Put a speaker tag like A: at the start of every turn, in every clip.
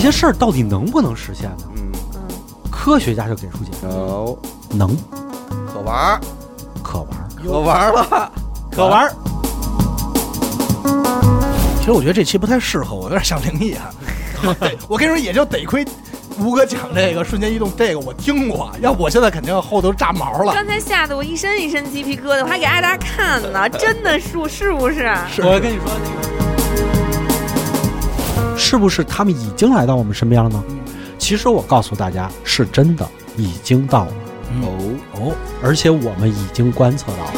A: 些事儿到底能不能实现呢？
B: 嗯，
A: 科学家就给出解释：
B: 哦，
A: 能，
B: 可玩儿，
A: 可玩儿，
B: 可玩儿了，
A: 可玩儿。
C: 其实我觉得这期不太适合我，有点像灵异 啊。我跟你说，也就得亏吴哥讲这个瞬间移动，这个我听过，要不我现在肯定后头炸毛了。
D: 刚才吓得我一身一身鸡皮疙瘩，我还给艾达看 呢，真的是是不是？
C: 是
A: 我跟你说，那个是不是他们已经来到我们身边了呢？
C: 嗯
A: 其实我告诉大家，是真的，已经到了
C: 嗯
B: 哦，
A: 哦，而且我们已经观测到了。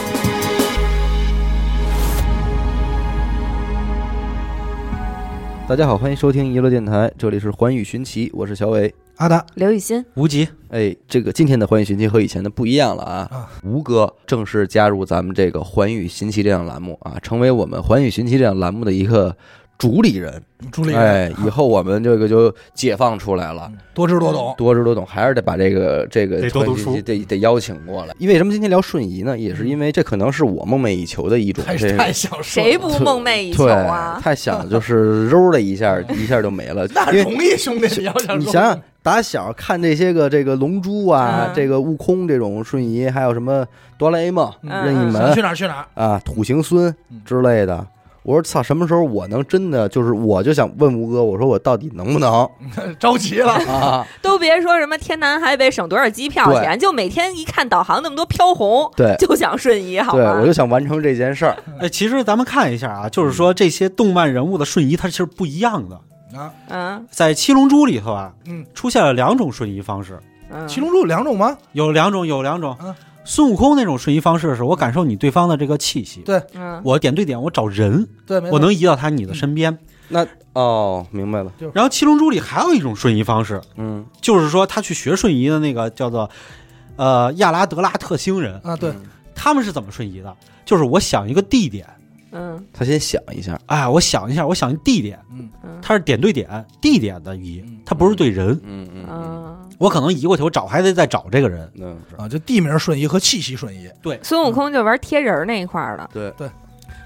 B: 大家好，欢迎收听娱乐电台，这里是环宇寻奇，我是小伟。
C: 阿达，
D: 刘雨欣，
A: 无极，
B: 哎，这个今天的环宇寻奇和以前的不一样了啊
C: 啊！
B: 吴哥正式加入咱们这个环宇寻奇这样栏目啊，成为我们环宇寻奇这样栏目的一个主理人。
C: 朱莉，
B: 哎，以后我们这个就解放出来了，
C: 多知多懂，
B: 多知多懂，还是得把这个这个
E: 得多读
B: 传奇
E: 书
B: 得得邀请过来。因为什么今天聊瞬移呢？也是因为这可能是我梦寐以求的一种
C: 太
B: 这个
C: 太想说了
D: 谁不梦寐以求
B: 对，
D: 啊？
B: 太想就是揉了一 下，一下就没了。
C: 那
B: 因为
C: 容易，兄弟，你要想
B: 你想想，打小看这些个这个龙珠啊，
D: 嗯
B: 这个悟空这种瞬移，还有什么哆啦 A 梦、
D: 嗯
B: 任意门
C: 想去哪儿去哪儿，
B: 啊、土行孙之类的。我说操，什么时候我能真的就是，我就想问吴哥，我说我到底能不能
C: 呃着急了。
B: 啊？
D: 都别说什么天南海北省多少机票
B: 对
D: 钱，就每天一看导航那么多飘红，
B: 对
D: 就想瞬移，好
B: 对，
D: 吗
B: 我？就想完成这件 事儿。
A: 哎，其实咱们看一下啊，就是说这些动漫人物的瞬移，它其实不一样的。
C: 啊，
D: 嗯
A: 在《七龙珠》里头啊，
C: 嗯，
A: 出现了两种瞬移方式，
D: 嗯，
C: 啊七龙珠有两种吗？
A: 有两种，有两种
C: 嗯。
A: 孙悟空那种瞬移方式是我感受你对方的这个气息，
D: 嗯
A: 我点对点，我找人，
C: 对，没错嗯
A: 我能移到他你的身边。
B: 哦，明白了，
A: 然后《七龙珠》里还有一种瞬移方式，
B: 嗯，
A: 就是说他去学瞬移的那个叫做呃亚拉德拉特星人，
C: 啊，对，
A: 他们是怎么瞬移的？就是我想一个地点，
D: 嗯
B: 他先想一下，
A: 哎，我想一下，我想一地点，
C: 嗯
D: 嗯
A: 它是点对点，地点的移
C: 嗯，
A: 它不是对人。
B: 嗯嗯嗯，
D: 嗯，
A: 我可能移过去，我找还得再找这个人。
B: 嗯，
C: 啊，就地名瞬移和气息瞬移，
D: 孙悟空就玩贴人儿那一块儿的，
B: 对，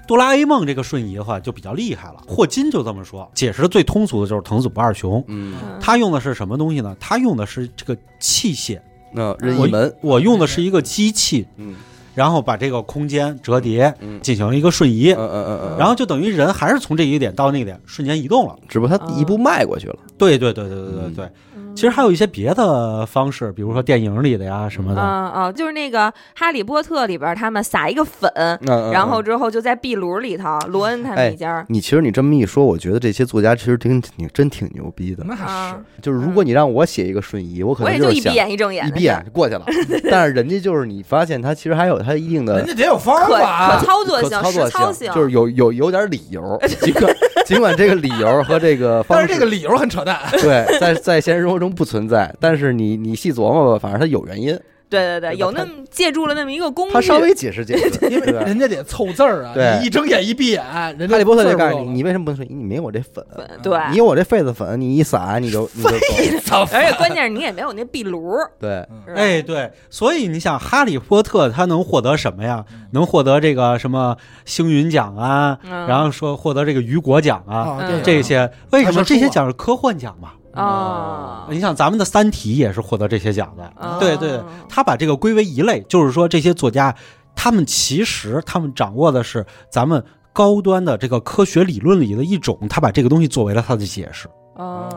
A: 哆啦 A 梦这个瞬移的话就比较厉害了，霍金就这么说，解释的最通俗的就是藤子不二雄，
B: 嗯，
D: 嗯
A: 他用的是什么东西呢？他用的是这个器械，
B: 那任意门，
A: 我用的是一个机器，
B: 嗯
A: 然后把这个空间折叠
B: 嗯
A: 进行了一个瞬移
B: 嗯，嗯嗯嗯，
A: 然后就等于人还是从这一个点到那个点瞬间移动了。
B: 只不
D: 嗯
B: 过他一步迈过去了，
A: 对对对对对对对。
B: 嗯
A: 其实还有一些别的方式，比如说电影里的呀什么的。
D: 嗯嗯，就是那个《哈利波特》里边儿他们撒一个粉，
B: 那
D: 然后之后就在壁炉里头，罗恩他
B: 嗯哎
D: 们一家儿，
B: 你其实你这么一说，我觉得这些作家其实挺挺真挺牛逼的。
C: 那嗯是
D: 啊
B: 就是如果你让我写一个瞬移，我可
D: 我
B: 能
D: 也就
B: 是
D: 一
B: 想
D: 闭眼一睁眼
B: 一
D: 的
B: 闭
D: 事儿
B: 眼就过 去了。但是人家就是你发现他其实还有他一定
C: 人
B: 的
C: 家得有方
D: 可
C: 法啊
D: 可，操作
B: 可
D: 性、
B: 操
D: 实
B: 作
D: 操性，
B: 就是有有有点理由。尽管尽管这个理由和这个
C: 但
B: 方
C: 是
B: 式，
C: 这个理由很扯淡。
B: 对在在现实生活中不存在，但是你你细琢磨吧，反正它有原
C: 嗯
B: 因，
D: 对对对，
B: 对
D: 有
B: 吧
D: 那么借助了那么一个工具，
B: 他稍微解释解释。
C: 因为
B: 对吧
C: 人家得凑字儿啊，
B: 对
C: 你一睁眼一闭眼，人家
B: 哈利波特
C: 字
B: 就
C: 儿
B: 告诉
C: 够
B: 你，
C: 了
B: 你为什么不能瞬移？你没有我这粉，
D: 对，
B: 你有我这痱子粉，你一撒你就你就走。
C: 操
D: 而且关键是你也没有那壁炉，
B: 对，
D: 是吧嗯
A: 哎，对，所以你想，哈利波特他能获得什么呀？能获得这个什么星云奖啊，
D: 嗯
A: 然后说获得这个雨果奖啊，
C: 啊，
D: 嗯
C: 对
A: 这些为什么
C: 他说书啊
A: 这些奖是科幻奖嘛？
D: 啊，
A: 你想，咱们的《三体》也是获得这些奖的。
D: 啊
A: 哎对对，他把这个归为一类，就是说这些作家，他们其实他们掌握的是咱们高端的这个科学理论里的一种，他把这个东西作为了他的解释。
D: 哦，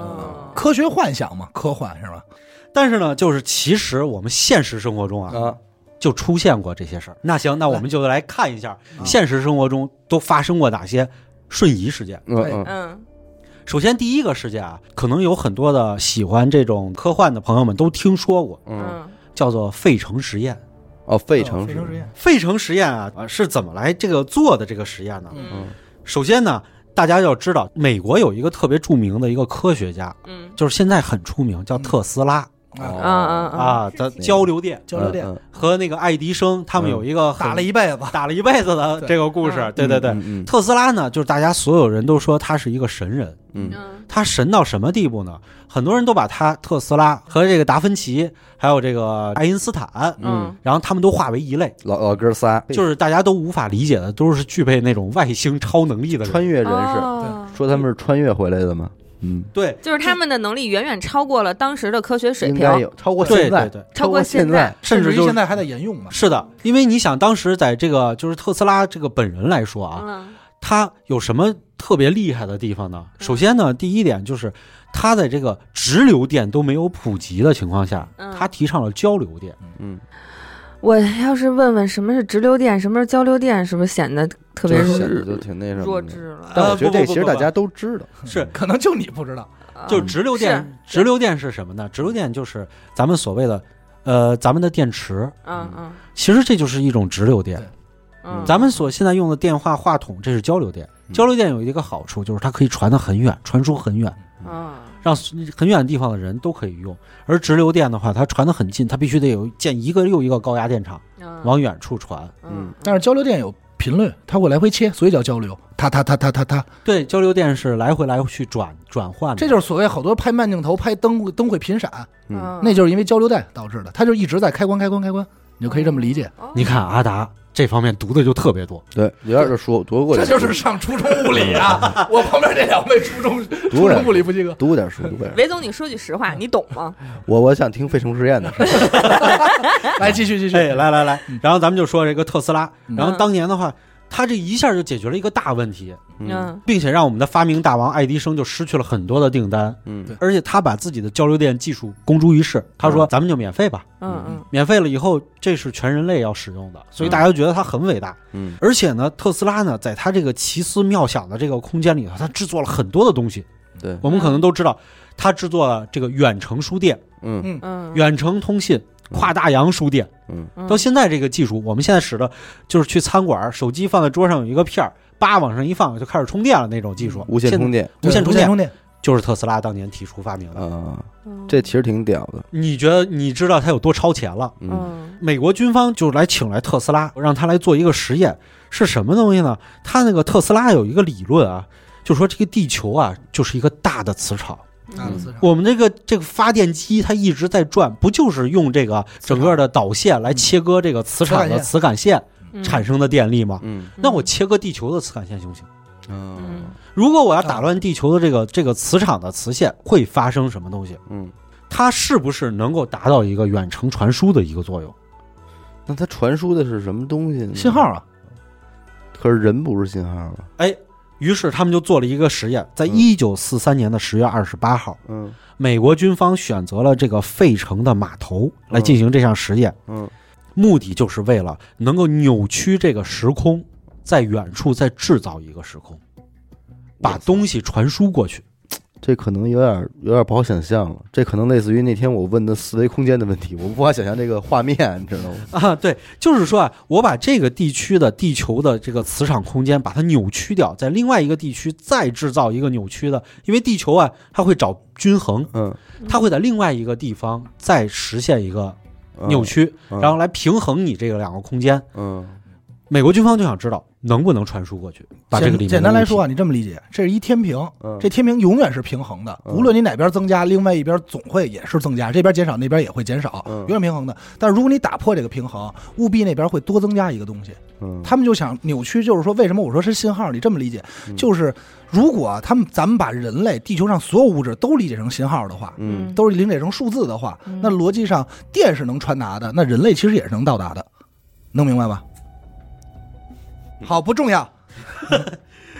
C: 科学幻想嘛，科幻是吧？
A: 但是呢，就是其实我们现实生活中
D: 哦
A: 啊，
B: 啊，
A: 就出现过这些事儿。那行，那我们就来看一下
C: 啊
A: 嗯现实生活中都发生过哪些瞬移事件。
B: 嗯嗯
D: 嗯
A: 首先，第一个事件啊，可能有很多的喜欢这种科幻的朋友们都听说过，
B: 嗯，
D: 嗯
A: 叫做费城实验。
B: 哦，费
C: 嗯
B: 城
C: 费
B: 是
C: 城实验，
A: 费城实验啊，呃是怎么来这个做的这个实验呢？
C: 嗯
B: 嗯
A: 首先呢，大家要知道，美国有一个特别著名的一个科学家，
D: 嗯
A: 就是现在很出名，叫特斯拉、
D: 嗯
B: 哦
C: 啊，
D: 嗯嗯，
A: 啊，的交流电
C: 交流电
B: 嗯
A: 和那个爱迪生他们有一个很
C: 打了一辈子，
A: 嗯打了一辈子的这个故事，对对对。
B: 嗯
A: 特斯拉呢，就是大家所有人都说他是一个神人，
B: 嗯嗯
D: 嗯
A: 他神到什么地步呢？很多人都把他特斯拉和这个达芬奇，还有这个爱因斯坦，
D: 嗯
A: 然后他们都划为一类，
B: 老老哥仨
A: 就是大家都无法理解的，都是具备那种外星超能力的人
B: 穿越人士，
D: 哦
B: 说他们是穿越回来的吗？嗯，
A: 对，
D: 就是他们的能力远远超过了当时的科学水
B: 应
D: 平，
B: 该有超过
A: 对
B: 现在，
A: 对对，
D: 超
B: 超
D: 过
B: 现
D: 现在，
A: 甚至
C: 于
A: 就是
C: 现在还在沿用呢。
A: 是的，因为你想，当时在这个就是特斯拉这个本人来说啊，
D: 嗯，
A: 他有什么特别厉害的地方呢？首先呢，第一点就是他在这个直流电都没有普及的情况下，
D: 嗯
A: 他提倡了交流电。
B: 嗯，
D: 我要是问问什么是直流电，什么是交流电，是不是显得特别
B: 就
D: 弱
B: 显得就挺那什么的
D: 弱智了？嗯
B: 但我觉得
A: 呃不不
B: 这
A: 不
B: 其实
A: 不
B: 大
A: 不
B: 家都知道，
A: 是
C: 可能就你不知道，
A: 就
D: 嗯
A: 直流电，
D: 是
A: 直流电是什么呢？直流电就是咱们所谓的，呃，咱们的电池，
D: 嗯嗯
A: 其实这就是一种直流电
C: 对。
D: 嗯，
A: 咱们所现在用的电话话筒，这是交流电。
B: 嗯
A: 交流电有一个好处，就是它可以传得很远，传输很远，
D: 嗯
A: 让很远的地方的人都可以用。而直流电的话，它传得很近，它必须得有建一个又一个高压电场
D: 嗯
A: 往远处传。
D: 嗯，
C: 但是交流电有频率，它会来回切，所以叫交流。它它它它它它，
A: 对，交流电是来回来去转转换的。
C: 这就是所谓好多拍慢镜头、拍灯灯会频闪，
B: 嗯，
C: 那就是因为交流带导致的，它就一直在开关、开关、开关，你就可以这么理解。
D: 哦
A: 你看阿达这方面读的就特别多，
B: 对，有点就说读过
C: 这
B: 点
C: 就
B: 书，
C: 是上初中物理
A: 嗯
C: 啊！我旁边这两位初中初
B: 读点
C: 中物理不及格，
B: 读过点书，读过点书。
D: 韦总，你说句实
C: 嗯
D: 话，你懂吗？
B: 我我想听费城实验的事儿，
C: 来继续继 续。
A: 哎，来来来，
B: 嗯
A: 然后咱们就说这个特斯拉，
C: 嗯
A: 然后当年的话，它这一下就解决了一个大问题，
B: 嗯
A: 并且让我们的发明大王爱迪生就失去了很多的订单，
B: 嗯，
A: 而且他把自己的交流电技术公诸于世，他说
B: 嗯
A: 咱们就免费吧，
D: 嗯嗯
A: 免费了以后这是全人类要使用的，所以大家都觉得他很伟大。
B: 嗯
A: 而且呢，特斯拉呢，在他这个奇思妙想的这个空间里头，他制作了很多的东西，
B: 对，
A: 我们可能都知道。他制作了这个远程书店、
B: 嗯
C: 嗯，
D: 嗯，
A: 远程通信、跨大洋书店，
B: 嗯，
D: 嗯
A: 到现在这个技术，我们现在使的就是去餐馆，手机放在桌上有一个片儿，叭往上一放就开始充电了那种技术。
B: 无线充电
A: 现在，无线
C: 对
A: 充
C: 无线
A: 电
C: 充电，
A: 就是特斯拉当年提出发明的。
B: 啊，
D: 嗯
B: 这其实挺屌的，
A: 你觉得你知道它有多超前了？
B: 嗯
D: 嗯
A: 美国军方就来请来特斯拉，让他来做一个实验，是什么东西呢？他那个特斯拉有一个理论啊，就说这个地球啊就是一个大的磁场，
D: 嗯
C: 大的磁场
A: 我们这个这个发电机它一直在转，不就是用这个整个的导线来切割这个磁场的磁感线
D: 嗯
A: 产生的电力吗？
B: 嗯
A: 那我切割地球的磁感线行不行？
B: 嗯
A: 如果我要打乱地球的这个这个磁场的磁线，会发生什么东西？
B: 嗯，
A: 它是不是能够达到一个远程传输的一个作用？
B: 那它传输的是什么东西？
C: 信号，啊，
B: 可是人不是信号啊吧？
A: 哎，于是他们就做了一个实验，在
B: 嗯
A: 一九四三年的十月二十八号，
B: 嗯
A: 美国军方选择了这个费城的码头来进行这项实验，
B: 嗯
A: 目的就是为了能够扭曲这个时空，在远处再制造一个时空，把东西传输过去。
B: 这可能有点有点不好想象了，这可能类似于那天我问的四维空间的问题，我无法想象这个画面，你知道吗？
A: 啊，对，就是说啊，我把这个地区的地球的这个磁场空间把它扭曲掉，在另外一个地区再制造一个扭曲的，因为地球啊，它会找均衡，
B: 嗯，
A: 它会在另外一个地方再实现一个
B: 嗯
A: 扭，曲，
B: 嗯
A: 然后来平衡你这个两个空间。
B: 嗯
A: 美国军方就想知道能不能传输过去，把这个里面
C: 简简单
A: 的
C: 来
A: 物体
C: 说啊，你这么理解，这是一天平，
B: 嗯，
C: 这天平永远是平衡的，
B: 嗯
C: 无论你哪边增加，另外一边总会也是增加，这边减少，那边也会减少，
B: 嗯
C: 永远平衡的。但是如果你打破这个平衡，务必那边会多增加一个东西。
B: 嗯
C: 他们就想扭曲，就是说为什么我说是信号？你这么理解，
B: 嗯
C: 就是如果啊他们咱们把人类地球上所有物质都理解成信号的话，
B: 嗯
C: 都是理解成数字的话，那逻辑上电是能传达的，那人类其实也是能到达的，能明白吧？
A: 嗯
C: 好，不重要。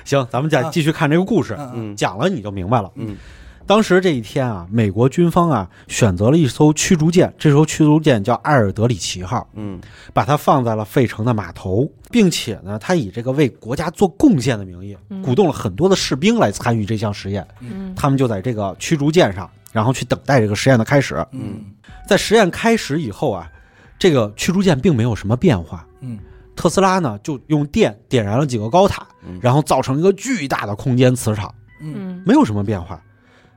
A: 行，咱们再
C: 啊
A: 继续看这个故事，
C: 嗯，
B: 嗯
A: 讲了你就明白了。
B: 嗯
A: 当时这一天啊，美国军方啊选择了一艘驱逐舰，这艘驱逐舰叫埃尔德里奇号。
B: 嗯
A: 把它放在了费城的码头，并且呢，他以这个为国家做贡献的名义，
D: 嗯
A: 鼓动了很多的士兵来参与这项实验。
D: 嗯
A: 他们就在这个驱逐舰上，然后去等待这个实验的开始。
C: 嗯
A: 在实验开始以后啊，这个驱逐舰并没有什么变化。
C: 嗯
A: 特斯拉呢，就用电点燃了几个高塔
B: 嗯，
A: 然后造成一个巨大的空间磁场，
C: 嗯
D: 嗯
A: 没有什么变化。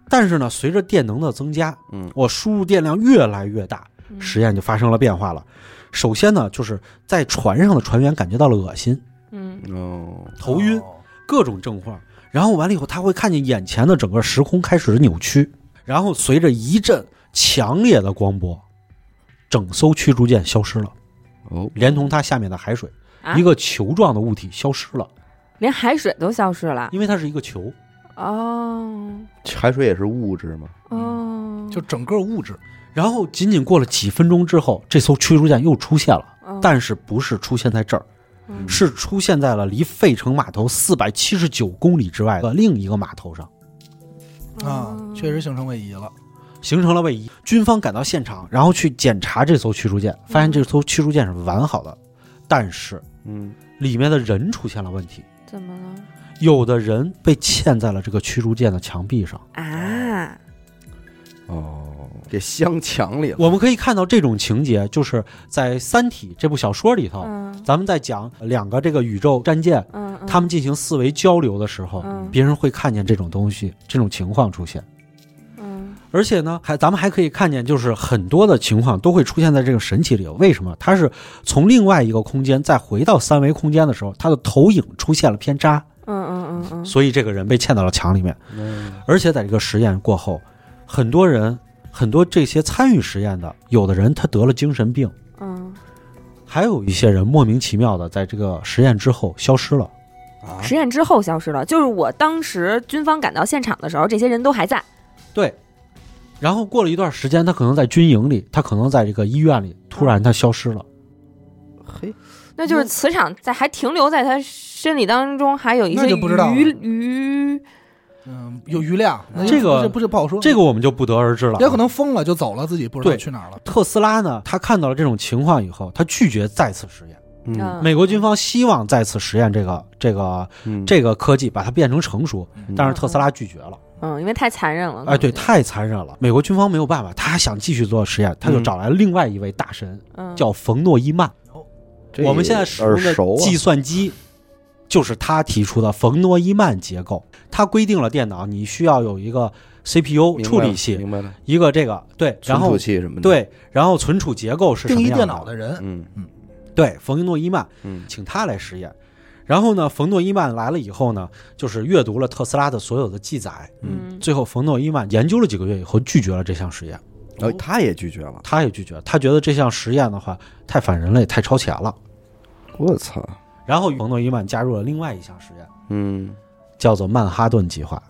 A: 但是呢，随着电能的增加，
B: 嗯
A: 我输入电量越来越大，
D: 嗯
A: 实验就发生了变化了。首先呢，就是在船上的船员感觉到了恶心、
D: 嗯
B: 哦，
A: 头晕、
C: 哦
A: 各种症状，然后完了以后，他会看见眼前的整个时空开始扭曲，然后随着一阵强烈的光波，整艘驱逐舰消失了，
B: 哦，
A: 连同它下面的海水，
D: 啊
A: 一个球状的物体消失了，
D: 连海水都消失了，
A: 因为它是一个球，
D: 哦
B: 海水也是物质嘛，
D: 哦，
C: 嗯就整个物质，
A: 然后仅仅过了几分钟之后，这艘驱逐舰又出现了，
D: 哦
A: 但是不是出现在这儿，
D: 嗯
A: 是出现在了离费城码头四百七十九公里之外的另一个码头上，
C: 啊
D: 哦，
C: 确实形成位移了。
A: 形成了位移。军方赶到现场，然后去检查这艘驱逐舰，
D: 嗯
A: 发现这艘驱逐舰是完好的，但是
B: 嗯，
A: 里面的人出现了问题，
D: 怎么了
A: 有的人被嵌在了这个驱逐舰的墙壁上。
D: 啊？
B: 哦，给镶墙里了，
A: 我们可以看到这种情节，就是在《三体》这部小说里头，
D: 嗯
A: 咱们在讲两个这个宇宙战舰，
D: 嗯，嗯
A: 他们进行思维交流的时候，
D: 嗯
A: 别人会看见这种东西、这种情况出现。
D: 嗯
A: 而且呢，还咱们还可以看见，就是很多的情况都会出现在这个神奇里。为什么？它是从另外一个空间再回到三维空间的时候，它的投影出现了偏差，
D: 嗯嗯嗯嗯，
A: 所以这个人被嵌到了墙里面。而且在这个实验过后，很多人，很多这些参与实验的，有的人他得了精神病，
D: 嗯，
A: 还有一些人莫名其妙的在这个实验之后消失了。
B: 啊
D: 实验之后消失了。就是我当时军方赶到现场的时候，这些人都还在。
A: 对，然后过了一段时间，他可能在军营里，他可能在这个医院里，突然他消失了。
B: 嘿，
D: 那就是磁场在还停留在他身体当中，还有一些
C: 那就不知道了
D: 余余
C: 嗯，有余量，那
A: 这个
C: 这不是不好说，
A: 这个我们就不得而知了。
C: 也可能疯了就走了，自己不知道
A: 对
C: 去哪儿了。
A: 特斯拉呢，他看到了这种情况以后，他拒绝再次实验。
B: 嗯
D: 嗯
A: 美国军方希望再次实验这个这个
B: 嗯，
A: 这个科技，把它变成成熟，
B: 嗯
A: 但是特斯拉拒绝了。
D: 嗯，因为太残忍了。
A: 哎，对，
D: 可
A: 太残忍了。美国军方没有办法，他还想继续做实验，他就
B: 嗯
A: 找来另外一位大神，
D: 能嗯
A: 叫冯诺依曼。
B: 这
A: 我们现在使用
B: 耳
A: 的
B: 熟啊
A: 计算机，就是他提出的冯诺依曼结构。他规定了电脑你需要有一个 CPU
B: 明白
A: 处理
B: 了
A: 器，
B: 明白了，
A: 一个这个对，然
B: 存
A: 后
B: 储器什么的，，
A: 对，然后存储结构是什
C: 定
A: 么
C: 义
A: 样
C: 电脑的人，
B: 嗯
A: 对，冯诺依曼，
B: 嗯
A: 请他来实验。然后呢，冯诺依曼来了以后呢，就是阅读了特斯拉的所有的记载。
D: 嗯
A: 最后，冯诺依曼研究了几个月以后，拒绝了这项实验。
B: 然后哦他也拒绝了，
A: 他也拒绝，他觉得这项实验的话太反人类、太超前了。
B: 我操，
A: 然后，冯诺依曼加入了另外一项实验，
B: 嗯，
A: 叫做曼哈顿计划，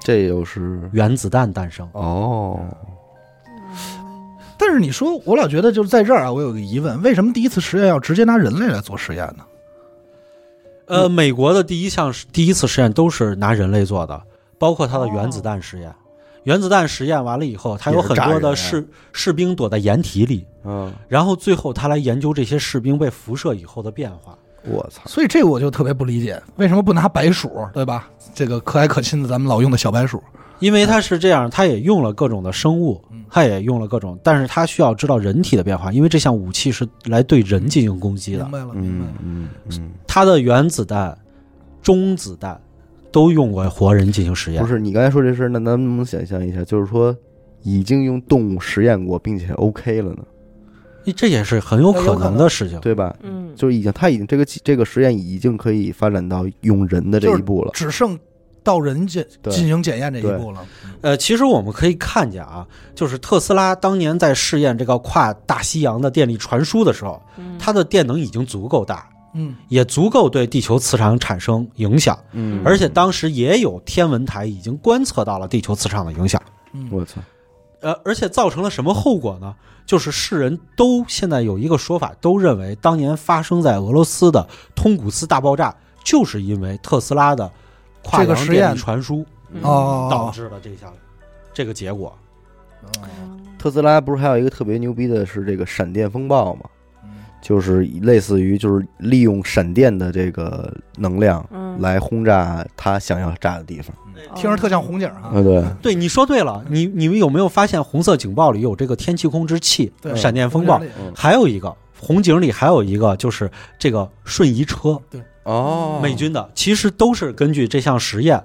B: 这又是
A: 原子弹诞生。
B: 哦，
C: 但是你说，我老觉得就是在这儿啊，我有个疑问，为什么第一次实验要直接拿人类来做实验呢？
A: 呃，美国的第一项实第一次实验都是拿人类做的，包括它的原子弹实验。原子弹实验完了以后，它有很多
B: 也是炸人
A: 的
B: 啊
A: 士士兵躲在掩体里，
B: 嗯，
A: 然后最后他来研究这些士兵被辐射以后的变化。
B: 我操，
C: 所以这个我就特别不理解，为什么不拿白鼠，对吧？这个可爱可亲的咱们老用的小白鼠，
A: 因为它是这样，它也用了各种的生物，它也用了各种，但是它需要知道人体的变化，因为这项武器是来对人进行攻击的
C: 明。白了，明
B: 嗯
C: 白了。
B: 嗯嗯，
A: 它的原子弹、中子弹都用过活人进行实验
B: 不。是你刚才说这事儿，那咱们能想象一下，就是说已经用动物实验过，并且 OK 了呢，
A: 这也是很有可能的事情。
B: 对吧？
D: 嗯，
B: 就是已经，他已经这个这个实验已经可以发展到用人的这一步了。
C: 只剩到人检
B: 对
C: 进行检验这一步了。
A: 呃，其实我们可以看见啊，就是特斯拉当年在试验这个跨大西洋的电力传输的时候，
D: 嗯
A: 它的电能已经足够大，
C: 嗯，
A: 也足够对地球磁场产生影响。
B: 嗯
A: 而且当时也有天文台已经观测到了地球磁场的影响。
C: 嗯
B: 我操，
A: 呃，而且造成了什么后果呢？就是世人都现在有一个说法，都认为当年发生在俄罗斯的通古斯大爆炸，就是因为特斯拉的跨
C: 这个
A: 洋
C: 实
A: 电
C: 验
A: 力传输
D: 嗯
C: 哦
A: 导致了这项这个结果。
B: 特斯拉不是还有一个特别牛逼的是这个闪电风暴吗？
C: 哦
B: 就是类似于就是利用闪电的这个能量
D: 嗯
B: 来轰炸他想要炸的地方。
C: 听着特像红警
A: 嗯
C: 啊。
B: 啊，对，
A: 对，你说对了，你你们有没有发现红色警报里有这个天气控制器、
C: 对
A: 闪电风暴，
B: 嗯
A: 还有一个红警里还有一个就是这个瞬移车，
B: 哦
A: 美军的，其实都是根据这项实验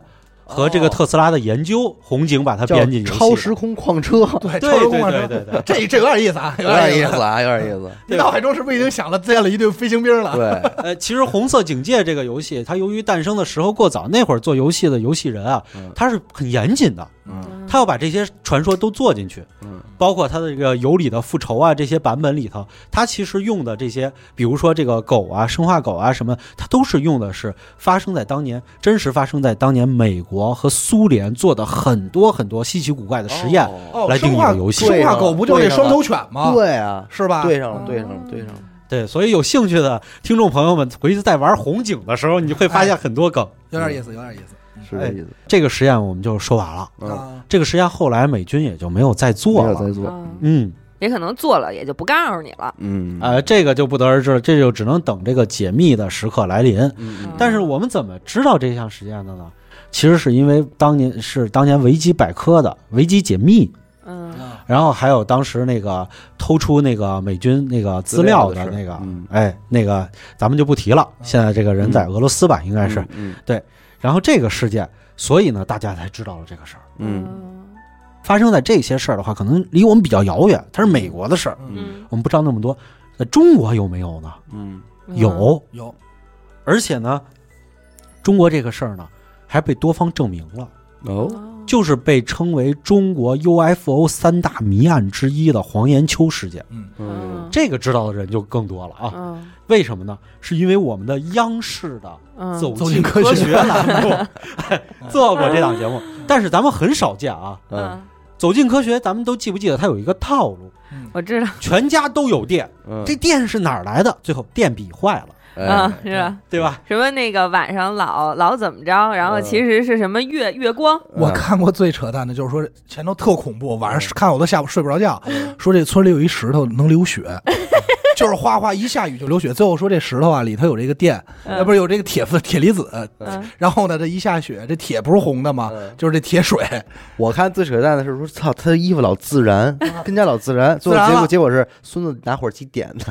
A: 和这个特斯拉的研究，红警把它
B: 叫
A: 编进游戏
B: 超
A: 的
B: 时空矿车，有
C: 对，
A: 对
C: 超时空
A: 对
C: 啊
A: 对
C: 是吧
A: 对对
C: 这这有点意思啊，有点意思。
B: 啊， 有点意思。
C: 你脑海中是不是已经想了建了一队飞行兵 了？
B: 对，
A: 呃，其实《红色警戒》这个游戏，它由于诞生的时候过早，那会儿做游戏的游戏人啊
B: 嗯，
A: 他是很严谨的，
B: 嗯，
A: 他要把这些传说都做进去，
B: 嗯，
A: 包括他的这个有理的复仇啊这些版本里头，他其实用的这些，比如说这个狗啊、生化狗啊什么，他都是用的是发生在当年真实发生在当年美国和苏联做的很多很多稀奇古怪的实验，
C: 哦，
A: 来定义
C: 生化
A: 这个游戏
C: 生化狗不就那双头犬吗？
B: 对啊，
C: 是吧？
B: 对上了，对上了，对上了。
A: 对，所以有兴趣的听众朋友们，回去在玩红警的时候，你会发
B: 哎
A: 现很多梗。
C: 有点意思，有点意思
B: 是这意思。
A: 这个实验我们就说完了。
B: 嗯，
C: 啊。
A: 这个实验后来美军也就没有再
B: 没
A: 做
B: 有
A: 了。
B: 在做，
D: 嗯
A: 嗯，
D: 也可能做了，也就不告诉你了。
B: 嗯
A: 呃，这个就不得而知了，这就只能等这个解密的时刻来临。
B: 嗯
A: 但是我们怎么知道这项实验的呢？其实是因为当年是当年维基百科的维基解密，
D: 嗯
C: 啊
A: 然后还有当时那个偷出那个美军那个资料的那个，
B: 嗯，
A: 哎，那个咱们就不提了。现在这个人在俄罗斯吧，应该是。
B: 嗯
A: 然后这个事件，所以呢，大家才知道了这个事儿。
B: 嗯
A: 发生在这些事儿的话，可能离我们比较遥远，它是美国的事儿，
C: 嗯，
A: 我们不知道那么多。在中国有没有呢？
B: 嗯
A: 有，
C: 有
A: 而且呢，中国这个事儿呢，还被多方证明了，
B: 哦，
D: 嗯
A: 就是被称为中国 UFO 三大谜案之一的黄延秋事件。
B: 嗯
A: 这个知道的人就更多了啊！
D: 嗯
A: 为什么呢？是因为我们的央视的
D: 嗯，
A: 《进科
C: 走进科学
A: 栏目哎 做过这档节目，但是咱们很少见啊。
B: 嗯
A: 走进科学，咱们都记不记得它有一个套路？
D: 我知道
A: 全家都有电，
B: 嗯，
A: 这电是哪儿来的？最后电笔坏了，
D: 啊
B: 哎，，
D: 是吧？
A: 对吧？
D: 什么那个晚上老老怎么着，然
C: 嗯
D: 后其实是什么月月光，
C: 我看过最扯淡的，就是说前头特恐怖，晚上看我都下午睡不着觉
B: 嗯。
C: 说这村里有一石头能流血，就是哗哗一下雨就流血。最后说这石头啊里头有这个电，
D: 嗯
C: 呃不是有这个铁分铁离子，
D: 嗯
C: 然后呢这一下雪，这铁不是红的吗？
B: 嗯
C: 就是这铁水，
B: 我看最扯淡的是说，操，他的衣服老自然， 跟家老啊自然，最后
C: 自
B: 结
C: 然
B: 果
C: 了
B: 结果是孙子拿火机点的，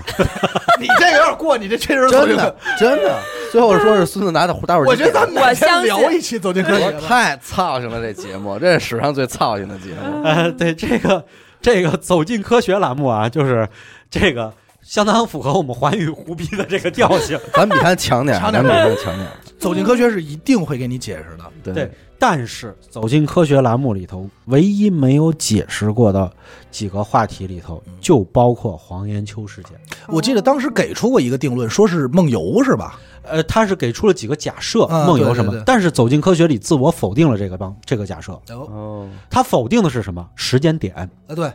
C: 你这个有点过，你这确实走
B: 真
C: 进
B: 的真的，最后说是孙子拿的打火机点的，
C: 我觉得咱们哪
D: 我相
C: 天
D: 信
C: 聊一期走进科学
B: 我
C: 吧。
B: 太操心了，这节目这是史上最操心的节 目。
A: 呃，对这个这个走进科学栏目啊，就是这个相当符合我们环宇胡逼的这个调性。
B: 咱比他强点儿，
C: 强
B: 咱
C: 点
B: 比
C: 儿
B: 他强点儿。
C: 走进科学是一定会给你解释的。
A: 对，但是走进科学栏目里头，唯一没有解释过的几个话题里头，就包括黄延秋事件。
C: 我记得当时给出过一个定论，说是梦游是吧？
A: 呃，他是给出了几个假设，
C: 啊
A: 梦游
C: 对
A: 什么，
C: 对对
A: 但是走进科学里自我否定了这个帮这个假设。
C: 哦，
B: 哦，
A: 他否定的是什么？时间点。
C: 啊对，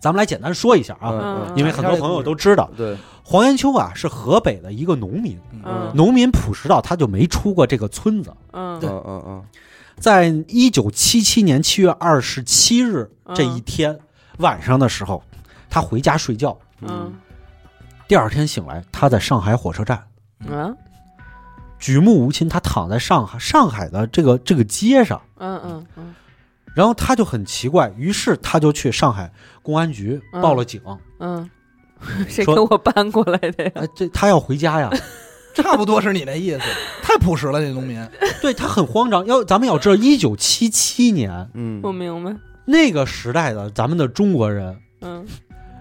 A: 咱们来简单说一下啊，
C: 呃
B: 嗯
A: 因为很多朋友都知道，
B: 对，
A: 黄延秋啊是河北的一个农民，
D: 嗯
A: 农民朴实到他就没出过这个村子。
D: 嗯
B: 嗯嗯嗯，
A: 在一九七七年七月二十七日这一天、晚上的时候，他回家睡觉，
D: 嗯
A: 第二天醒来，他在上海火车站。
D: 嗯
A: 举目无亲，他躺在上海上海的这个这个街上，
D: 嗯嗯
A: 然后他就很奇怪，于是他就去上海公安局
D: 嗯
A: 报了警。
D: 嗯，谁给我搬过来
C: 嗯
D: 的呀？
A: 哎，这他要回家呀，
C: 差不多是你那意思，太朴实了，这农民。
A: 对他很慌张。要咱们要知道，一九七七年
B: 嗯
D: 我明白，
A: 那个时代的咱们的中国人，
D: 嗯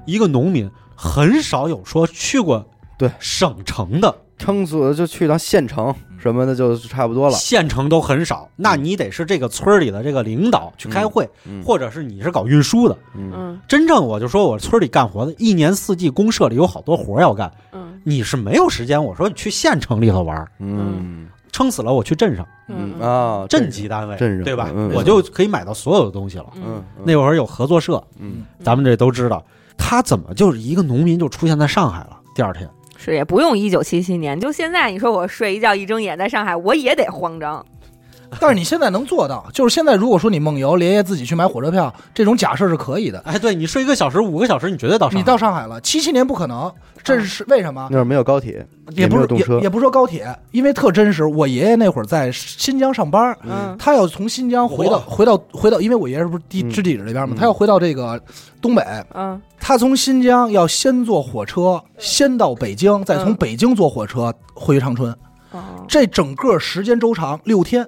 A: 一个农民很少有说去过
B: 对
A: 省城的，
B: 撑死就去趟县城什么的，就差不多了。
A: 县城都很少。那你得是这个村儿里的这个领导去开会，
B: 嗯
A: 或者是你是搞运输的。
B: 嗯
D: 嗯
A: 真正我就说我村里干活的，一年四季公社里有好多活儿要干，
D: 嗯
A: 你是没有时间。我说你去县城里头玩儿，
B: 嗯
A: 撑死了我去镇上，
B: 嗯啊，
A: 镇级单位，
B: 镇上
A: 对吧？
B: 嗯
A: 我就可以买到所有的东西了。
B: 嗯
D: 嗯，
A: 那会儿有合作社，
B: 嗯
A: 咱们这都知道，他怎么就是一个农民就出现在上海了？第二天，
D: 是也不用一九七七年，就现在你说我睡一觉一睁眼在上海，我也得慌张。
C: 但是你现在能做到，就是现在如果说你梦游，连夜自己去买火车票，这种假设是可以的。
A: 哎，对你睡一个小时、五个小时，你绝对到上海。
C: 你到上海了，七七年不可能，这是为什么
B: 那？会儿没有高铁，
C: 也
B: 嗯没
C: 不
B: 有
C: 是
B: 动车
C: 也也不说高铁，因为特真实。我爷爷那会儿在新疆上班，
D: 嗯
C: 他要从新疆回到回到回到，因为我爷爷是不是地
B: 嗯
C: 知地址这边嘛
B: 嗯，
C: 他要回到这个东北，
D: 嗯
C: 他从新疆要先坐火车，先到北京，再从
D: 嗯
C: 北京坐火车回长春，
D: 哦
C: 这整个时间周长六天。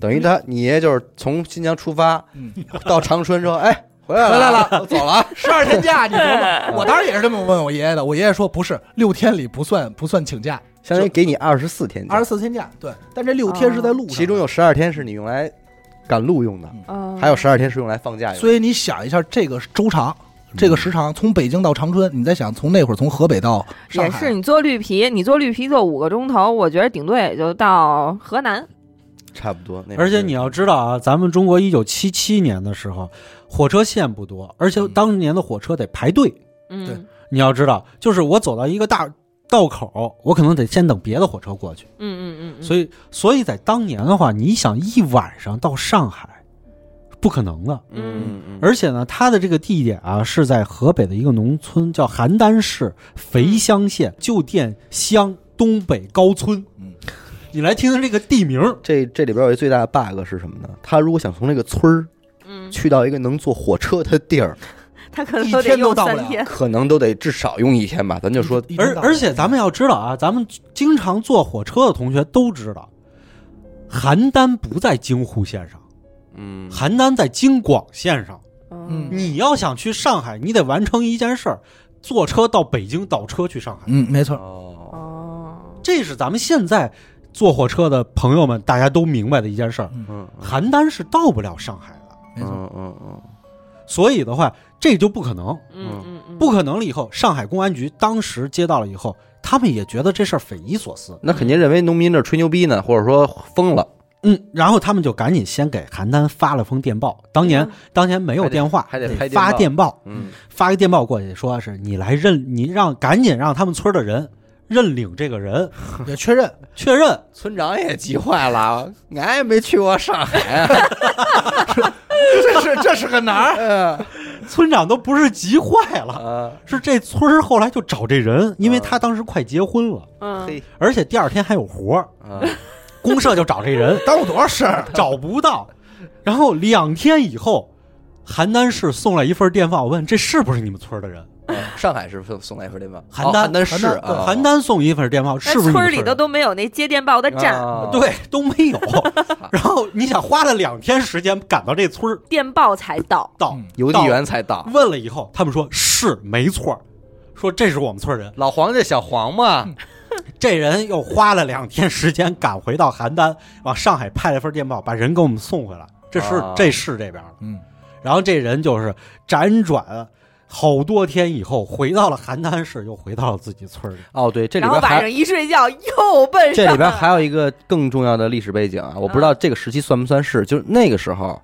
B: 等于他你爷就是从新疆出发
C: 嗯
B: 到长春之后， 哎，回来
C: 回来
B: 了，我走了啊。
C: 十二 天假，你琢磨。我当时也是这么问我爷爷的，我爷爷说不是，六天里不算不算请假，嗯
B: 相当于给你二十四天假，
C: 二十四天假。对，但这六天是在路上，
B: 其中有十二天是你用来赶路用的，
D: 嗯，
B: 还有十二天是用来放假用的。
C: 所以你想一下这个周长，这个时长，从北京到长春，你再想从那会儿从河北到上
D: 也
C: 海，
D: 是你做绿皮，你做绿皮做五个钟头，我觉得顶多也就到河南。
B: 差不多。那
A: 而且你要知道啊，咱们中国一九七七年的时候，火车线不多，而且当年的火车得排队。
C: 对
D: 嗯
A: 你要知道，就是我走到一个大道口，我可能得先等别的火车过去。
D: 嗯嗯嗯，
A: 所以，所以在当年的话，你想一晚上到上海，不可能的。
B: 嗯嗯，
A: 而且呢，它的这个地点啊是在河北的一个农村，叫邯郸市肥乡县旧店乡东北高村。
C: 嗯，
A: 你来听听这个地名儿，
B: 这这里边有一最大的 bug 是什么呢？他如果想从那个村儿
D: 嗯，
B: 去到一个能坐火车的地儿，
D: 他可能
C: 一
D: 都得
C: 天都
D: 用
C: 到不
D: 三
C: 了
D: 天。
B: 可能都得至少用一天吧。咱就说，
C: 一天
A: 而
C: 到晚
A: 而且咱们要知道啊，咱们经常坐火车的同学都知道，邯郸不在京沪线上，
B: 嗯
A: 邯郸在京广线上。
D: 哦
C: 嗯
A: 你要想去上海，你得完成一件事儿，坐车到北京倒车去上海。
C: 嗯，没错，
B: 哦，
D: 哦，
A: 这是咱们现在坐火车的朋友们大家都明白的一件事儿。
B: 嗯
A: 邯郸是到不了上海的，
C: 没错，
B: 嗯嗯，
A: 所以的话，这就不可能，
D: 嗯嗯嗯，
A: 不可能了。以后上海公安局当时接到了以后，他们也觉得这事儿匪夷所思，
B: 那肯定认为农民这吹牛逼呢，或者说疯了，
A: 嗯，然后他们就赶紧先给邯郸发了封电报。当年、
D: 嗯
A: 当年没有电话，
B: 啊还得还得拍电报
A: 发电报，
B: 嗯
A: 发一电报过去，说是你来认，你让赶紧让他们村的人认领这个人，
C: 也确认
A: 确认
B: 村长也急坏了，俺也没去过上海啊，
C: 这是这是个哪 儿？
B: 嗯
A: 村长都不是急坏了，
B: 啊
A: 是这村儿后来就找这人，因为他当时快结婚了，
D: 嗯，
A: 而且第二天还有活儿，
B: 啊，
A: 公社就找这 人，
C: 耽误多少事儿？
A: 找不到，然后两天以后，邯郸市送来一份电报，问这是不是你们村儿的人？
B: 嗯上海是送送来一份电报，
A: 邯
B: 哦
A: 郸
B: 邯郸市
C: 邯郸
B: 啊，
A: 邯郸送一份电报，是
D: 那
A: 不是你们
D: 村
A: 村
D: 里
A: 儿的
D: 头都没有那接电报的站，
B: 啊，
A: 对，都没有。然后你想花了两天时间赶到这村儿
D: 电报才到。
A: 到
C: 嗯
B: 邮递员才到
A: 到，问了以后，他们说是没错儿，说这是我们村儿人。
B: 老黄这小黄嘛，
C: 嗯
A: 这人又花了两天时间赶回到邯郸，往上海派了份电报，把人给我们送回来。这是、
B: 啊
A: 这市这边的。
C: 嗯，
A: 然后这人就是辗转好多天以后，回到了邯郸市，又回到了自己村儿里。
B: 哦对，这里
D: 然后
B: 边还
D: 晚上一睡觉又 奔上
B: 这里边还有一个更重要的历史背景啊，我不知道这个时期算不算是，就是那个时候，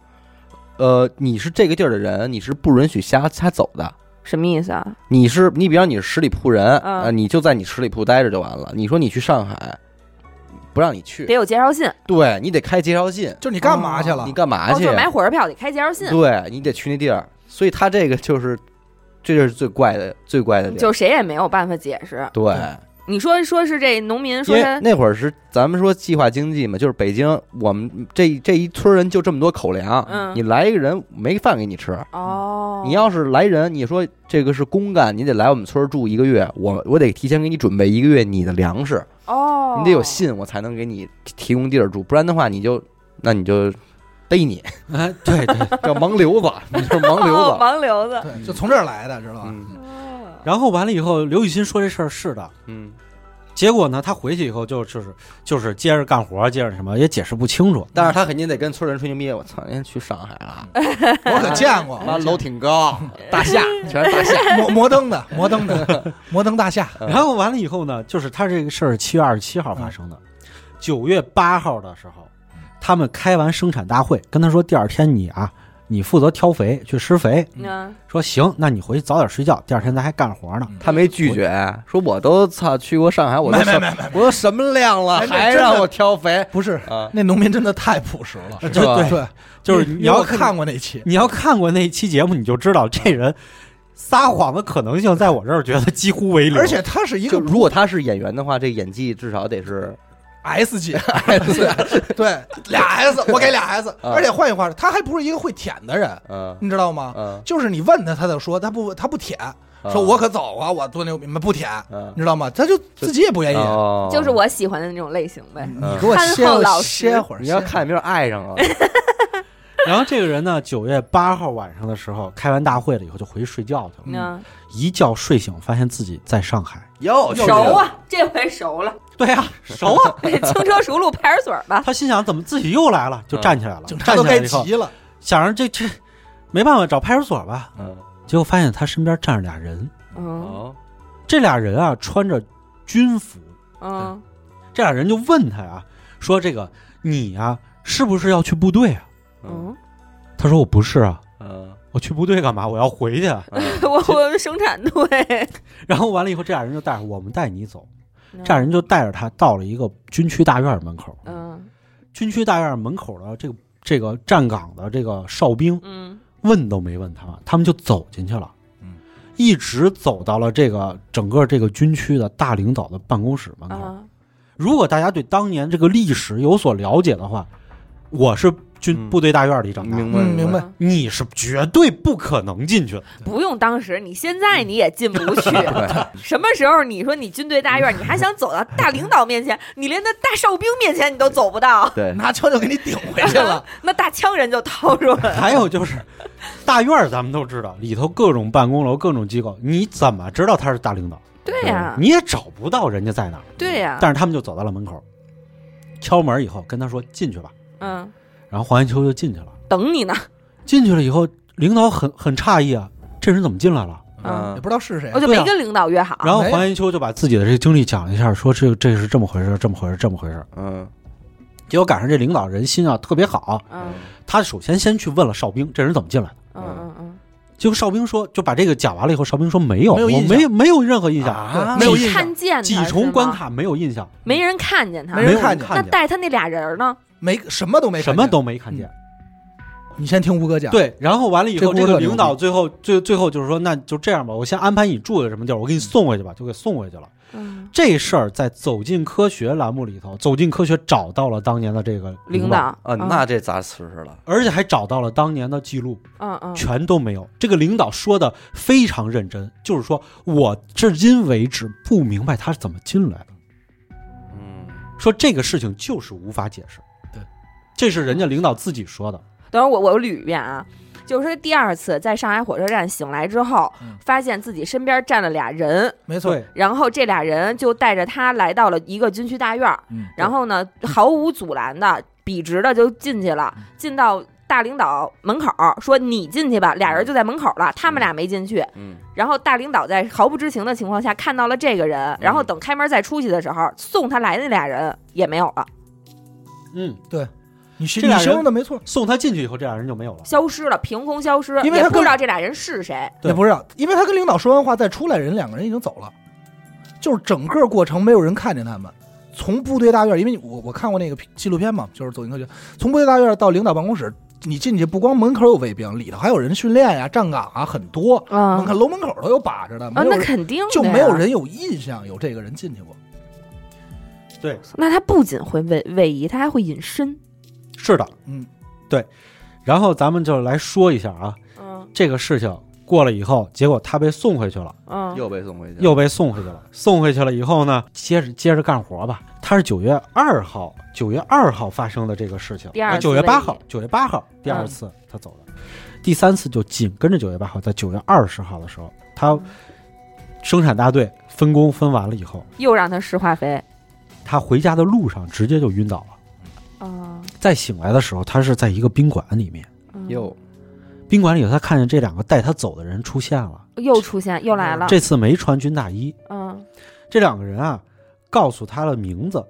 B: 呃，你是这个地儿的人，你是不允许瞎瞎走的。
D: 什么意思啊？
B: 你是你，比方你是十里铺人，
D: 嗯
B: 呃，你就在你十里铺待着就完了。你说你去上海，不让你
D: 得
B: 去，
D: 有介绍信，
B: 对你得开介绍信，
C: 就是你干嘛去了
B: 你？干嘛
D: 哦，
B: 去
D: 就是？买火车票得开介绍信，
B: 对你得去那地儿，所以他这个就是，这就是最怪的，最怪的地
D: 就
B: 儿。
D: 谁也没有办法解释。
B: 对，
D: 你说说是这农民
B: 因
D: 说
B: 为
D: 他
B: 那会儿是咱们说计划经济嘛，就是北京我们这这一村人就这么多口粮，
D: 嗯
B: 你来一个人没饭给你吃，
D: 哦，
B: 你要是来人，你说这个是公干，你得来我们村儿住一个月，我我得提前给你准备一个月你的粮食，
D: 哦，
B: 你得有信，我才能给你提提供地儿住，不然的话你就那你就逮 你
A: 哎，对对。
B: 叫盲流子，你就是盲
D: 哦，
B: 流子，
D: 盲流子。
C: 对，就从这儿来的，知道吧？
B: 嗯
D: 哦
A: 然后完了以后，刘雨欣说这事儿是的。
B: 嗯
A: 结果呢，他回去以后就就是就是接着干活，接着什么也解释不清楚。
B: 但是他肯定得跟村儿人吹牛逼，我操，人家去上海了，
C: 我可见
D: 哎
C: 过，
B: 妈楼挺高，大 厦全是大厦，
C: 摩摩登的，摩登的，摩登大厦。
A: 然后完了以后呢，就是他这个事儿七月二十七号发生的，
C: 嗯
A: 九月八号的时候，他们开完生产大会，跟他说第二天你啊，你负责挑肥去施肥，
D: 嗯，
A: 说行，那你回去早点睡觉，第二天咱还干活
C: 嗯
A: 呢。
B: 他没拒绝，说我都操去过上海，我都
C: 没没
B: 什
C: 没
B: 我都什么量了，
C: 没没
B: 还
C: 真的
B: 让我挑肥
C: 不是，
B: 啊？
C: 那农民真的太朴实了。
A: 呃
B: 是吧
A: 对，
C: 对，
A: 就是
C: 因为
A: 你要
C: 我看过那期，
A: 你要看过那一期节目，你就知道这人撒谎的可能性，在我这儿觉得几乎为零。
C: 而且他是一
B: 就
C: 个
B: 如果他是演员的话，这演技至少得是
C: S 级，对对，俩 S，我给俩 S。
B: 啊
C: 而且换句话说，他还不是一个会舔的人，
B: 嗯
C: 你知道
A: 啊
C: 吗？
B: 嗯，
C: 就是你问他，他就说他不他不舔，说我可走啊，我多牛逼，不舔，
B: 嗯
C: 你知道吗？他就自己也不愿意。
A: 啊
B: 哦
D: 就是我喜欢的那种类型呗。
C: 你给我歇
D: 憨厚老
C: 会
D: 实
C: 歇会儿，
B: 你要
C: 歇会儿
B: 看有没有爱上了，
A: 然后这个人呢，九月八号晚上的时候开完大会了以后就回去睡觉去了，
D: 嗯，
A: 一觉睡醒发现自己在上海，
B: 又
D: 啊熟啊，这回熟了。
A: 对呀、熟啊。
D: 轻车熟路派出所吧。
A: 他心想怎么自己又来了，就
B: 嗯
A: 站起来了。
C: 警察
A: 站
C: 都
A: 起来
C: 该
A: 以后，
C: 急了，
A: 想着这这没办法，找派出所吧。
B: 嗯，
A: 结果发现他身边站着俩人，
D: 嗯
B: 哦，
A: 这俩人啊穿着军服，
D: 嗯
A: 这俩人就问他呀，说这个你啊是不是要去部队啊？
B: 嗯
D: 嗯，
A: 他说我不是啊，
B: 嗯
A: 我去部队干嘛？我要回去啊。
B: 嗯
D: 我我们生产 队，
A: 然后完了以后，这俩人就带着我们带你走，这俩人就带着他到了一个军区大院门口。
D: 嗯
A: 军区大院门口的这个这个站岗的这个哨兵
D: 嗯
A: 问都没问他们，他们就走进去了。
C: 嗯，
A: 一直走到了这个整个这个军区的大领导的办公室门口。
D: 啊
A: 如果大家对当年这个历史有所了解的话，我是军
B: 嗯
A: 部队大院里长大的，
B: 明白
C: 嗯明白
D: 嗯
A: 你是绝对不可能进 去的。
D: 不用当时，你现在你也进不 去。什么时候你说你军队大院，你还想走到大领导面前，你连那大哨兵面前你都走不到，
B: 对，嗯
C: 拿枪就给你顶回 去了。
D: 那大枪人就掏出来了。
A: 还有就是，大院儿咱们都知道，里头各种办公楼、各种机构，你怎么知道他是大领导？
D: 对呀，
A: 你也找不到人家在哪儿。
D: 对呀，
A: 但是他们就走到了门口，敲门以后跟他说进去吧，
D: 嗯，
A: 然后黄延秋就进去了。
D: 等你呢。
A: 进去了以后，领导很很诧异啊，这人怎么进来了？
D: 嗯
B: 嗯
C: 也不知道是谁
D: 我。就
A: 对
D: 没
A: 啊
D: 跟领导约好。
A: 然后
C: 没有
A: 黄延秋就把自己的这个经历讲了一下，说这这是这么回事，这么回事，这么回事。
B: 嗯
A: 结果赶上这领导人心啊特别好，
D: 嗯
A: 他首先先去问了哨兵，这人怎么进来的？
D: 嗯嗯嗯，
A: 结果哨兵说，就把这个讲完了以后，哨兵说没有，
C: 没有
A: 我
C: 印象
A: 没没有任何印象，
C: 啊
A: 对
C: 没有
A: 几
C: 印象
D: 看见
A: 几
D: 他是
A: 重
D: 吗
A: 关，卡没有印象，
D: 没人看见他嗯
C: 没。人
A: 有
C: 看见
D: 那
A: 看见，
D: 带他那俩人呢？
C: 没什么都没看见，
A: 什么都没看见。
C: 你先听吴哥讲。，
A: 对，然后完了以后，
C: 这
A: 这
C: 屋
A: 个
C: 子
A: 领导最后最最后就是说，那就这样吧，我先安排你住的什么地儿，我给你送回去吧，就给送回去了。
D: 嗯，
A: 这事儿在《走进科学》栏目里头，《走进科学》找到了当年的这个
D: 领
A: 领，
D: 导
B: 啊，那这砸瓷实了，
A: 而且还找到了当年的记录，
D: 嗯嗯
A: 全都没有。这个领导说的非常认真，就是说我至今为止不明白他是怎么进来的，
B: 嗯
A: 说这个事情就是无法解释。
C: 对，
A: 这是人家领导自己说的。
D: 等会儿我我捋一遍啊，就是说第二次在上海火车站醒来之后，
C: 嗯
D: 发现自己身边站了俩人，
C: 没错。
A: 对，
D: 然后这俩人就带着他来到了一个军区大院儿，
C: 嗯
D: 然后呢毫无阻拦的笔直的就进去
C: 嗯
D: 了，进到。大领导门口儿说：“你进去吧。”俩
C: 嗯
D: 人就在门口了，他们俩没进去。
B: 嗯
D: 然后大领导在毫不知情的情况下看到了这个人，
C: 嗯
D: 然后等开门再出去的时候，送他来的那俩人也没有了，
A: 嗯，
C: 你是
A: 这
C: 你
A: 俩人
C: 形容的没错，
A: 送他进去以后，这俩人就没有了。
D: 消失了，凭空消失，
C: 因为
D: 也
C: 他
D: 不
C: 根
D: 知道这俩人是谁。
A: 对
C: 也不知道，因为他跟领导说完话再出来，人两个人已经走了，就是整个过程没有人看见他们。从部队大院，因为我我看过那个纪录片嘛，就是走进科学，从部队大院到领导办公室，你进去不光门口有卫兵，里头还有人训练呀、站岗啊，很多。
D: 嗯
C: 你看楼门口都有把着的，没
D: 啊，
C: 有
D: 那
C: 人
D: 肯定的
C: 就
D: 呀
C: 没有。人有印象有这个人进去过。
D: 那他不仅会位位移，他还会隐身。
A: 是的，
C: 嗯，
A: 对。然后咱们就来说一下啊，
D: 嗯
A: 这个事情过了以后，结果他被送回去了，
D: 嗯
B: 又被送回去，
A: 又被送回去了。送回去了以后呢，接着接着干活吧。他是九月二号，九月二号发生的这个事情，呃
D: 第二次
A: 九月八号
D: 瘟，
A: 九月八号第二
D: 嗯
A: 次他走的，第三次就紧跟着九月八号，在九月二十号的时候，他生产大队分工分完了以后，
D: 又让他施化肥。
A: 他回家的路上直接就晕倒了。
D: 啊，
A: 再醒来的时候，他是在一个宾馆里面。
D: 嗯
B: 又
A: 宾馆里头，他看见这两个带他走的人出现了，
D: 又出现，又来了。
A: 这次没穿军大衣。
D: 嗯
A: 这两个人啊，告诉他的名字，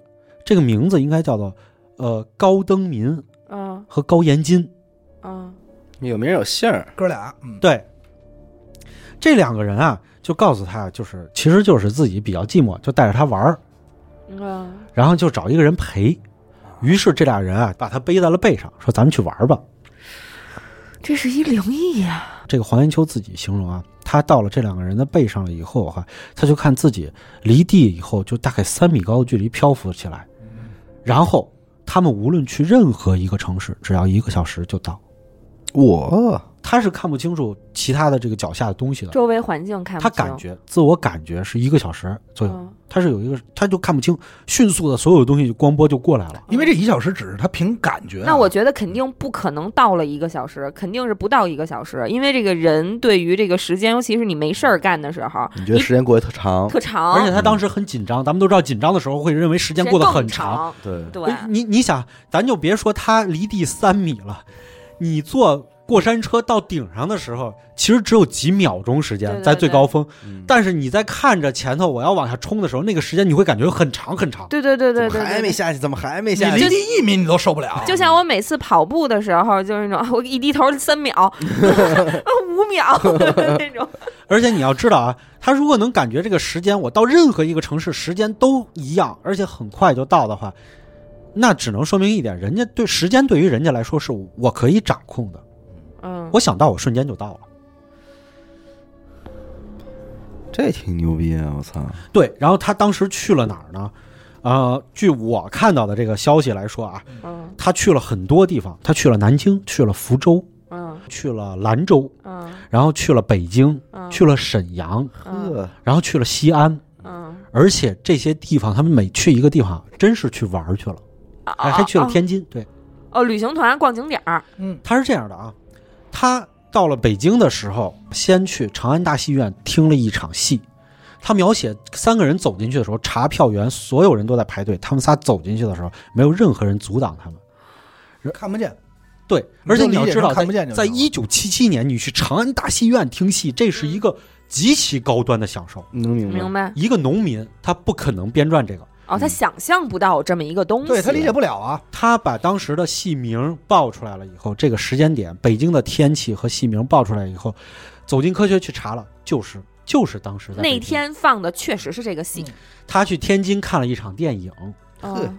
A: 这个名字应该叫做呃高登民
D: 嗯
A: 和高延金。
D: 嗯
B: 有名有姓儿，
C: 哥俩，嗯，
A: 对，这两个人啊，就告诉他，就是其实就是自己比较寂寞，就带着他玩儿，
D: 嗯
A: 然后就找一个人陪。于是这俩人啊，把他背在了背上，说：“咱们去玩儿吧。
D: 这是一灵异呀。”
A: 这个黄延秋自己形容啊，他到了这两个人的背上了以后哈、他就看自己离地以后就大概三米高的距离漂浮起来，然后他们无论去任何一个城市，只要一个小时就到。
B: 我
A: 他是看不清楚其他的这个脚下的东西的，
D: 周围环境看不
A: 他
D: 清，
A: 感觉自我感觉是一个小时左右，
D: 嗯
A: 他是有一个他就看不清，迅速的所有东西光波就过来了。
C: 因为这一小时只是他凭感觉啊、
D: 那我觉得肯定不可能到了一个小时，肯定是不到一个小时，因为这个人对于这个时间，尤其是你没事儿干的时候，
B: 你觉得时间过得特长？
D: 特长，
A: 而且他当时很紧张，咱们都知道紧张的时候会认为时间
D: 时间
A: 过得
D: 更
A: 很长。
D: 长，
B: 对，
D: 对，
A: 哎你你想，咱就别说他离地三米了，你坐过山车到顶上的时候，其实只有几秒钟时间，
D: 对对
A: 在最高峰。
B: 嗯
A: 但是你在看着前头我要往下冲的时候，那个时间你会感觉很长很长。
D: 对对对对对
B: 怎么还没
D: 对。
B: 下去？怎么还没
C: 你
B: 下
C: 离
B: 去？
C: 地一米你都受不了，
D: 就像我每次跑步的时候，就是那种我一低头三秒、五秒 那种，
A: 而且你要知道啊，他如果能感觉这个时间，我到任何一个城市时间都一样，而且很快就到的话，那只能说明一点，人家对时间对于人家来说是我可以掌控的，
D: 嗯，
A: 我想到我瞬间就到了。
B: 这挺牛逼啊！我操，
A: 对，然后他当时去了哪儿呢？呃，据我看到的这个消息来说啊，
D: 嗯
A: 他去了很多地方，他去了南京，去了福州，
D: 嗯
A: 去了兰州，
D: 嗯
A: 然后去了北京，
D: 嗯，
A: 去了沈阳，
D: 嗯
B: 呵，
A: 然后去了西安，
D: 嗯，
A: 而且这些地方他们每去一个地方，真是去玩儿去了，
D: 啊
A: 还还去了
D: 啊
A: 天津。对，
D: 哦，旅行团逛景点儿，
C: 嗯，
A: 他是这样的啊，他到了北京的时候，先去长安大戏院听了一场戏。他描写三个人走进去的时候，查票员所有人都在排队，他们仨走进去的时候，没有任何人阻挡他们。
C: 看不见，
A: 对，
C: 你
A: 而且
C: 就
A: 你要
C: 理解
A: 知道，
C: 成看不见就
A: 在
C: 行
A: 一九七七年，你去长安大戏院听戏，这是一个极其高端的享受。
B: 能明白
D: 明？白？
A: 一个农民他不可能编撰这个，
D: 哦，他
B: 嗯
D: 想象不到有这么一个东西，
C: 对他理解不了啊。
A: 他把当时的戏名报出来了以后，这个时间点、北京的天气和戏名报出来以后，走进科学去查了，就是就是当时在北
D: 那
A: 京
D: 天放的确实是这个戏，
A: 他去天津看了一场电影，
B: 呵
D: 嗯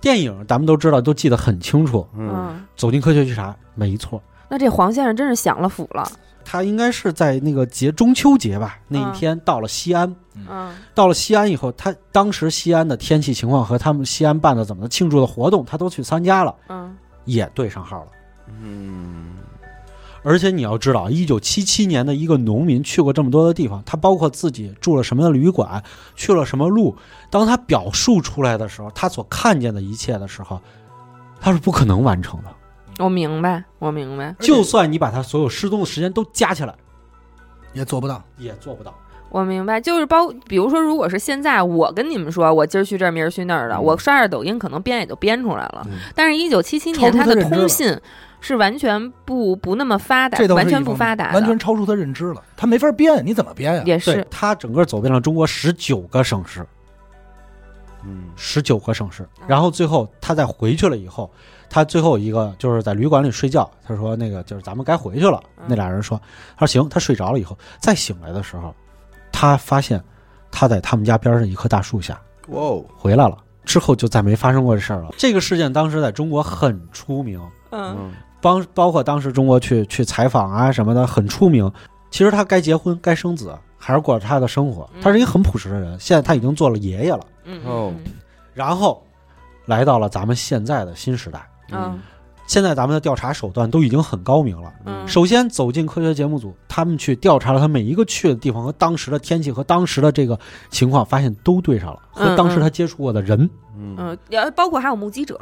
A: 电影咱们都知道，都记得很清楚。
B: 嗯，
D: 嗯，
A: 走进科学去查，没错，
D: 那这黄先生真是享了福了，
A: 他应该是在那个节中秋节吧那一天到了西安。
D: 嗯
A: 到了西安以后，他当时西安的天气情况和他们西安办的怎么的庆祝的活动，他都去参加了，
D: 嗯
A: 也对上号了。
B: 嗯，
A: 而且你要知道，一九七七年的一个农民去过这么多的地方，他包括自己住了什么样的旅馆，去了什么路。当他表述出来的时候，他所看见的一切的时候，他是不可能完成的。
D: 我明白，我明白，
C: 而且
A: 就算你把他所有失踪的时间都加起来，
C: 也做不到，
A: 也做不到。
D: 我明白，就是包，比如说，如果是现在，我跟你们说，我今儿去这儿，明儿去那儿的，
B: 嗯
D: 我刷刷抖音，可能编也就编出来了。
B: 嗯
D: 但是，一九七七
C: 超
D: 年，
C: 出
D: 它
C: 他
D: 的
C: 认知
D: 通
C: 了
D: 信是完全不不那么发达
C: 这，都是
D: 完全
C: 一
D: 不
C: 方面
D: 发达的，
C: 完全超出他认知了，他没法编，你怎么编呀、
D: 也
A: 对
D: 是，
A: 他整个走遍了中国十九个省市，
B: 嗯，
A: 十九个省市。然后最后他再回去了以后，他最后一个就是在旅馆里睡觉。他说那个就是咱们该回去了
D: 嗯。
A: 那俩人说，他说行。他睡着了以后，再醒来的时候，他发现他在他们家边上一棵大树下
B: 哇哦，
A: 回来了。之后就再没发生过这事儿了。这个事件当时在中国很出名，
D: 嗯
B: 嗯
A: 帮包括当时中国去去采访啊什么的很出名。其实他该结婚该生子，还是过着他的生活。他是一个很朴实的人，现在他已经做了爷爷了。
D: 嗯
B: 哦
D: 嗯
A: 然后来到了咱们现在的新时代。
D: 嗯
A: 现在咱们的调查手段都已经很高明了。
D: 嗯，
A: 首先走进科学节目组，他们去调查了他每一个去的地方和当时的天气和当时的这个情况，发现都对上了，和当时他接触过的人。
B: 嗯
D: 嗯，呃，包括还有目击者，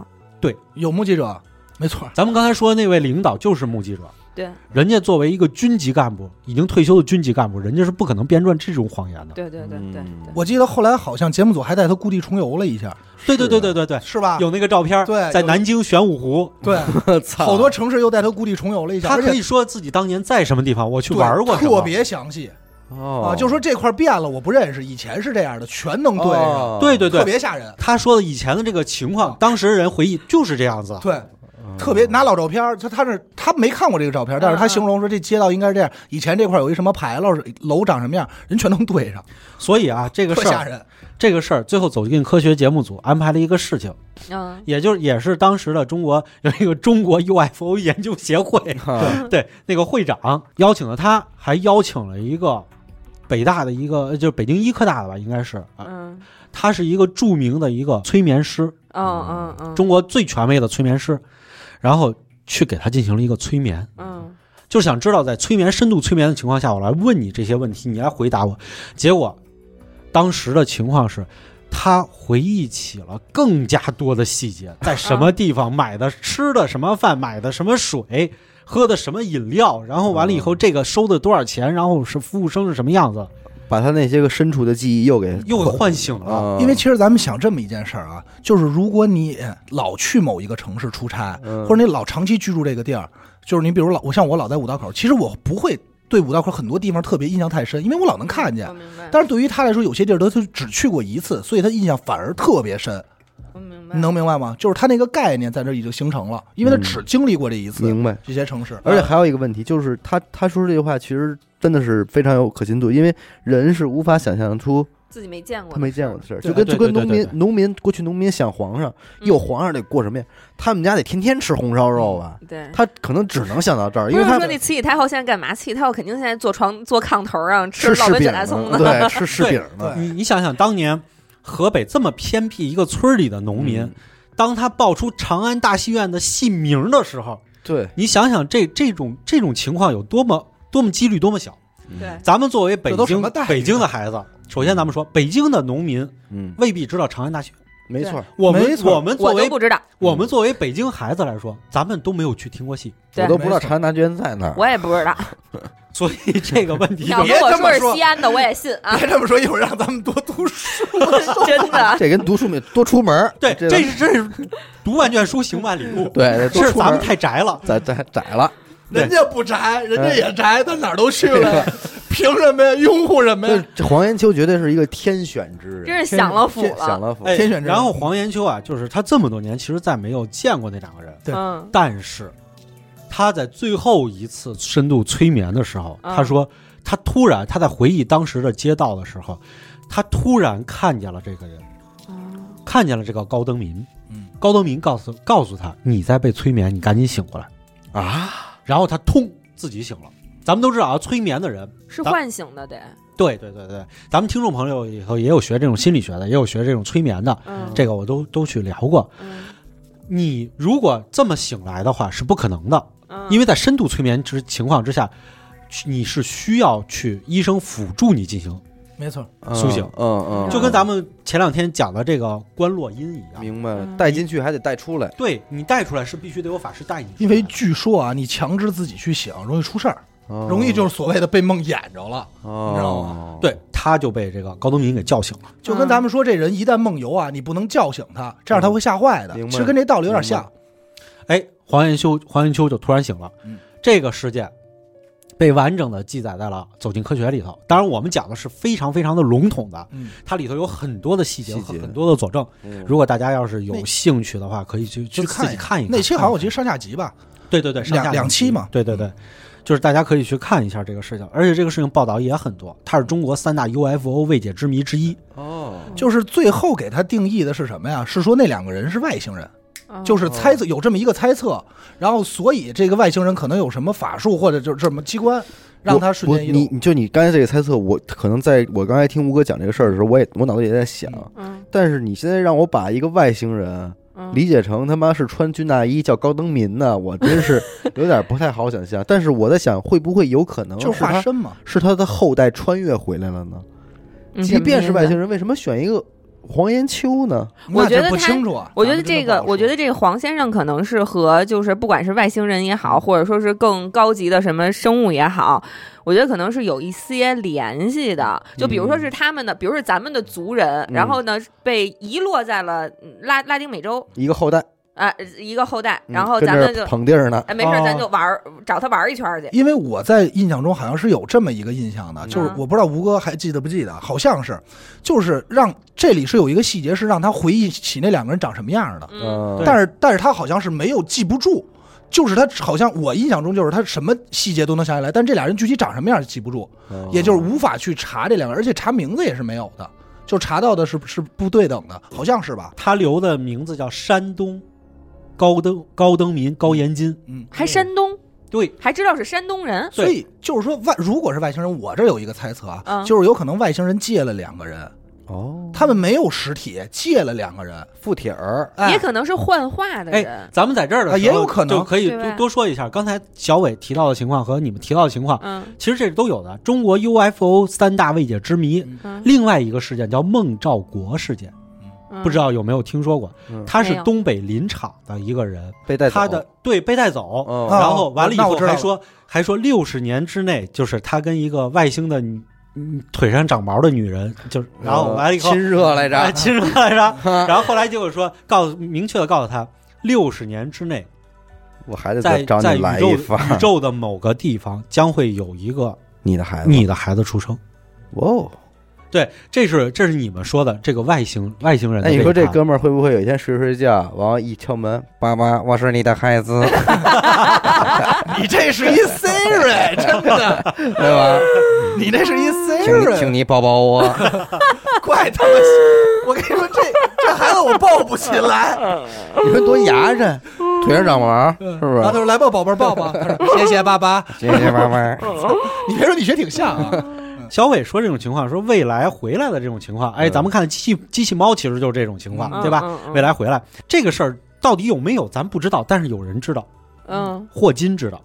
C: 有目击者，没错，
A: 咱们刚才说的那位领导就是目击者，
D: 对
C: 嗯
A: 人家作为一个军级干部，已经退休的军级干部，人家是不可能编撰这种谎言的。
D: 对对对对
B: 嗯
D: 对，
C: 我记得后来好像节目组还带他故地重游了一下，
A: 对对对对对对，
C: 是啊吧？
A: 有那个照片，
C: 对
A: 在
C: 有
A: 南京玄武湖，
C: 对，
B: 我操，
C: 好多城市又带他故地重游了一下，
A: 他
C: 而
A: 可
C: 且
A: 以说自己当年在什么地方，我去玩过什
C: 对
A: 么，
C: 特别详细
B: 哦
C: 啊，就说这块变了，我不认识，以前是这样的，全能对上，
B: 哦
A: 对对对
C: 特，别吓人，
A: 他说的以前的这个情况，当时人回忆就是这样子。
C: 对。
B: 嗯
C: 特别拿老照片儿，他他是他没看过这个照片儿，但
A: 啊
C: 是他
D: 嗯嗯
C: 形容说这街道应该是这样，以前这块儿有一什么牌楼，楼长什么样，人全能对上，
A: 所以啊，这个
C: 特
A: 事
C: 吓
A: 儿，
C: 人。
A: 这个事儿最后走进科学节目组安排了一个事情，
D: 嗯
A: 也就是也是当时的中国有一个中国 UFO 研究协 会，
B: 啊
A: 对那个会长邀请了他，还邀请了一个北大的一个，呃就是北京医科大的吧，应该是啊，
D: 嗯
A: 他是一个著名的一个催眠师，
D: 嗯嗯嗯，
A: 中国最权威的催眠师，然后去给他进行了一个催眠。
D: 嗯
A: 就是想知道在催眠深度催眠的情况下，我来问你这些问题，你来回答我。结果当时的情况是。他回忆起了更加多的细节，在什么地方买的吃的什么饭，买的什么水，喝的什么饮料，然后完了以后这个收的多少钱，然后是服务生是什么样子，
B: 把他那些个深处的记忆又给
A: 又给唤醒了。
B: 啊，
C: 因为其实咱们想这么一件事儿啊，就是如果你老去某一个城市出差，
B: 嗯
C: 或者你老长期居住这个地儿，就是你比如老我像我老在五道口，其实我不会对五道口很多地方特别印象太深，因为我老能看见
D: 我。明白，
C: 但是对于他来说，有些地儿他就只去过一次，所以他印象反而特别深，
D: 我明白，
C: 你能明白吗？就是他那个概念在这儿已经形成了，因为他
B: 嗯
C: 只经历过这一次，
B: 明白。
C: 这些城市，
B: 而且还有一个问题，就是他他说这句话其实真的是非常有可信度，因为人是无法想象出
D: 自己没见过，
B: 他没见过的事儿，
C: 对
B: 就跟
A: 对
B: 就跟
A: 对
B: 农
A: 对对
B: 民农民过去农民想皇上，
D: 嗯
B: 哟皇上得过什么呀？他们家得天天吃红烧肉吧？
D: 对。
B: 他可能只能想到这儿，因为
D: 不是
B: 他
D: 说那慈禧太后现在干嘛？慈禧太后肯定现在坐床坐炕头上吃
B: 吃啊
D: 烙
B: 柿
D: 饼
B: 饼
D: 卷大葱
B: 呢，
D: 呢。
B: 对，吃柿饼
C: 对
B: 呢，
A: 你你想想，当年河北这么偏僻一个村儿里的农民，
B: 嗯
A: 当他报出长安大戏院的戏名的时候，
B: 对，
A: 你想想这这种这种情况有多么多么几率多么小。
B: 嗯
D: 对，
A: 咱们作为北
C: 这都什
A: 京
C: 么待遇啊
A: 北京的孩子，首先咱们说，北京的农民
B: 嗯，
A: 未必知道长安大戏院。
B: 没错，
A: 我们
C: 没错
A: 我们作
D: 我
A: 为
D: 都不知
B: 啊
D: 道，
A: 我们作为北京孩子来说，咱们都没有去听过戏，
D: 对
B: 我都不知道
C: 没错
B: 长安大剧院在哪儿。
D: 我也不知道。
A: 所 以这个问题
D: 要
A: 就
C: 别
D: 跟我
C: 这么
D: 说是
C: 说
D: 西安的，我也信啊，
C: 别这么说，一会儿让咱们多读 书。
D: 真的。
B: 这跟读书没多出门儿，
A: 对，
B: 这
A: 这是这是读万卷书行万里 路，
B: 对，多
A: 是
B: 出门
A: 咱们
B: 儿
A: 太宅了。
B: 窄窄窄了，
A: 对
C: 人家不宅，人
B: 哎
C: 家也宅，他哪儿都去 了，凭什么呀？拥护什么
B: 这
C: 呀？
B: 这黄延秋绝对是一个天选之人，
D: 真是享了福
B: 天享
D: 了。
B: 了福。
A: 哎
C: 天选之人
A: 然后黄延秋啊，就是他这么多年，其实再没有见过那两个人，
C: 对
D: 嗯，
A: 但是他在最后一次深度催眠的时候，
D: 嗯
A: 他说他突然他在回忆当时的街道的时候，他突然看见了这个人，看见了这个高登民。
C: 嗯
A: 高登民告诉告诉他，你在被催眠，你赶紧醒过来啊！然后他通自己醒了。咱们都知道啊，催眠的人
D: 是唤醒的得，
A: 对对对对，咱们听众朋友以后也有学这种心理学的，也有学这种催眠的，
D: 嗯，
A: 这个我都都去聊过。你如果这么醒来的话是不可能的，
D: 嗯，
A: 因
D: 为
A: 为在深度催眠之情况之下，你是需要去医生辅助你进行，
C: 没错，
B: 嗯
A: 苏醒，
B: 嗯嗯，
A: 就跟咱
B: 们
A: 们前两天讲的这个观落阴一样。
B: 明白了
D: 嗯
B: 带进去还得带出来，
A: 对你带出来是必须得有法师带你出来，
C: 因为据说啊，你强制自己去醒，容易出事儿，容易就是所谓的被梦魇着了。
B: 哦
C: 你知道吗？
A: 对他就被这个高东民给叫醒了。
C: 就
D: 嗯
C: 跟咱们说，这人一旦梦游啊，你不能叫醒他，这样他会吓坏的。
B: 嗯明白
C: 其实跟这道理有点像。
A: 哎，黄延秋黄延秋就突然醒了。
C: 嗯
A: 这个事件被完整的记载在了《走进科学》里头。当然，我们讲的是非常非常的笼统的，
C: 嗯，
A: 它里头有很多的细节
B: 细
A: 和
B: 节
A: 很多的佐证。
B: 嗯
A: 如果大家要是
C: 那
A: 有兴趣的话，可以去
C: 去
A: 去自
C: 看
A: 己
C: 一
A: 看一看。
C: 那期好像我记得上下集吧，
D: 嗯
A: 对对对，上下
C: 两两期嘛嗯
A: 对对对，就是大家可以去看一下这个事情，而且这个事情报道也很多，它是中国三大 UFO 未解之谜之一。
B: 哦，
C: 就是最后给他定义的是什么呀？是说那两个人是外星人，
D: 嗯
B: 哦
C: 就是猜测有这么一个猜测，然后所以这个外星人可能有什么法术或者就是什么机关，让他瞬
B: 我
C: 间移
B: 你
C: 动。
B: 你就你刚才这个猜测，我可能在我刚才听吴哥讲这个事儿的时候，我也我脑子里也在想。
C: 嗯
D: 嗯，
B: 但是你现在让我把一个外星人
D: 嗯
B: 理解成他妈是穿军大衣叫高登民呢，我真 是有点不太好想象。但是我在想，会不会有可能
C: 就是是化
B: 他
C: 身嘛，
B: 是他的后代穿越回来了呢？
D: 嗯
B: 即便是外星，人，为什么选一个黄延秋呢？
D: 我
C: 那
D: 觉
C: 这
D: 得
C: 不
D: 他
C: 清楚啊。
D: 我觉
C: 咱
D: 得
C: 们真
D: 这
C: 的
D: 个，
C: 不好
D: 我觉
C: 说
D: 得这个黄先生可能是和就是不管是外星人也好，或者说是更高级的什么生物也好，我觉得可能是有一些联系的。就比如说是他们的，比如是咱们的族人，然后呢被遗落在了嗯拉拉丁美洲
B: 一个后代，
D: 啊、呃一个后代，
B: 嗯
D: 然后
B: 跟
D: 咱
B: 这
D: 们
B: 儿
D: 就
B: 捧地儿呢。
D: 哎没事儿，
A: 哦
D: 咱就玩儿找他玩儿一圈儿去。
C: 因为我在印象中好像是有这么一个印象
A: 嗯
C: 的，就是我不知道吴哥还记得不记得，好像是，就是让这里是有一个细节是让他回忆起那两个人长什么样的，
D: 嗯，
B: 呃
A: 对
C: 但是但是他好像是没有记不住，就是他好像我印象中就是他什么细节都能想起来，但这俩人具体长什么样记不住，
B: 嗯
C: 也
A: 哦
C: 就是无法去查这两个人，而且查名字也是没有的，就查到的是是不对等的，好像是吧？
A: 他留的名字叫山东高登高登民高延金。
C: 嗯，
D: 还山东，
A: 对，
D: 还知道是山东人。
A: 对
C: 所以就是说外如果是外星人，我这有一个猜测啊，
D: 嗯
C: 就是有可能外星人借了两个人。
B: 哦，
C: 他们没有实体，借了两个人，
B: 附体儿，
C: 哎
D: 也可能是幻化的
A: 哎
D: 人，，
A: 咱们在这儿的时候
C: 啊也有可能
A: 就可以
D: 对
A: 多
D: 吧
A: 多说一下。刚才小伟提到的情况和你们提到的情况，
D: 嗯
A: 其实这都有的。中国 UFO 三大未解之谜，
D: 嗯，
A: 另外一个事件叫孟兆国事件，
D: 嗯
A: 不知道有没有听说过？
B: 嗯
A: 他是
D: 没有
A: 东北林场的一个人，
B: 被带走
A: 他的啊对被带走，
B: 哦
A: 然后完了以
C: 那
A: 后
C: 我知道
A: 还
C: 了
A: 说还说六十年之内，就是他跟一个外星的女嗯腿上长毛的女人，就是然后完了以后
B: 嗯亲啊热来
A: 哎
B: 着，
A: 亲热来着， 然后后来结果说告诉明确的告诉他，六十年之内
B: 我还得
A: 在
B: 再找
A: 在
B: 你
A: 宇
B: 来
A: 宙
B: 一
A: 宇
B: 发，
A: 宙的某个地方将会有一个
B: 你的孩子，
A: 你的孩子出生。
B: 哦，
A: 对，这是这是你们说的这个外星外星人的
B: 那
A: 一趴。
B: 你说这哥们儿会不会有一天睡着睡觉，完了一敲门，爸爸，我是你的孩子，
C: 你这是一 Siri，真的，
B: 对吧？
C: 你这是一
B: 请你请
C: Siri，
B: 你抱抱我，
C: 怪他妈，我跟你说这这孩子我抱不起来，
B: 你说多牙碜，腿上长毛，是不
C: 然后他
B: 是？
C: 说来吧，宝贝儿 抱抱，他说谢谢爸爸，
B: 谢谢爸
C: 嗯
B: 爸。
C: 你别说你学挺像啊，
A: 小伟说这种情况，说未来回来的这种情况，哎，
B: 嗯
A: 咱们看机器机器猫其实就是这种情况，
D: 嗯
A: 对吧？
D: 嗯嗯
A: 未来回来这个事儿到底有没有，咱不知道，但是有人知道，
D: 嗯，
A: 霍金知道。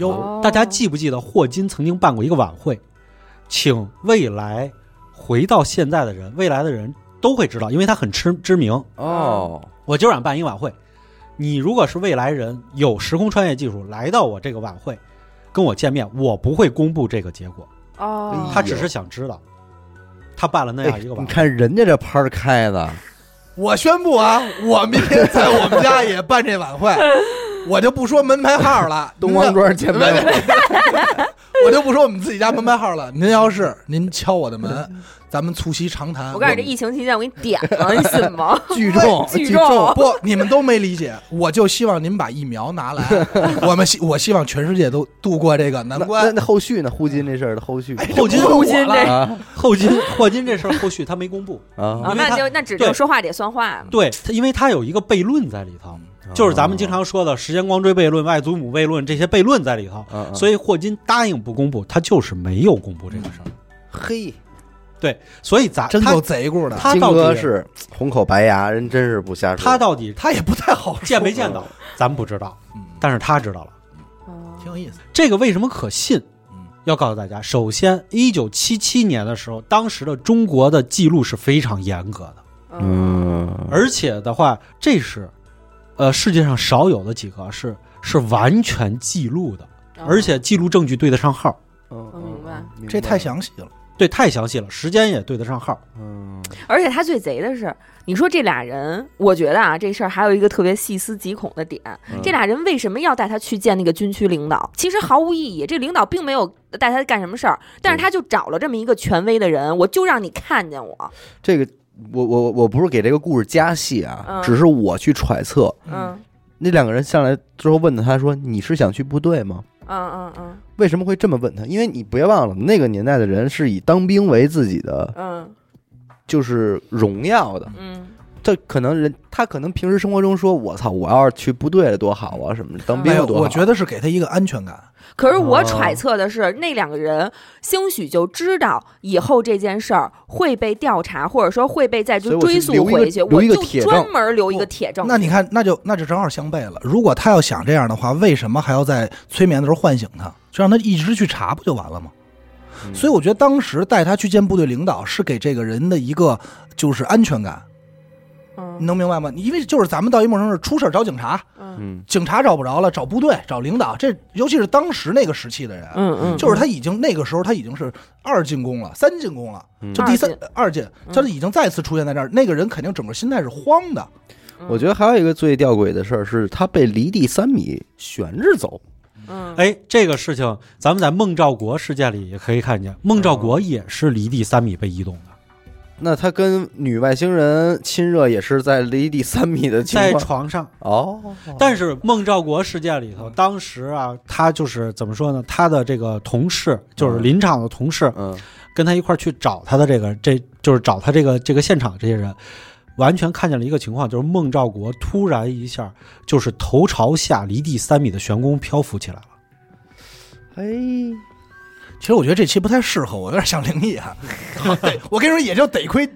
D: 哦
A: 大家记不记得霍金曾经办过一个晚会，请未来回到现在的人，未来的人都会知道，因为他很知知名。
B: 哦，
A: 我今晚办一晚会，你如果是未来人，有时空穿越技术来到我这个晚会，跟我见面，我不会公布这个结果，
D: 哦，
A: 他只是想知道。他办了那
B: 哎
A: 样一个晚
B: 你
A: 会，
B: 看人家这拍儿开的，
C: 我宣布啊，我明天在我们家也办这 晚会，我就不说门牌号了，
B: 东方庄见面
C: 没我就不说我们自己家门牌号了。您要是您敲我的门，咱们促膝长谈。
D: 我告
A: 嗯
D: 诉你，这疫情期间我给你点了，你信吗？
B: 聚众
D: 聚
B: 聚
D: 众
B: 众，
C: 不，你们都没理解，我就希望您把疫苗拿 来，我们希我希望全世界都度过这个难
B: 那那
C: 关。
B: 那后续呢？呼金这事儿的后续
C: 哎，
A: 后金
C: 这不
D: 后
C: 是我
D: 金
C: 了
D: 这
B: 啊
A: 霍金霍金这事儿后续他没公
C: 嗯
A: 布，
B: 啊
A: 因
D: 啊，
A: 为
D: 那
A: 他
D: 就那指
A: 对
D: 定说话得算话嘛。
A: 对他，因为他有一个悖论在里头，
C: 嗯
A: 就是咱们
C: 哦
A: 经常说的时间光锥悖论、外祖母悖论这些悖论在里头，
C: 嗯
B: 啊，
A: 所以霍金答应不公布，他就是没有公布这个事儿。
B: 嘿，
A: 所以咱
C: 真
A: 他
C: 够贼乎的，
A: 他
B: 金
A: 到
B: 哥
A: 底
B: 是红口白牙，人真是不瞎说。
A: 他到底
C: 他也不太好说
A: 见没见到，咱不知道，
C: 嗯
A: 但是他知道了。
D: 哦
C: 挺有意思。
A: 这个为什么可信
C: 嗯？
A: 要告诉大家，首先，一九七七年的时候，当时的中国的记录是非常严格的，
B: 嗯，
A: 而且的话，这是呃世界上少有的几个是是完全记录的，嗯
B: 哦
A: 而且记录证据对得上号。
B: 嗯
D: 我明白，
B: 嗯
C: 这太，详细了，
A: 对，太详细了，时间也对得上号。
B: 嗯
D: 而且他最贼的是，你说这俩人，我觉得啊，这事儿还有一个特别细思极恐的点，
B: 嗯
D: 这俩人为什么要带他去见那个军区领导？其实毫无意义，这领导并没有带他干什么事儿，但是他就找了这么一个权威的人，我就让你看见我，
B: 这个。我我我不是给这个故事加戏啊，
D: 嗯
B: 只是我去揣测。
D: 嗯
B: 那两个人下来之后问的他说：“你是想去部队吗？”
D: 嗯嗯嗯
B: 为什么会这么问他？因为你别忘了，那个年代的人是以当兵为自己的
D: 嗯
B: 就是荣耀的。
D: 嗯，
B: 这可能人他可能平时生活中说：“我操，我要是去部队了多好啊，什么的当兵
C: 没有，
B: 了多好。”
C: 我觉得是给他一个安全感。
D: 可是我揣测的是，那两个人兴许就知道以后这件事儿会被调查，或者说会被再
B: 所以我
D: 追
B: 去
D: 溯
B: 留一个
D: 回去，
B: 留
D: 我
B: 一个
D: 就
B: 铁证哦
D: 专门留一个铁证。
C: 那你看，那就那就正好相悖了。如果他要想这样的话，为什么还要在催眠的时候唤醒他？就让他一直去查不就完了吗？
B: 嗯
C: 所以我觉得当时带他去见部队领导是给这个人的一个就是安全感，你
D: 嗯
C: 能明白吗？你因为就是咱们到一陌生城市出事儿找警察，
D: 嗯
B: 嗯，
C: 警察找不着了，找部队，找领导，这尤其是当时那个时期的人，
D: 嗯嗯，
C: 就是他已经那个时候他已经是二进宫了，三进宫了，
B: 嗯
C: 就第三
D: 二
C: 二进，他已经再次出现在这儿，那个人肯定整个心态是慌的，
D: 嗯
B: 我觉得还有一个最吊诡的事儿是，他被离地三米悬着走。
D: 嗯
A: 哎，这个事情咱们在孟兆国事件里也可以看见，孟兆
B: 哦
A: 国也是离地三米被移动的，
B: 那他跟女外星人亲热也是在离地三米的情
A: 在
B: 况
A: 床上。
B: 哦，
A: 但是孟兆国事件里头，当时啊，他就是怎么说呢？他的这个同事，
B: 哦
A: 就是林场的同事，
B: 嗯
A: 跟他一块儿去找他的这个，这就是找他这个这个现场这些人，完全看见了一个情况，就是孟兆国突然一下就是头朝下离地三米的悬空漂浮起来了。
B: 哎，
C: 其实我觉得这期不太适合我，有点像灵 异啊。对我跟你说，也就得亏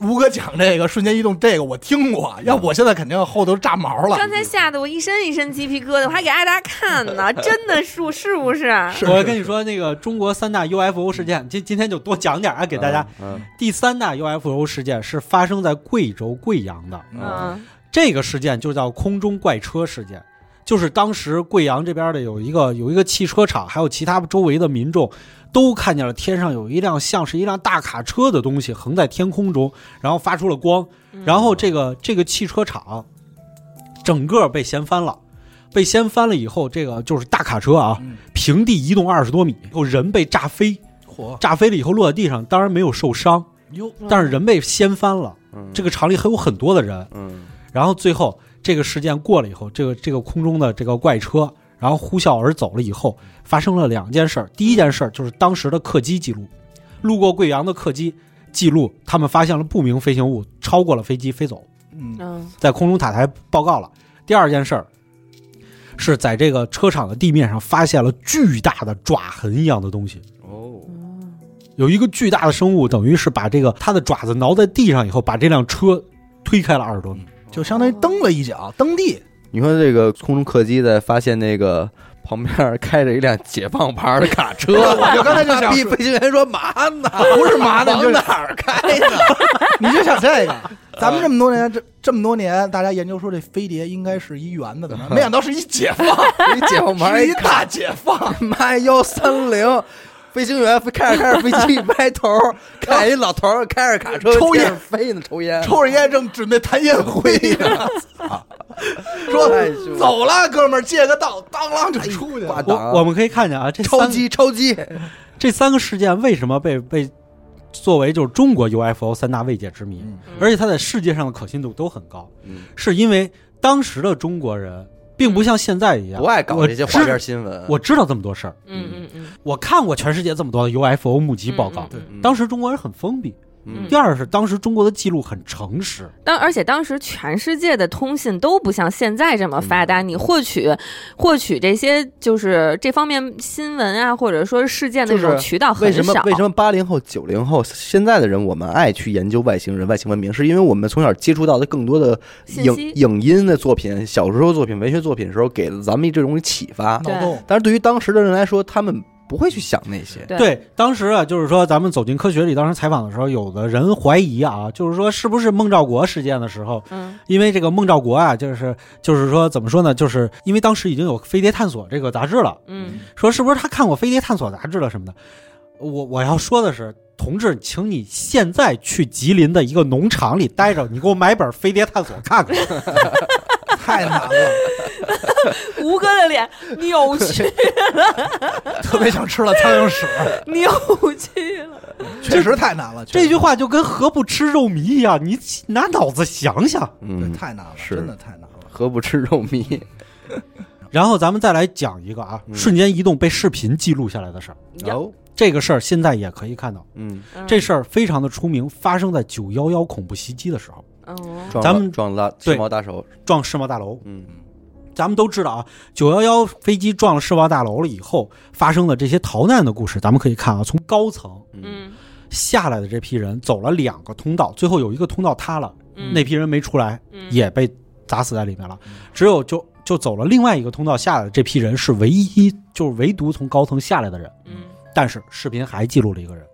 C: 吴哥讲这个瞬间移动，这个我听过，要不我现在肯定后头炸毛了。
D: 刚才吓得我一身一身鸡皮疙瘩，我还给艾达看 呢，真的是是不是？
C: 是
A: 我跟你说，那个中国三大 UFO 事件，今今天就多讲点啊，给大家。
B: 嗯，
A: 第三大 UFO 事件是发生在贵州贵阳的，
B: 嗯
D: 嗯
A: 这个事件就叫空中怪车事件，就是当时贵阳这边的有一个有一个汽车厂，还有其他周围的民众都看见了天上有一辆像是一辆大卡车的东西横在天空中，然后发出了光，
D: 嗯
A: 然后这个这个汽车厂整个被掀翻了。被掀翻了以后，这个就是大卡车啊，
C: 嗯
A: 平地移动二十多米，以后人被炸飞，
C: 嚯
A: 炸飞了以后落在地上，当然没有受伤，
C: 哟，
D: 嗯
A: 但是人被掀翻了。
B: 嗯
A: 这个厂里还有很多的人，
B: 嗯
A: 然后最后这个事件过了以后，这个这个空中的这个怪车，然后呼啸而走了以后，发生了两件事儿。第一件事儿就是当时的客机记录，路过贵阳的客机记录，他们发现了不明飞行物，超过了飞机飞走，
C: 嗯
D: 嗯
A: 在空中塔台报告了。第二件事儿是在这个车厂的地面上发现了巨大的爪痕一样的东西。
B: 哦
A: 有一个巨大的生物，等于是把这个它的爪子挠在地上以后，把这辆车推开了二十
B: 嗯
A: 多米。
C: 就相当于蹬了一脚，蹬地，
B: 你说这个空中客机在发现那个旁边开着一辆解放牌的卡车，
C: 我就刚才就想 啊
B: 逼飞行员说嘛呢？
C: 不是麻的，你就
B: 往哪儿开呢？
C: 你就想这个。 咱们这么多年，这这么多年，大家研究说这飞碟应该是一圆的，怎
A: 嗯
C: 么样没想到是一解 放，
B: 一解放牌
C: 是一
B: 一
C: 大解放。
B: 妈幺三零，飞行员开着开着飞机一歪头，看一老头儿开着卡车
C: 抽烟
B: 接着飞呢，抽烟，
C: 抽着烟正准备弹烟灰呢，
B: 说
A: 哎
C: 哎走了，哥们儿，借个道，当啷就出去
B: 挂
C: 了。
A: 我
B: 档
A: 我们可以看见啊，这
B: 抽
A: 三
B: 机抽机，
A: 这三个事件为什么被被作为就是中国 UFO 三大未解之谜，
C: 嗯
A: 而且它在世界上的可信度都很高，
B: 嗯
A: 是因为当时的中国人并不像现在一样
B: 不爱搞
A: 我
B: 这些
A: 知
B: 花边新闻。
A: 我知道这么多事儿，
D: 嗯嗯嗯，
A: 我看过全世界这么多的 UFO 目击报告。
D: 嗯嗯嗯
A: 当时中国人很封闭。
B: 嗯
A: 第二是当时中国的记录很诚实，
D: 当而且当时全世界的通信都不像现在这么
B: 嗯
D: 发达，你获取获取这些就是这方面新闻啊，或者说事件的这
B: 就
D: 种
B: 是
D: 渠道
B: 为
D: 很
B: 什么
D: 少。
B: 为什么八零后九零后现在的人我们爱去研究外星人外星文明，是因为我们从小接触到的更多的
D: 信
B: 影
D: 息
B: 影音的作品、小时候作品、文学作品的时候，给了咱们这种启发。
D: 对
C: 脑洞，
B: 但是对于当时的人来说，他们不会去想那些。
D: 对
A: 对，当时啊，就是说咱们走进科学里，当时采访的时候，有的人怀疑啊，就是说是不是孟兆国事件的时候，
D: 嗯
A: 因为这个孟兆国啊，就是就是说怎么说呢，就是因为当时已经有《飞碟探索》这个杂志了，
D: 嗯
A: 说是不是他看过《飞碟探索》杂志了什么的。我我要说的是，同志，请你现在去吉林的一个农场里待着，你给我买本《飞碟探索》看看。
C: 太难了，
D: 吴哥的脸扭 曲
C: 特别想吃了苍蝇屎，
D: 扭曲 了。
C: 确实太难了。确
A: 这
C: 实
A: 句话就跟“何不吃肉糜”一样，你拿脑子想想。
C: 对
B: 嗯，
C: 太难了，
B: 是
C: 真的太难了。
B: 何不吃肉糜？
A: 然后咱们再来讲一个啊，
B: 嗯
A: 瞬间移动被视频记录下来的事儿。
B: 哦，
A: 这个事儿现在也可以看到，
B: 嗯，
D: 嗯
A: 这事儿非常的出名，发生在九幺幺恐怖袭击的时候，
D: 哦
B: 撞
A: 咱
B: 了
A: 们
B: 撞了
A: 对
B: 世贸大手，
A: 撞世贸大楼。
B: 嗯
A: 咱们都知道啊，九幺幺飞机撞了世贸大楼了以后发生的这些逃难的故事，咱们可以看啊，从高层
D: 嗯
A: 下来的这批人走了两个通道，最后有一个通道塌了，
D: 嗯
A: 那批人没出来，
D: 嗯
A: 也被砸死在里面了。只有就就走了另外一个通道下来的这批人是唯一，就是唯独从高层下来的人。
D: 嗯
A: 但是视频还记录了一个人。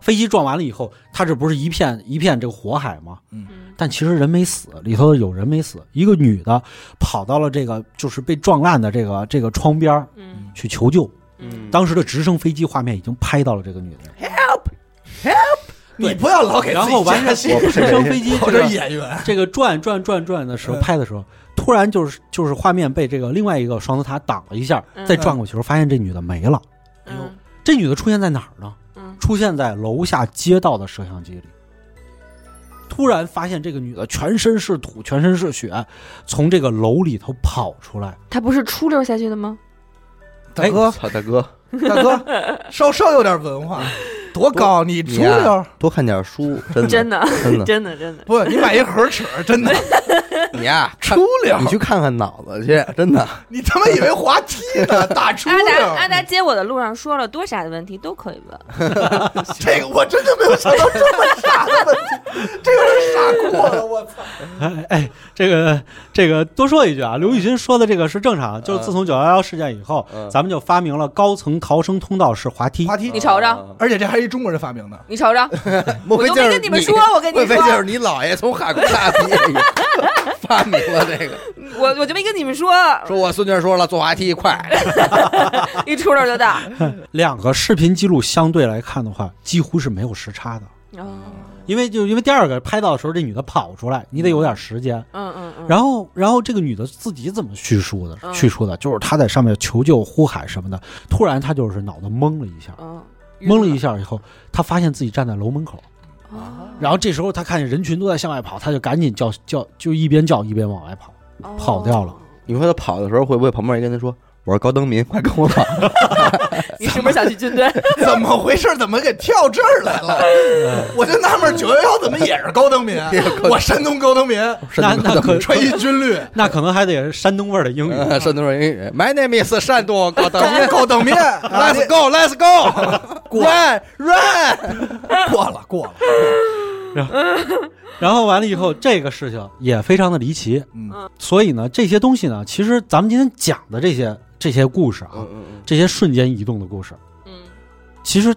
A: 飞机撞完了以后，他这不是一片一片这个火海吗？
D: 嗯
A: 但其实人没死，里头有人没死。一个女的跑到了这个就是被撞烂的这个这个窗边儿
D: 嗯
A: 去求救。
B: 嗯，
A: 当时的直升飞机画面已经拍到了这个女的，
C: 你不要老给
A: 然后完
C: 了
A: 了，直 升飞机
C: 我
A: 这
C: 这
A: 个哎
C: 演员，
A: 这个转转转转的时候
C: 嗯
A: 拍的时候，突然就是就是画面被这个另外一个双子塔挡了一下，
D: 嗯
A: 再转过去的时候发现这女的没了。
C: 哎呦
A: 这女的出现在哪儿呢？
D: 嗯
A: 出现在楼下街道的摄像机里。突然发现这个女的全身是土，全身是血，从这个楼里头跑出来。
D: 他不是出溜下去的吗？
C: 大 哥，
B: 操哎大哥，
C: 大哥，稍稍有点文化，多高？你出溜儿
B: 多看点书，真的
D: 真的
B: 真的
D: 真的真的，
C: 不？你买一盒尺，真的
B: 你呀，看
C: 出溜
B: 你去看看脑子去，真的。
C: 你他妈以为滑梯呢？大出
D: 阿达阿
C: 溜，
D: 达接我的路上说了多傻的问题都可以
B: 啊
D: 问，
C: 这个我真的没有想到这么傻的问题，这有点傻过了，我操！
A: 哎哎，这个这个多说一句啊，刘雨欣说的这个是正常，就是自从九幺幺事件以后，
B: 嗯
A: 咱们就发明了高层逃生通道式滑梯。
C: 滑梯
D: 你，瞅瞅，
B: 啊，
C: 而且这还是一中国人发明的，
D: 你瞅瞅，
B: 莫非
D: 我就
B: 就是
D: 没跟你们说我跟你
B: 莫非
D: 说
B: 就是你姥爷从哈工大毕业以后发明了这个？
D: 我我就没跟你们 说，
B: 说我孙女说了，坐滑梯快，
D: 一出溜就 到。
A: 两个视频记录相对来看的话，几乎是没有时差的，
D: 哦
A: 因为就因为第二个拍到的时候，这女的跑出来，你得有点时间。
D: 嗯嗯嗯，
A: 然后，然后这个女的自己怎么叙述的？
D: 嗯
A: 叙述的就是她在上面求救、呼喊什么的。突然，她就是脑子懵了一下，
D: 嗯，
A: 懵了一下以后，她发现自己站在楼门口。
D: 哦，
A: 然后这时候她看见人群都在向外跑，她就赶紧叫叫，就一边叫一边往外跑。
D: 哦
A: 跑掉了。
B: 你说他跑的时候会不会旁边人跟他说：“我是高登民，快跟我跑
D: 你是不是想去 军队？
C: 怎么回事？怎么给跳这儿来了？ 我就纳闷，九幺幺怎么也是高登民？我山东高登民，
A: 那
B: 山东
A: 那可
C: 穿一 军绿，
A: 那可能还得山东味儿的英语。
B: 呃 山东人英语？”My name is 山东高登民
C: 高 高登民，来
B: ，Let's go，Let's go，Run Run，
C: 过了过了，
A: 然后完了以后，这个事情也非常的离奇。
C: 嗯，
A: 所以呢，这些东西呢，其实咱们今天讲的这些这些故事
B: 嗯
A: 啊，这些瞬间移动的故事，啊
D: 嗯，
A: 其实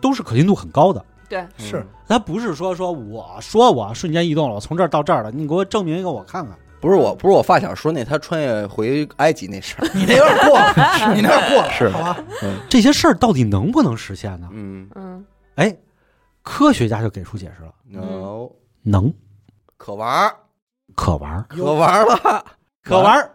A: 都是可信度很高的。
D: 对，
B: 嗯
C: 是
A: 它不是说说我说我啊瞬间移动了，我从这儿到这儿了，你给我证明一个我看看。
B: 不是我，不是我发小说那他穿越回埃及那事儿，
C: 你那有点 过了，你那有点过了，
B: 是
C: 好吧？
A: 这些事儿到底能不能实现呢？
B: 嗯
D: 嗯
A: 哎，科学家就给出解释了，
B: ，No，
A: 能，
B: 哦可玩儿，
A: 可玩儿，
B: 可玩儿了，
A: 可玩儿。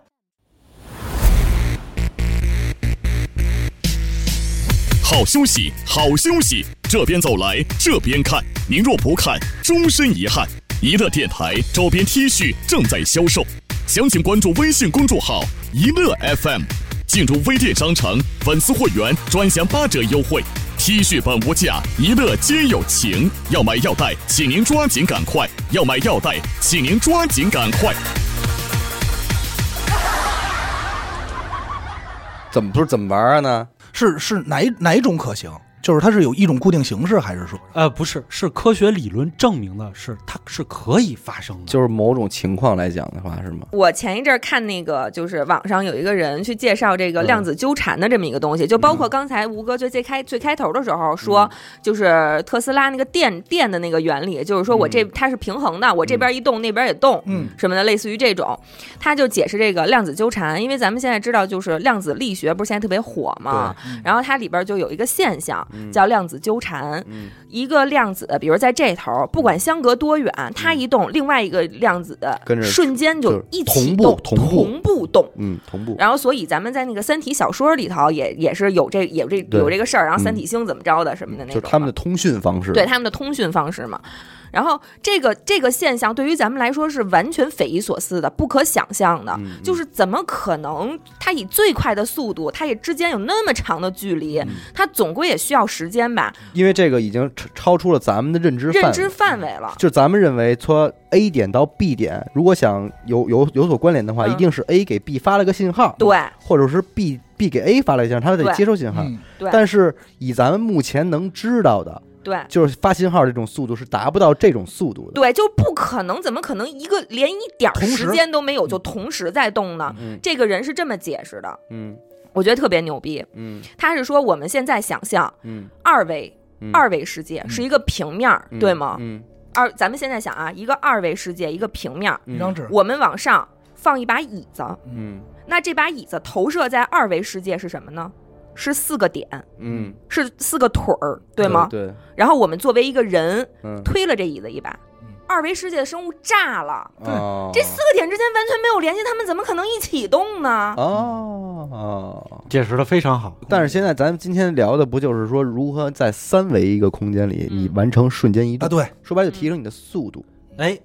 E: 好休息，好休息，这边走来这边看，您若不看，终身遗憾。一乐电台周边 T 恤正在销售，详情关注微信公众号“一乐 FM”，进入微店商城粉丝会员专享八折优惠。T 恤本无价，一乐皆有情。要买要带，请您抓紧赶快；要买要带，请您抓紧赶快。
B: 怎么不是怎么玩儿啊呢？
C: 是是哪一哪一种可行？就是它是有一种固定形式，还是说
A: 呃，不是，是科学理论证明的是它是可以发生的。
B: 就是某种情况来讲的话，是吗？
D: 我前一阵儿看那个，就是网上有一个人去介
B: 嗯
D: 绍这个量子纠缠的这么一个东西，就包括刚才吴哥最最开最开头的时候说，
B: 嗯
D: 就是特斯拉那个电电的那个原理，就是说我
B: 嗯
D: 这它是平衡的，我这边一动，那边也动，
C: 嗯，
D: 什么的，类似于这种，他就解释这个量子纠缠，因为咱们现在知道就是量子力学不是现在特别火嘛，然后它里边就有一个现象叫量子纠缠，
B: 嗯
D: 一个量子比如在这头，不管相隔多远，它一动，另外一个量子
B: 嗯跟着
D: 瞬间
B: 就是
D: 一
B: 同
D: 起
B: 步
D: 动，
B: 同步
D: 动。
B: 嗯，同步。
D: 然后，所以咱们在那个《三体》小说里头也也是有这有这
B: 对
D: 有这个事儿，然后
B: 嗯
D: 三体星怎么着的什么的那
B: 就是
D: 种
B: 他们的
D: 嘛
B: 通讯方式，
D: 对他们的通讯方式嘛。然后这个这个现象对于咱们来说是完全匪夷所思的、不可想象
B: 嗯
D: 的，就是怎么可能它以最快的速度，它也之间有那么长的距离，
B: 嗯
D: 它总归也需要时间吧，
B: 因为这个已经超超出了咱们的认知
D: 认
B: 范
D: 知
B: 围。嗯
D: 范围了。
B: 就咱们认为说 A 点到 B 点，如果想有有有所关联的话，
D: 嗯
B: 一定是 A 给 B 发了个信号，，
D: 对
B: 或者是 B B 给 A 发了一信号，它得
D: 对
B: 接收信号。
C: 嗯，
D: 对
B: 但是以咱们目前能知道的，
D: 对
B: 就是发信号这种速度是达不到这种速度的。
D: 对，就不可能，怎么可能一个连一点儿
C: 同时
D: 时间都没有就同时在动呢？
B: 嗯
D: 这个人是这么解释的，
B: 嗯
D: 我觉得特别牛逼。
B: 嗯
D: 他是说我们现在想象
B: 嗯
D: 二维。
B: 嗯
D: 二维世界是一个平面儿，对吗？
B: 嗯
D: 二，咱们现在想啊，一个二维世界，一个平面儿，
C: 一张纸，
D: 我们往上放一把椅子，
B: 嗯
D: 那这把椅子投射在二维世界是什么呢？是四个点，
B: 嗯，
D: 是四个腿儿，对吗？
B: 对，
D: 然后我们作为一个人
B: 嗯，
D: 推了这椅子一把，二维世界的生物炸了。
B: 哦
D: 这四个点之间完全没有联系，他们怎么可能一起动呢？
B: 哦哦。
A: 解释的非常好，
B: 但是现在咱们今天聊的不就是说如何在三维一个空间里
D: 嗯
B: 你完成瞬间移动
C: 啊，？对，
B: 说白了就提升你的速度。
A: 哎，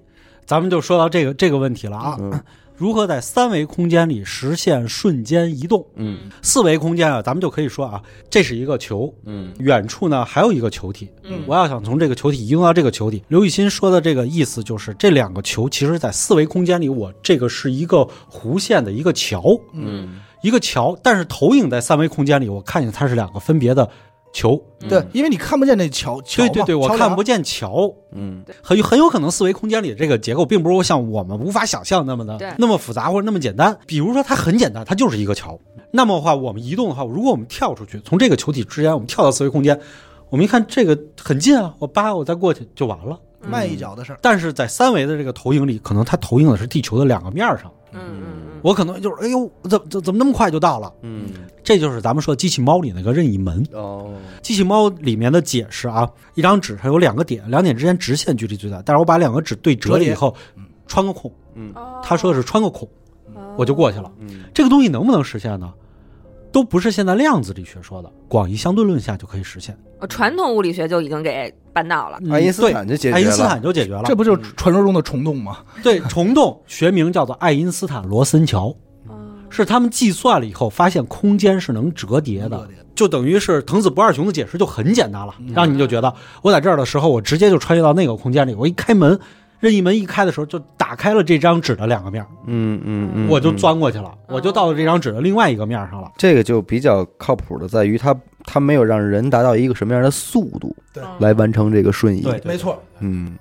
A: 咱们就说到这个这个问题了啊。
B: 嗯
A: 如何在三维空间里实现瞬间移动。
B: 嗯
A: 四维空间啊，咱们就可以说啊，这是一个球，
B: 嗯
A: 远处呢还有一个球体。
D: 嗯
A: 我要想从这个球体移动到这个球体，刘雨欣说的这个意思就是，这两个球其实在四维空间里，我这个是一个弧线的一个桥，
B: 嗯，
A: 一个桥，但是投影在三维空间里，我看见它是两个分别的球。
B: 嗯
C: 对，因为你看不见那桥桥
A: 对
C: 嘛，
A: 对对，我
C: 桥
A: 看
C: 梁
A: 不见桥，
B: 嗯
A: 很很有可能四维空间里这个结构并不是像我们无法想象那么
D: 对
A: 的那么复杂或者那么简单。比如说它很简单，它就是一个桥。那么的话，我们移动的话，如果我们跳出去，从这个球体之间我们跳到四维空间，我们一看这个很近啊，我扒我再过去就完了。
C: 迈一脚的事儿。
A: 但是在三维的这个投影里，可能它投影的是地球的两个面儿上，
D: 嗯嗯嗯，
A: 我可能就是哎呦，怎怎怎么那么快就到了？
B: 嗯
A: 这就是咱们说机器猫里那个任意门。
B: 哦，
A: 机器猫里面的解释啊，一张纸上有两个点，两点之间直线距离最大，但是我把两个纸对折了以后，穿个孔，
B: 嗯
D: 哦
A: 他说的是穿个孔，我就过去了。
B: 嗯
A: 这个东西能不能实现呢？都不是现在量子力学说的，广义相对论下就可以实现。
D: 哦传统物理学就已经给办到了。
A: 嗯
B: 爱因斯坦就解
A: 对
B: 决了
A: 爱因斯坦就解决了。
C: 这不就是传说中的虫洞吗？
A: 对虫 洞学名叫做爱因斯坦罗森桥，是他们计算了以后发现空间是能折叠的，就等于是藤子不二雄的解释就很简单
B: 嗯
A: 了，让你就觉得我在这儿的时候，我直接就穿越到那个空间里，我一开门，任意门一开的时候就打开了这张纸的两个面儿，
B: 嗯嗯嗯，
A: 我就
B: 嗯
A: 钻过去了，我就到了这张纸的另外一个面儿上了。
B: 这个就比较靠谱的，在于它它没有让人达到一个什么样的速度
C: 对
B: 来完成这个瞬移。
A: 对
C: 没错，
B: 嗯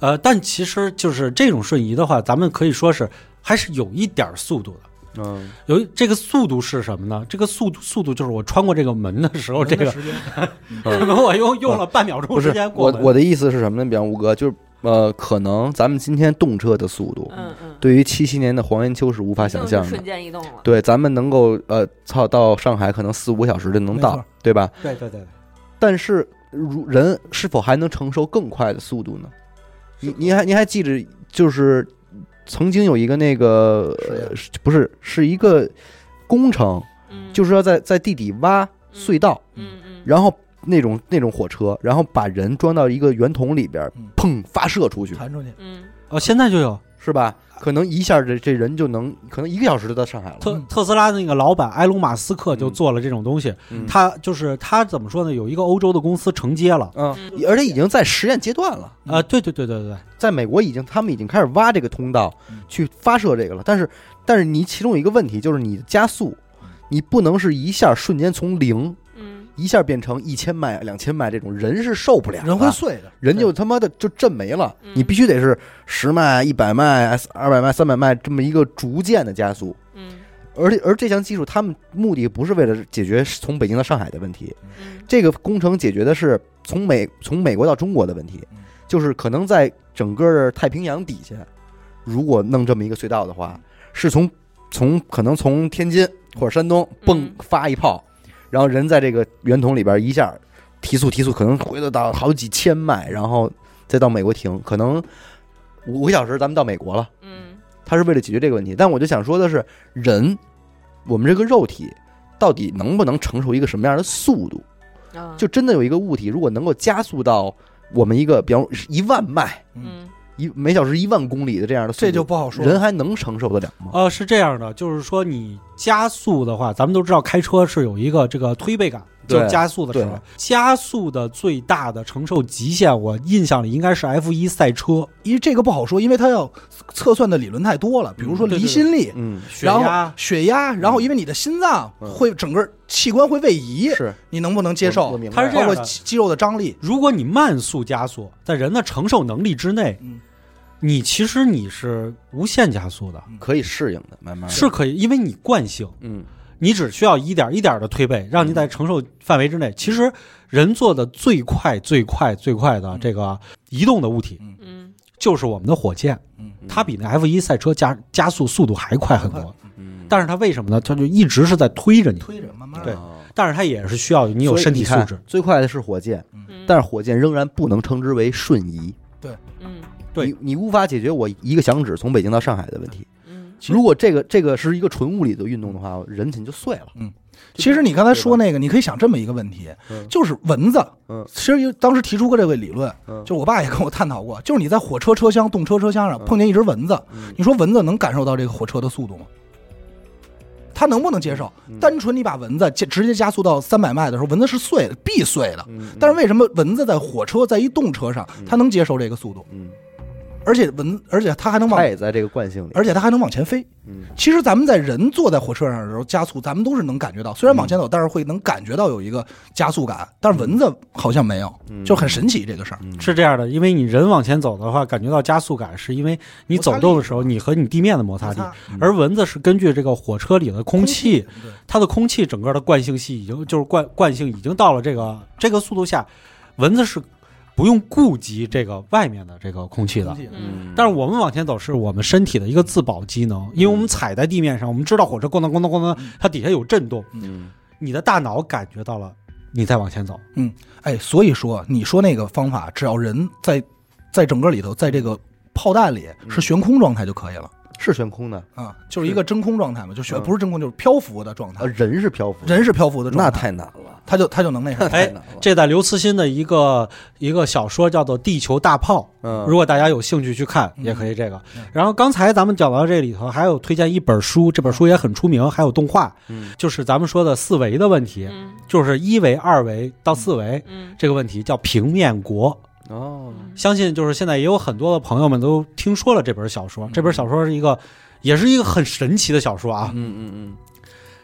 A: 呃，但其实就是这种瞬移的话，咱们可以说是还是有一点儿速度的。
B: 嗯
A: 有一这个速度是什么呢？这个速度速度就是我穿过这个门的时候，这个
C: 时间
A: 可能我用用了半秒钟
B: 不
A: 时
B: 是
A: 间过
B: 我
A: 门。
B: 我的意思是什么呢？比方吴哥，就是呃，可能咱们今天动车的速度，
D: 嗯嗯，
B: 对于七七年的黄延秋是无法想象
D: 就是
B: 的
D: 瞬。间移动了。
B: 对，咱们能够呃，操到上海可能四五个小时就能
C: 没
B: 到
C: 错，
B: 对吧？
A: 对对对，
B: 但是如人是否还能承受更快的速度呢？你你还你还记着，就是曾经有一个那个呃是不是是一个工程，
D: 嗯，
B: 就是要在在地底挖隧道，
D: 嗯嗯，
B: 然后那种那种火车，然后把人装到一个圆筒里边
C: 嗯，
B: 砰发射出去，
C: 传出去，
D: 嗯
A: 哦，现在就有
B: 是吧？可能一下这这人就能，可能一个小时就到上海了。
A: 特特斯拉的那个老板埃隆·马斯克就做了这种东西，
B: 嗯
A: 他就是他怎么说呢？有一个欧洲的公司承接了，
B: 嗯，而且已经在实验阶段了，
A: 啊，对对对对对，
B: 在美国已经他们已经开始挖这个通道
C: 嗯
B: 去发射这个了。但是，但是你其中有一个问题就是你的加速
C: 嗯，
B: 你不能是一下瞬间从零
D: 嗯，
B: 一下变成一千迈、两千迈这种，人是受不了的，
C: 人会碎
A: 啊
C: 的，
B: 人就他妈的就震没了
D: 嗯。
B: 你必须得是十迈、一百迈、二百迈、三百迈这么一个逐渐的加速。
D: 嗯
B: 而且，而这项技术，他们目的不是为了解决从北京到上海的问题，
D: 嗯
B: 这个工程解决的是从美从美国到中国的问题
C: 嗯，
B: 就是可能在整个太平洋底下，如果弄这么一个隧道的话，是从从可能从天津或者山东蹦
D: 嗯
B: 发一炮，然后人在这个圆筒里边一下提速提速，可能回到到好几千迈，然后再到美国停，可能五个小时咱们到美国了。
D: 嗯
B: 它是为了解决这个问题。但我就想说的是，人，我们这个肉体到底能不能承受一个什么样的速度？
D: 啊，
B: 就真的有一个物体，如果能够加速到我们一个，比方说是一万迈、
D: 嗯
B: 一每小时一万公里的这样的速度，
C: 这就不好说了。
B: 人还能承受得了吗？
A: 呃，是这样的，就是说你加速的话，咱们都知道开车是有一个这个推背感，
B: 对
A: 就加速的时候
B: 对，
A: 加速的最大的承受极限，我印象里应该是 F 一赛车
C: 因为这个不好说，因为它要测算的理论太多了，比如说
A: 嗯对对
C: 离心力，
B: 嗯，
A: 血
C: 然
A: 压
C: 后。血压，然后因为你的心脏
B: 嗯
C: 会整个器官会位移，
B: 是
C: 你能不能接
B: 我我
C: 受？
B: 明白
A: 它是这
C: 包
A: 样
C: 括
A: 的
C: 肌肌肉的张力，
A: 如果你慢速加速，在人的承受能力之内，
C: 嗯
A: 你其实你是无限加速的，
B: 可以适应的，慢慢的
A: 是可以，因为你惯性，
B: 啊嗯
A: 你只需要一点一点的推背，让你在承受范围之内。其实人做的最快、最快、最快的这个移动的物体，
D: 嗯
A: 就是我们的火箭，
C: 嗯
A: 它比那 F 一赛车加加速速度还快很
C: 很
A: 多。
B: 嗯，
A: 但是它为什么呢？它就一直是在推着你，
C: 推着慢慢
A: 对
C: 来。
A: 但是它也是需要你
B: 你嗯
A: 有身体素质。
B: 最快的是火箭，
D: 嗯，
B: 但是火箭仍然不能称之为瞬移。
D: 嗯
A: 对
B: 你，你无法解决我一个响指从北京到上海的问题。
D: 嗯
C: 其实
B: 如果这个这个是一个纯物理的运动的话，人体就碎了。
C: 嗯
B: 就，
C: 其实你刚才说
B: 对吧，
C: 那个，你可以想这么一个问题，
B: 嗯
C: 就是蚊子，
B: 嗯
C: 其实当时提出过这个理论，
B: 嗯
C: 就是我爸也跟我探讨过，就是你在火车车厢、动车车厢上
B: 嗯
C: 碰见一只蚊子，
B: 嗯
C: 你说蚊子能感受到这个火车的速度吗？它能不能接受？
B: 嗯
C: 单纯你把蚊子加直接加速到三百迈的时候，蚊子是碎的，必碎的。
B: 嗯嗯
C: 但是为什么蚊子在火车在一动车上，它能接受这个速度，
B: 嗯，
C: 而且蚊，而且它还能往
B: 它，也在这个惯性里，
C: 而且它还能往前飞。
B: 嗯
C: 其实咱们在人坐在火车上的时候加速，咱们都是能感觉到，虽然往
B: 嗯
C: 前走，但是会能感觉到有一个加速感。但是蚊子好像没有，
B: 嗯
C: 就很神奇这个事儿。
B: 嗯
A: 是这样的，因为你人往前走的话，感觉到加速感，是因为你
C: 摩擦
A: 走
C: 力
A: 动的时候，你和你地面的摩擦力。而蚊子是根据这个火车里的空气，
C: 对
A: 它的空气整个的惯性系已经就是惯惯性已经到了这个这个速度下，蚊子是不用顾及这个外面的这个空气的
C: 空。气
D: 嗯，
A: 但是我们往前走，是我们身体的一个自保机能，因为我们踩在地面上，我们知道火车咣当咣当咣当，它底下有震动，
B: 嗯
A: 你的大脑感觉到了，你再往前走。
C: 哎，所以说你说那个方法，只要人在在整个里头，在这个炮弹里
B: 嗯
C: 是悬空状态就可以了
B: 是悬空的，
C: 啊，就是一个真空状态嘛，就悬
B: 嗯
C: 不是真空，就是漂浮的状态
B: 呃，。人是漂浮的，
C: 人是漂浮的状
B: 那
C: 态，
B: 太难了，
C: 他就他就 能那啥。
A: 哎
B: 太难了。
A: 这在刘慈欣的一个一个小说叫做《地球大炮》，
B: 嗯
A: 如果大家有兴趣去看，
C: 嗯
A: 也可以这个
C: 嗯。
A: 然后刚才咱们讲到这里头，还有推荐一本书，这本书也很出名，还有动画，
B: 嗯
A: 就是咱们说的四维的问题，
D: 嗯
A: 就是一维、二维到四维
D: 嗯
A: 这个问题叫平面国。
B: 哦，
A: 相信就是现在也有很多的朋友们都听说了这本小说，这本小说是一个。也是一个很神奇的小说啊，
B: 嗯嗯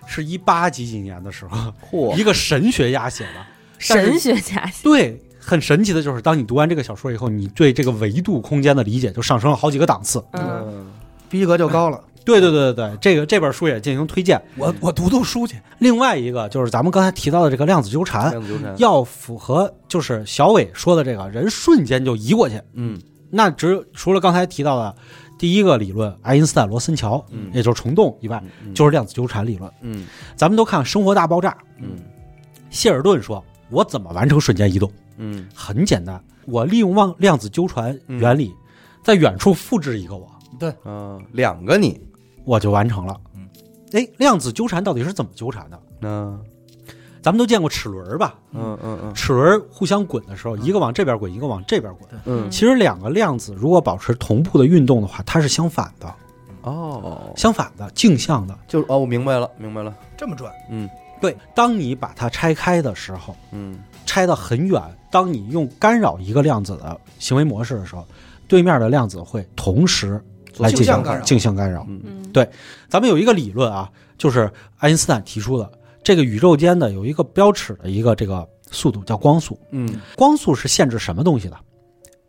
A: 是一八几几年的时候
B: 嗯，，嚯
A: 一，个神学家写的，
D: 神学家系，
A: 对，很神奇的就是，当你读完这个小说以后，你对这个维度空间的理解就上升了好几个档次。
D: 嗯，
C: 逼格就高了。
A: 对对对对对，这个这本书也进行推荐。
C: 我我读读书去，
A: 另外一个就是咱们刚才提到的这个量子纠缠，
B: 量子纠缠，
A: 要符合就是小伟说的这个人瞬间就移过去，
B: 嗯
A: 那只除了刚才提到的第一个理论爱因斯坦罗森桥，
B: 嗯
A: 也就是虫洞以外，
B: 嗯
A: 就是量子纠缠理论。
B: 嗯
A: 咱们都看《生活大爆炸》，
B: 嗯
A: 谢尔顿说：“我怎么完成瞬间移动？”
B: 嗯
A: 很简单，我利用望量子纠缠原理，在远处复制一个我，
B: 嗯，两个你，
A: 我就完成了
C: 嗯。
A: 哎，量子纠缠到底是怎么纠缠的？
B: 嗯
A: 咱们都见过齿轮吧？
B: 嗯嗯
A: 齿轮互相滚的时候，
C: 嗯
A: 一个往这边滚，一个往这边滚。
B: 嗯
A: 其实两个量子如果保持同步的运动的话，它是相反的，
B: 嗯，哦，
A: 相反的，镜像的。
B: 就是哦，我明白了，明白了，
C: 这么转，
B: 嗯
A: 对，当你把它拆开的时候，
B: 嗯
A: 拆得很远，当你用干扰一个量子的行为模式的时候，对面的量子会同时来进
C: 镜像
A: 行
C: 干扰
A: 镜像干扰。
B: 嗯
D: 嗯
A: 对咱们有一个理论啊，就是爱因斯坦提出的，这个宇宙间的有一个标尺的一个这个速度叫光速。
B: 嗯
A: 光速是限制什么东西的？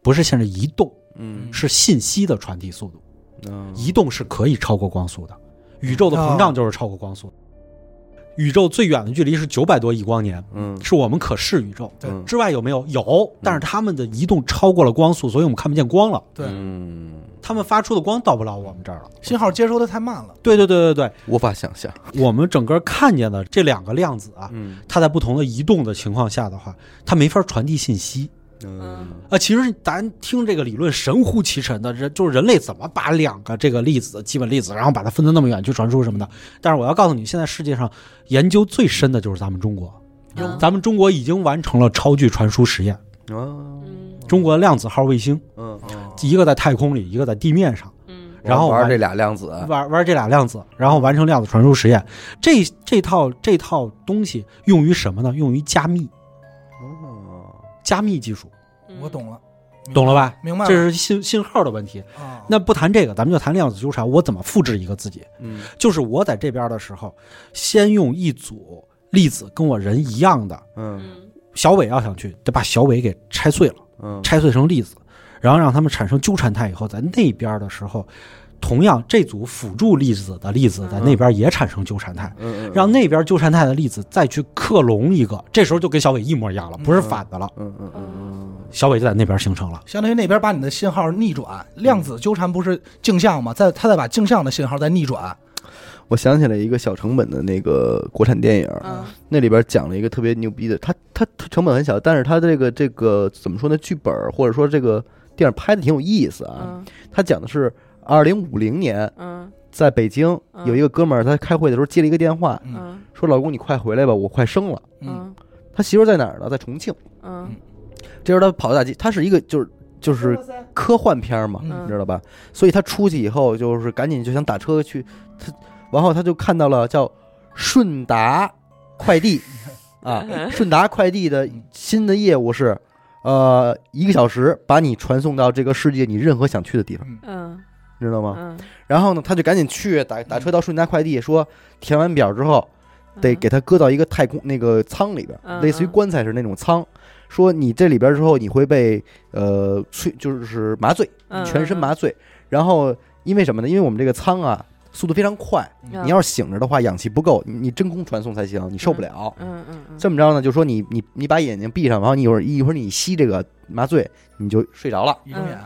A: 不是限制移动，
B: 嗯
A: 是信息的传递速度。
B: 嗯，
A: 移动是可以超过光速的，宇宙的膨胀就是超过光速。宇宙最远的距离是九百多亿光年，
B: 嗯
A: 是我们可视宇宙。
B: 嗯
A: 之外有没有？有，但是它们的移动超过了光速，所以我们看不见光了。
C: 对，
B: 嗯，
A: 它们发出的光到不了我们这儿了。
C: 信号接收的太慢了。
A: 对对对对对，
B: 无法想象，
A: 我们整个看见的这两个量子啊，
B: 嗯
A: 它在不同的移动的情况下的话，它没法传递信息
B: 嗯
A: 啊、其实咱听这个理论神乎其神的，人就是人类怎么把两个这个粒子基本粒子，然后把它分得那么远去传输什么的。但是我要告诉你，现在世界上研究最深的就是咱们中国，
D: 嗯
A: 咱们中国已经完成了超距传输实验，
B: 啊
D: 嗯
A: 中国量子号卫星
B: 嗯，
A: 一个在太空里，一个在地面上。
D: 嗯
A: 然后哦
B: 玩
A: 完
B: 这俩量子，
A: 玩玩这俩量子，然后完成量子传输实验，这这套这套东西用于什么呢？用于加密，
B: 哦，
A: 加密技术，
D: 嗯
C: 我懂了，
A: 懂了吧？
C: 明白了
A: 这是信信号的问题。
C: 啊。
A: 那不谈这个，咱们就谈量子纠缠。我怎么复制一个自己？
B: 嗯
A: 就是我在这边的时候，先用一组粒子跟我人一样的
B: 嗯
D: 嗯
A: 小伟，要想去得把小伟给拆碎了，
B: 嗯，
A: 拆碎成粒子，然后让他们产生纠缠态以后，在那边的时候，同样这组辅助粒子的粒子在
C: 嗯
A: 那边也产生纠缠态。
B: 嗯
A: 让那边纠缠态的粒子再去克隆一个，这时候就跟小伟一模一样了，不是反的了。
B: 嗯嗯嗯
A: 小伟就在那边形成了。
C: 相当于那边把你的信号逆转，量子纠缠不是镜像吗？再他再把镜像的信号再逆转，
B: 嗯，我想起来一个小成本的那个国产电影，
D: 嗯
B: 那里边讲了一个特别牛逼的，它它它成本很小，但是它这个这个怎么说呢？剧本或者说这个电影拍的挺有意思啊。
D: 嗯
B: 它讲的是二零五零年
D: 嗯
B: 在北京
D: 嗯
B: 有一个哥们儿，他开会的时候接了一个电话，
D: 嗯
B: 说：“老公，你快回来吧，我快生了。
C: 嗯
D: 嗯”
B: 他媳妇儿在哪儿呢？在重庆。
D: 嗯
B: 这时候他跑到大街，他是一个就是就是科幻片儿嘛，
C: 嗯
B: 你知道吧？所以他出去以后就是赶紧就想打车去，他然后他就看到了叫顺达快递 啊，
D: 嗯
B: 顺达快递的新的业务是，呃，一个小时把你传送到这个世界你任何想去的地方，
D: 嗯
B: 你知道吗？
D: 嗯，
B: 然后呢，他就赶紧去打打车到顺达快递，说填完表之后得
D: 嗯
B: 给他搁到一个太空那个舱里边
D: 嗯，
B: 类似于
D: 嗯
B: 棺材似的那种舱。说你这里边之后你会被呃催，就是麻醉，
D: 嗯
B: 全身麻醉。然后因为什么呢？因为我们这个舱啊速度非常快，
D: 嗯
B: 你要是醒着的话，氧气不够，你你真空传送才行，你受不了。
D: 嗯嗯嗯
B: 这么着呢，就说你你你把眼睛闭上，然后你一会儿一会儿你吸这个麻醉，你就睡着了。
C: 一睁眼，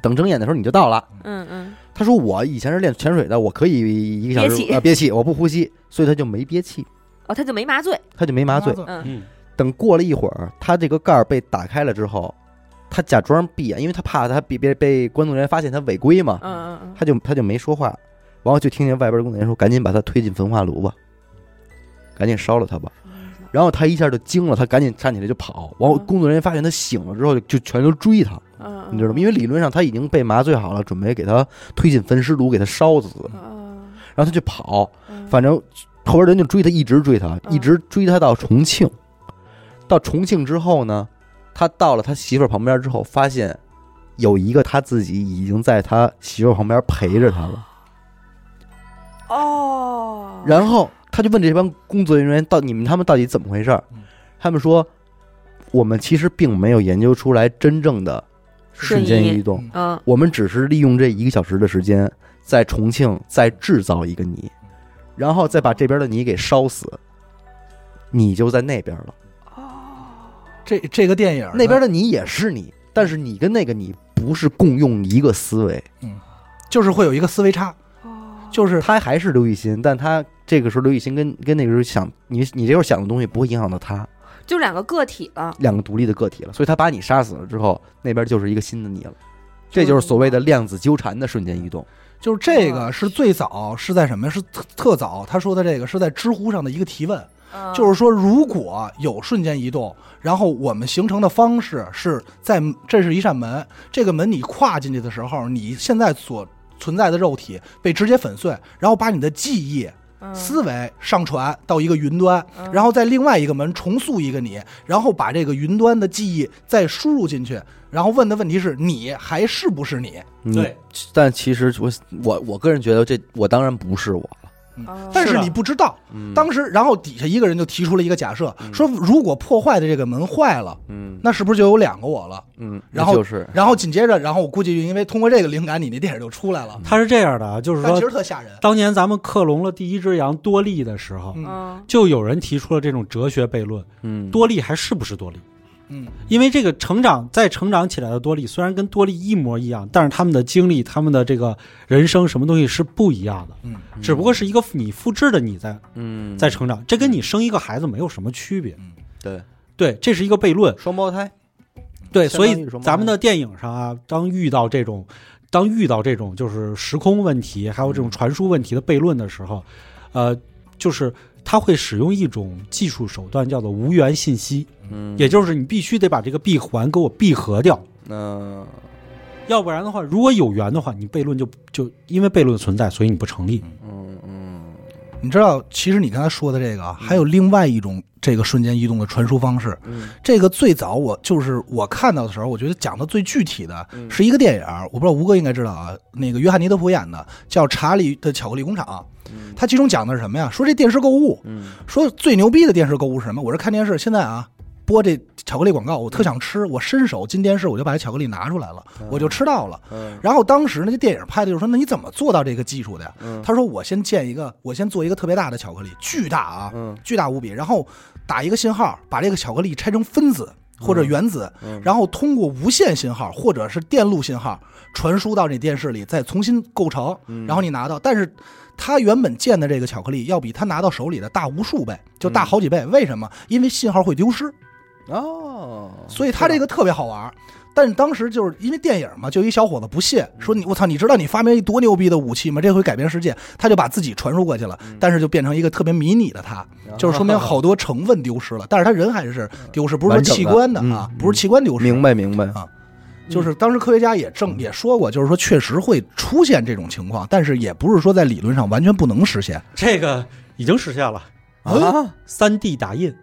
B: 等睁眼的时候你就到了。
D: 嗯嗯
B: 他说我以前是练潜水的，我可以一个小时
D: 憋气
B: 呃憋气，我不呼吸，所以他就没憋气，
D: 哦，他就没麻醉，
B: 他就没麻醉。
D: 嗯
A: 嗯
B: 等过了一会儿，他这个盖儿被打开了之后，他假装闭眼，因为他怕他被被被工作人员发现他违规嘛
D: 嗯，嗯
B: 他就他就没说话，然后就听见外边的工作人员说：“赶紧把他推进焚化炉吧，赶紧烧了他吧。”
D: 嗯，
B: 然后他一下就惊了，他赶紧站起来就跑。然后
D: 嗯
B: 工作人员发现他醒了之后，就就全都追他，
D: 嗯
B: 你知道吗？因为理论上他已经被麻醉好了，准备给他推进焚尸炉，给他烧死。
D: 嗯
B: 然后他就跑，
D: 嗯
B: 反正后边人就追他，一直追他，
D: 嗯
B: 一直追他到重庆。到重庆之后呢，他到了他媳妇儿旁边之后，发现有一个他自己已经在他媳妇儿旁边陪着他了。
D: 哦，
B: 然后他就问这帮工作人员：“到你们他们到底怎么回事儿
C: 嗯？”
B: 他们说：“我们其实并没有研究出来真正的瞬间
D: 瞬移
B: 移动，
C: 嗯
D: 嗯
B: 我们只是利用这一个小时的时间，在重庆再制造一个你，
C: 嗯
B: 然后再把这边的你给烧死，你就在那边了。
C: 这这个电影呢
B: 那边的你也是你，但是你跟那个你不是共用一个思维，
C: 就是会有一个思维差，
D: 哦
C: 就是
B: 他还是刘雨欣，但他这个时候刘雨欣跟跟那个时候想你你这会儿想的东西不会影响到他，
D: 就两个个体了，
B: 两个独立的个体了，所以他把你杀死了之后，那边就是一个新的你了。这就是所谓的量子纠缠的瞬间移动，
C: 就是这个是最早是在什么呀？是特特早，他说的这个是在知乎上的一个提问，
D: 嗯
C: 就是说如果有瞬间移动，然后我们形成的方式是在这是一扇门，这个门你跨进去的时候，你现在所存在的肉体被直接粉碎，然后把你的记忆
D: 嗯
C: 思维上传到一个云端，
D: 嗯
C: 然后在另外一个门重塑一个你，然后把这个云端的记忆再输入进去，然后问的问题是你还是不是你？
B: 你，但其实我我我个人觉得这我当然不是我了，
D: 哦
C: 但
A: 是
C: 是
A: 的
C: 你不知道。
B: 嗯
C: 当时，然后底下一个人就提出了一个假设，说如果破坏的这个门坏了，
B: 嗯
C: 那是不是就有两个我了？
B: 嗯，
C: 然后
B: 就是
C: 然后紧接着，然后我估计因为通过这个灵感，你那电影就出来了。
A: 他是这样的啊，就是
C: 但其
A: 说
C: 实特吓人。
A: 当年咱们克隆了第一只羊多利的时候，
C: 嗯
D: 嗯
A: 就有人提出了这种哲学悖论：
B: 嗯
A: 多利还是不是多利？
C: 嗯，
A: 因为这个成长再成长起来的多利，虽然跟多利一模一样，但是他们的经历、他们的这个人生什么东西是不一样的，
C: 嗯，
A: 只不过是一个你复制的你在
B: 嗯
A: 在成长，这跟你生一个孩子没有什么区别。
C: 嗯
B: 对
A: 对，这是一个悖论。
B: 双胞胎，
A: 对，
B: 相
A: 所
B: 当于
A: 以
B: 什么
A: 咱们的电影上啊，当遇到这种，当遇到这种就是时空问题，还有这种
B: 嗯
A: 传输问题的悖论的时候，呃，就是它会使用一种技术手段，叫做无源信息，
B: 嗯
A: 也就是你必须得把这个闭环给我闭合掉，
B: 嗯
A: 要不然的话，如果有缘的话，你悖论就就因为悖论存在，所以你不成立。
B: 嗯嗯
C: 你知道，其实你刚才说的这个啊，还有另外一种这个瞬间移动的传输方式。
B: 嗯
C: 这个最早我就是我看到的时候，我觉得讲的最具体的
B: 嗯
C: 是一个电影儿，我不知道吴哥应该知道啊，那个约翰尼德普演的叫《查理的巧克力工厂
B: 嗯》，
C: 它其中讲的是什么呀？说这电视购物，
B: 嗯
C: 说最牛逼的电视购物是什么？我是看电视，现在啊播这巧克力广告，我
B: 嗯
C: 特想吃，我伸手进电视，我就把这巧克力拿出来了，我就吃到了。
B: 嗯
C: 然后当时那个电影拍的就是说，那你怎么做到这个技术的呀？
B: 嗯
C: 他说我先建一个，我先做一个特别大的巧克力，巨大啊，
B: 嗯
C: 巨大无比，然后打一个信号，把这个巧克力拆成分子或者原子，
B: 嗯
C: 然后通过无线信号或者是电路信号传输到你电视里，再重新构成，
B: 嗯
C: 然后你拿到。但是他原本建的这个巧克力要比他拿到手里的大无数倍，就
B: 嗯
C: 大好几倍。为什么？因为信号会丢失，
B: 哦，
C: 所以他这个特别好玩。但是当时就是因为电影嘛，就一小伙子不屑，
B: 嗯
C: 说你我操，你知道你发明一多牛逼的武器吗？这回改变世界，他就把自己传输过去了，
B: 嗯
C: 但是就变成一个特别迷你的他，就是说明好多成分丢失了，但是他人还是丢失，不是说
B: 完整的
C: 器官的啊，
B: 嗯
C: 不是器官丢失，
B: 明白明白，
C: 就是当时科学家也正也说过，就是说确实会出现这种情况，但是也不是说在理论上完全不能实现。
A: 这个已经实现了
B: 啊
A: 三 D 打印。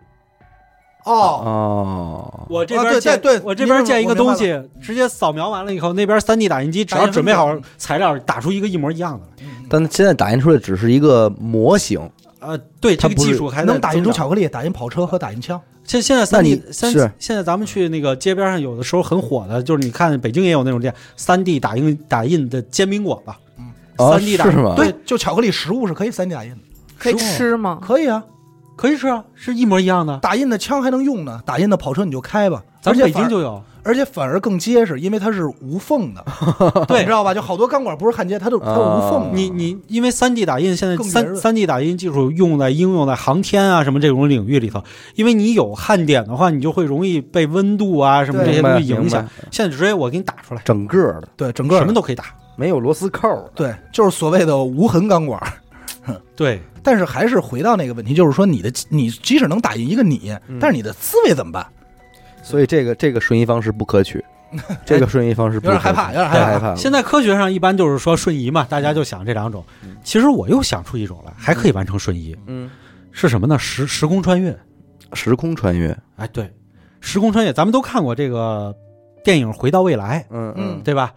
C: 哦，
B: 哦，
A: 我这
C: 啊
A: 边
C: 对
A: 建、
C: 对对
A: 我这边建一个东
C: 您
A: 西，直接扫描完了以后，那边三 D 打印机只要准备
C: 打
A: 好
C: 印分
A: 材料，打出一个一模一样的来。
B: 但现在打印出来只是一个模型，
A: 啊，对，这
B: 它
A: 个
B: 不
A: 技
B: 是
A: 术还
C: 能打印出
A: 巧。
C: 巧克力、打印跑车和打印枪。
A: 现现在三 D
B: 你
A: 三
B: 是
A: 现在咱们去那个街边上，有的时候很火的，就是你看北京也有那种店，三 D 打印打印的煎饼果子
C: 嗯，
A: 三 D 打
B: 哦是吗
A: 对
C: 对，，就巧克力食物是可以三 D 打印的，
B: 嗯
D: 可
A: 食
D: 以
A: 物
D: 吃吗？
C: 可以啊，
A: 可以吃啊，是一模一样的。
C: 打印的枪还能用呢，打印的跑车你就开吧。
A: 咱们
C: 而
A: 北
C: 且反
A: 京
C: 而
A: 就 有，
C: 而且反而更结实，因为它是无缝的，你知
A: 对。啊
C: 道吧？就好多钢管不是焊接，它都它是无缝的。
A: 你你因为三 D 打印现在
C: 更圆
A: 三
C: 润
A: 三 D 打印技术用在应用在航天啊什么这种领域里头，因为你有焊点的话，你就会容易被温度啊什么这
C: 对
A: 些
B: 明
A: 东
B: 白
A: 西影
B: 明
A: 响
B: 白。，
A: 现在直接我给你打出来，
B: 整个儿的
C: 对，整个
A: 什么
C: 都
A: 都可以打。
B: 没有螺丝扣儿，
C: 对，就是所谓的无痕钢管。
A: 对，
C: 但是还是回到那个问题，就是说你的你即使能打印一个你，
A: 嗯
C: 但是你的思维怎么办？
B: 所以这个这个瞬移方式不可 取，这个瞬移方式不
C: 有点
B: 可
C: 害怕，
B: 取
C: 有点
B: 太
C: 害
B: 哎害
C: 怕。
B: 怕了。
A: 现在科学上一般就是说瞬移嘛，大家就想这两种。其实我又想出一种来，还可以完成瞬移，
B: 嗯，
A: 是什么呢？时时空穿越。
B: 时空穿越，
A: 哎，对，时空穿越，咱们都看过这个电影《回到未来
B: 嗯
C: 嗯》，
A: 对吧？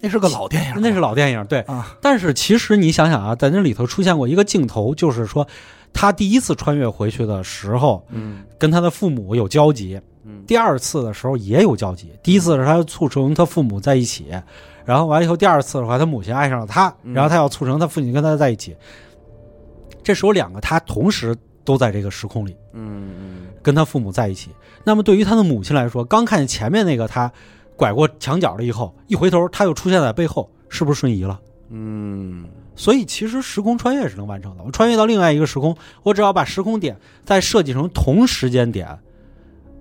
C: 那是个老
B: 哎
C: 电影，
A: 那是老电影，对。
C: 啊，
A: 但是其实你想想啊，在那里头出现过一个镜头，就是说他第一次穿越回去的时候，
B: 嗯
A: 跟他的父母有交集，
B: 嗯
A: 第二次的时候也有交集。第一次是他促成他父母在一起，然后完了以后，第二次的话，他母亲爱上了他，
B: 嗯
A: 然后他要促成他父亲跟他在一起。这时候两个他同时都在这个时空里
B: 嗯
A: 跟他父母在一起。那么对于他的母亲来说，刚看见前面那个他拐过墙角了以后，一回头他又出现在背后，是不是瞬移了？
B: 嗯
A: 所以其实时空穿越是能完成的。我穿越到另外一个时空，我只要把时空点再设计成同时间点，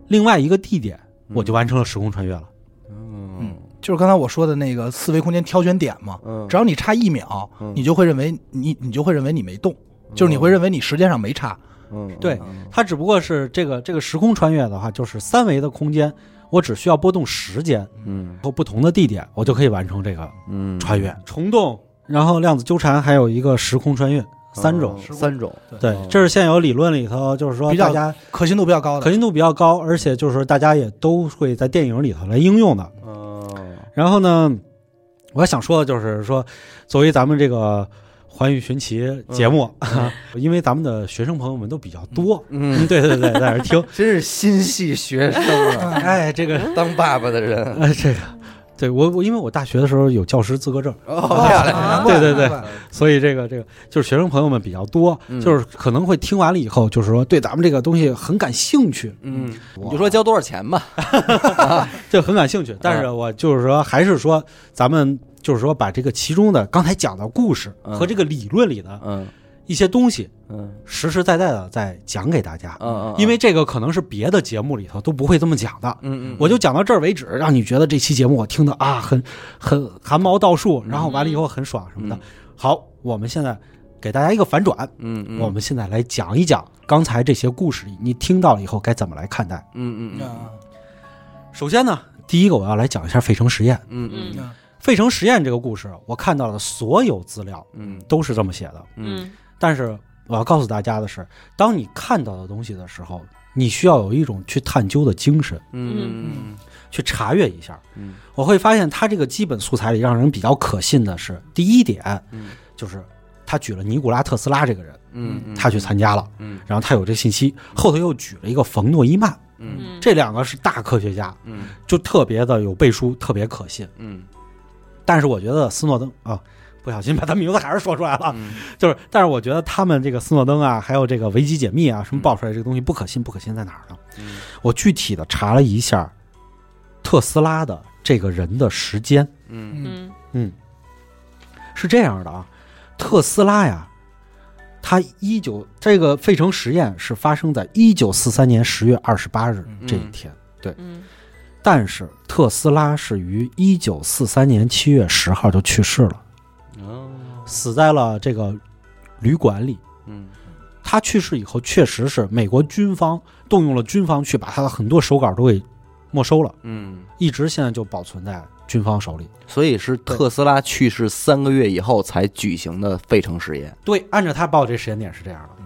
A: 另外一个地点，我就完成了时空穿越了。
B: 嗯
C: 就是刚才我说的那个四维空间挑选点嘛，
B: 嗯，
C: 只要你差一秒
B: 嗯，
C: 你就会认为你你就会认为你没动，
A: 嗯
C: 就是你会认为你时间上没差。
B: 嗯
A: 对它只不过是这个这个时空穿越的话，就是三维的空间，我只需要波动时间
B: 嗯
A: 和不同的地点，我就可以完成这个
B: 嗯
A: 穿越、虫洞，然后量子纠缠，还有一个时空穿越，三种。
C: 时空
B: 嗯三种
A: 对，这是现有理论里头，就是说
C: 比较
A: 大家
C: 可信度比较高
A: 可
C: 的，
A: 信度比较高，而且就是大家也都会在电影里头来应用的。
B: 哦
A: 然后呢，我想说的就是说，作为咱们这个环宇寻奇节目，啊因为咱们的学生朋友们都比较多，
B: 嗯，，
A: 对对对，在这儿听
B: 真是心系学生
C: 嗯
B: 啊，
A: 哎，这个，
B: 当爸爸的人
A: 哎，这个。对我，我因为我大学的时候有教师资格证，
B: 哦，
C: 哦
B: 漂亮，
A: 对对对
C: 难怪
A: 所以这个这个就是学生朋友们比较多，
B: 嗯
A: 就是可能会听完了以后，就是说对咱们这个东西很感兴趣，
B: 嗯，你就说交多少钱吧，
A: 就很感兴趣。但
B: 嗯
A: 是我就是说，还是说咱们就是说把这个其中的刚才讲的故事
B: 嗯
A: 和这个理论里的
B: 嗯
A: 一些东西，
B: 嗯
A: 实实在在的再讲给大家，
B: 嗯
A: 因为这个可能是别的节目里头都不会这么讲的。
B: 嗯嗯，
A: 我就讲到这儿为止，让你觉得这期节目我听的啊，很很汗毛倒竖，然后完了以后很爽什么的。好，我们现在给大家一个反转，
B: 嗯嗯
A: 我们现在来讲一讲刚才这些故事里，你听到了以后该怎么来看待。
B: 嗯嗯嗯
C: 啊
A: 首先呢，第一个我要来讲一下费城实验。
B: 嗯嗯
A: 费城实验这个故事，我看到的所有资料
B: 嗯
A: 都是这么写的。
B: 嗯
D: 嗯，
A: 但是我要告诉大家的是，当你看到的东西的时候，你需要有一种去探究的精神，
B: 嗯
A: 去查阅一下。
B: 嗯
A: 我会发现，它这个基本素材里让人比较可信的是，第一点
B: 嗯，
A: 就是他举了尼古拉特斯拉这个人，
B: 嗯，
A: 他去参加了，
B: 嗯
A: 然后他有这信息，后头又举了一个冯诺依曼，
B: 嗯
D: 嗯
A: 这两个是大科学家，
B: 嗯
A: 就特别的有背书，特别可信。
B: 嗯
A: 但是我觉得斯诺登啊，不小心把他名字还是说出来了，
B: 嗯
A: 就是，但是我觉得他们这个斯诺登啊，还有这个维基解密啊，什么爆出来这个东西不可信，不可信在哪儿呢？
B: 嗯
A: 我具体的查了一下特斯拉的这个人的时间，
B: 嗯
C: 嗯
D: 嗯
A: 嗯，是这样的啊，特斯拉呀，他一九这个费
B: 嗯
A: 城实验是发生在一九四三年十月二十八日这一天，
D: 嗯
A: 但是特斯拉是于一九四三年七月十号就去世了，死在了这个旅馆里。
B: 嗯
A: 他去世以后，确实是美国军方动用了军方去把他的很多手稿都给没收了，
B: 嗯，
A: 一直现在就保存在军方手里。
B: 所以是特斯拉去世三个月以后才举行的费城实验。
A: 对，按照他报这时间点是这样的。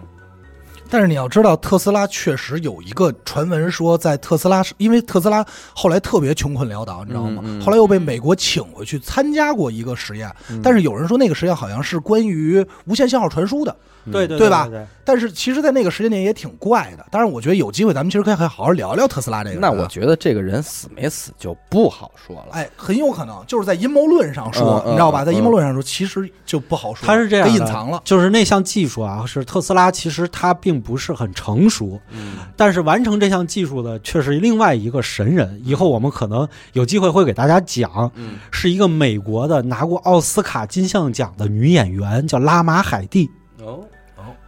C: 但是你要知道，特斯拉确实有一个传闻说，在特斯拉是，因为特斯拉后来特别穷困潦倒，你知道吗？
B: 嗯嗯
C: 后来又被美国请回去参加过一个实验，
A: 嗯
C: 但是有人说那个实验好像是关于无线信号传输的，
A: 对嗯对
C: 对吧
A: 对
C: 但是其实，在那个时间点也挺怪的。当然，我觉得有机会咱们其实可以好好聊聊特斯拉这个人啊。
B: 那我觉得这个人死没死就不好说了。
C: 哎，很有可能就是在阴谋论上说，
B: 嗯嗯
C: 你知道吧？
B: 嗯
C: 在阴谋论上说，其实就不好说，
A: 它是这样的
C: 被隐藏了。
A: 就是那项技术啊，是特斯拉其实它并不是很成熟，
B: 嗯
A: 但是完成这项技术的却是另外一个神人。以后我们可能有机会会给大家讲，
B: 嗯
A: 是一个美国的拿过奥斯卡金像奖的女演员，叫拉玛海蒂
B: 哦，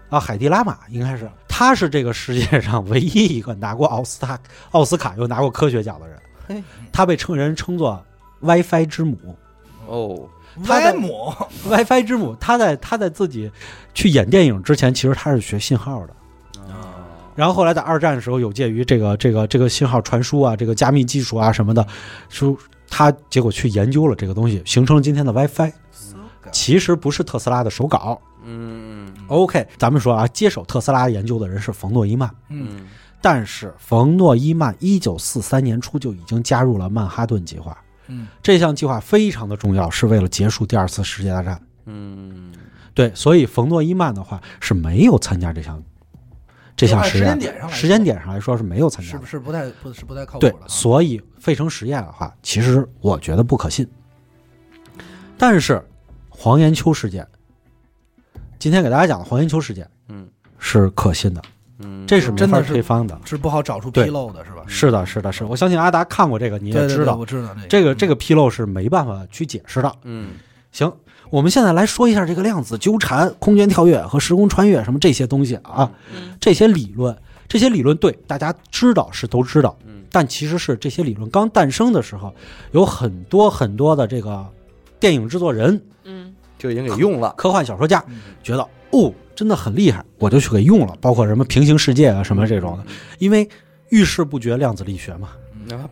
A: 啊，海蒂拉玛应该是，她是这个世界上唯一一个拿过奥斯卡奥斯卡又拿过科学奖的人
B: 嘿。
A: 她被称人称作 WiFi 之母。
B: 哦，
A: 他在
C: 歪姆
A: WiFi 之母，他在他在自己去演电影之前，其实他是学信号的。然后后来在二战的时候，有鉴于这个这个这个信号传输啊，这个加密技术啊什么的，说他结果去研究了这个东西，形成了今天的 WiFi。其实不是特斯拉的手稿。
B: 嗯
A: OK，咱们说啊，接手特斯拉研究的人是冯诺依曼，
C: 嗯，
A: 但是冯诺依曼一九四三年初就已经加入了曼哈顿计划。
C: 嗯，
A: 这项计划非常的重要，是为了结束第二次世界大战。
B: 嗯
A: 对，所以冯诺依曼的话是没有参加这项这项实验
C: 就按时间点上来说
A: 时间点上来说是没有参加
C: 是
A: 的
C: 不。是不太不是不太靠谱
A: 对
C: 的啊？，
A: 所以费城实验的话，其实我觉得不可信。但是黄延秋事件，今天给大家讲的黄延秋事件
B: 嗯
A: 是可信的，
B: 嗯
A: 这是没
C: 真
A: 法
C: 的是
A: 推翻的。
C: 是不好找出纰漏的是吧？嗯
A: 是的，是的，是的我相信阿达看过这个，你
C: 对
A: 也
C: 对
A: 知
C: 对
A: 道
C: 我知道那个嗯
A: 这个这
C: 个
A: 个纰漏是没办法去解释的。
B: 嗯
A: 行，我们现在来说一下这个量子纠缠、空间跳跃和时空穿越什么这些东西啊，
D: 嗯
A: 这些理论，这些理论对大家知道是都知道，
B: 嗯
A: 但其实是这些理论刚诞生的时候，有很多很多的这个电影制作人、
D: 嗯
B: 就已经给用了。
A: 科幻小说家
C: 嗯
A: 觉得哦，真的很厉害，我就去给用了，包括什么平行世界啊什么这种的，因为遇事不决量子力学嘛，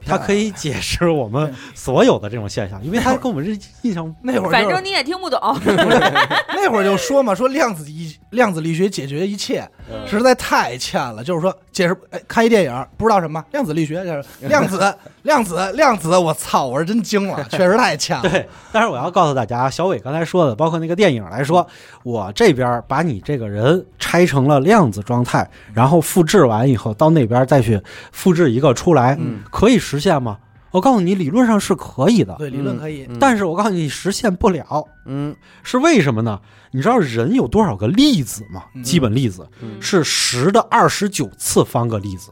A: 它可以解释我们所有的这种现象，因为它跟我们这印象
C: 那会儿
D: 反
C: 就
D: 正你也听不懂，
C: 那会儿就说嘛，说量子一量子力学解决一切，
D: 嗯
C: 实在太欠了。就是说解释，哎，看一电影不知道什么量子力学，就是量 子量子量子，我操！我是真惊了，确实太欠了。
A: 对，但是我要告诉大家，小伟刚才说的，包括那个电影来说，我这边把你这个人拆成了量子状态，然后复制完以后，到那边再去复制一个出来，
B: 嗯
A: 可以实现吗？我告诉你，理论上是可以的，
C: 对，理论可以，
A: 但是我告诉你，实现不了，
B: 嗯
A: 是为什么呢？你知道人有多少个粒子吗？
C: 嗯
A: 基本粒子
D: 嗯
A: 是十的二十九次方个粒子，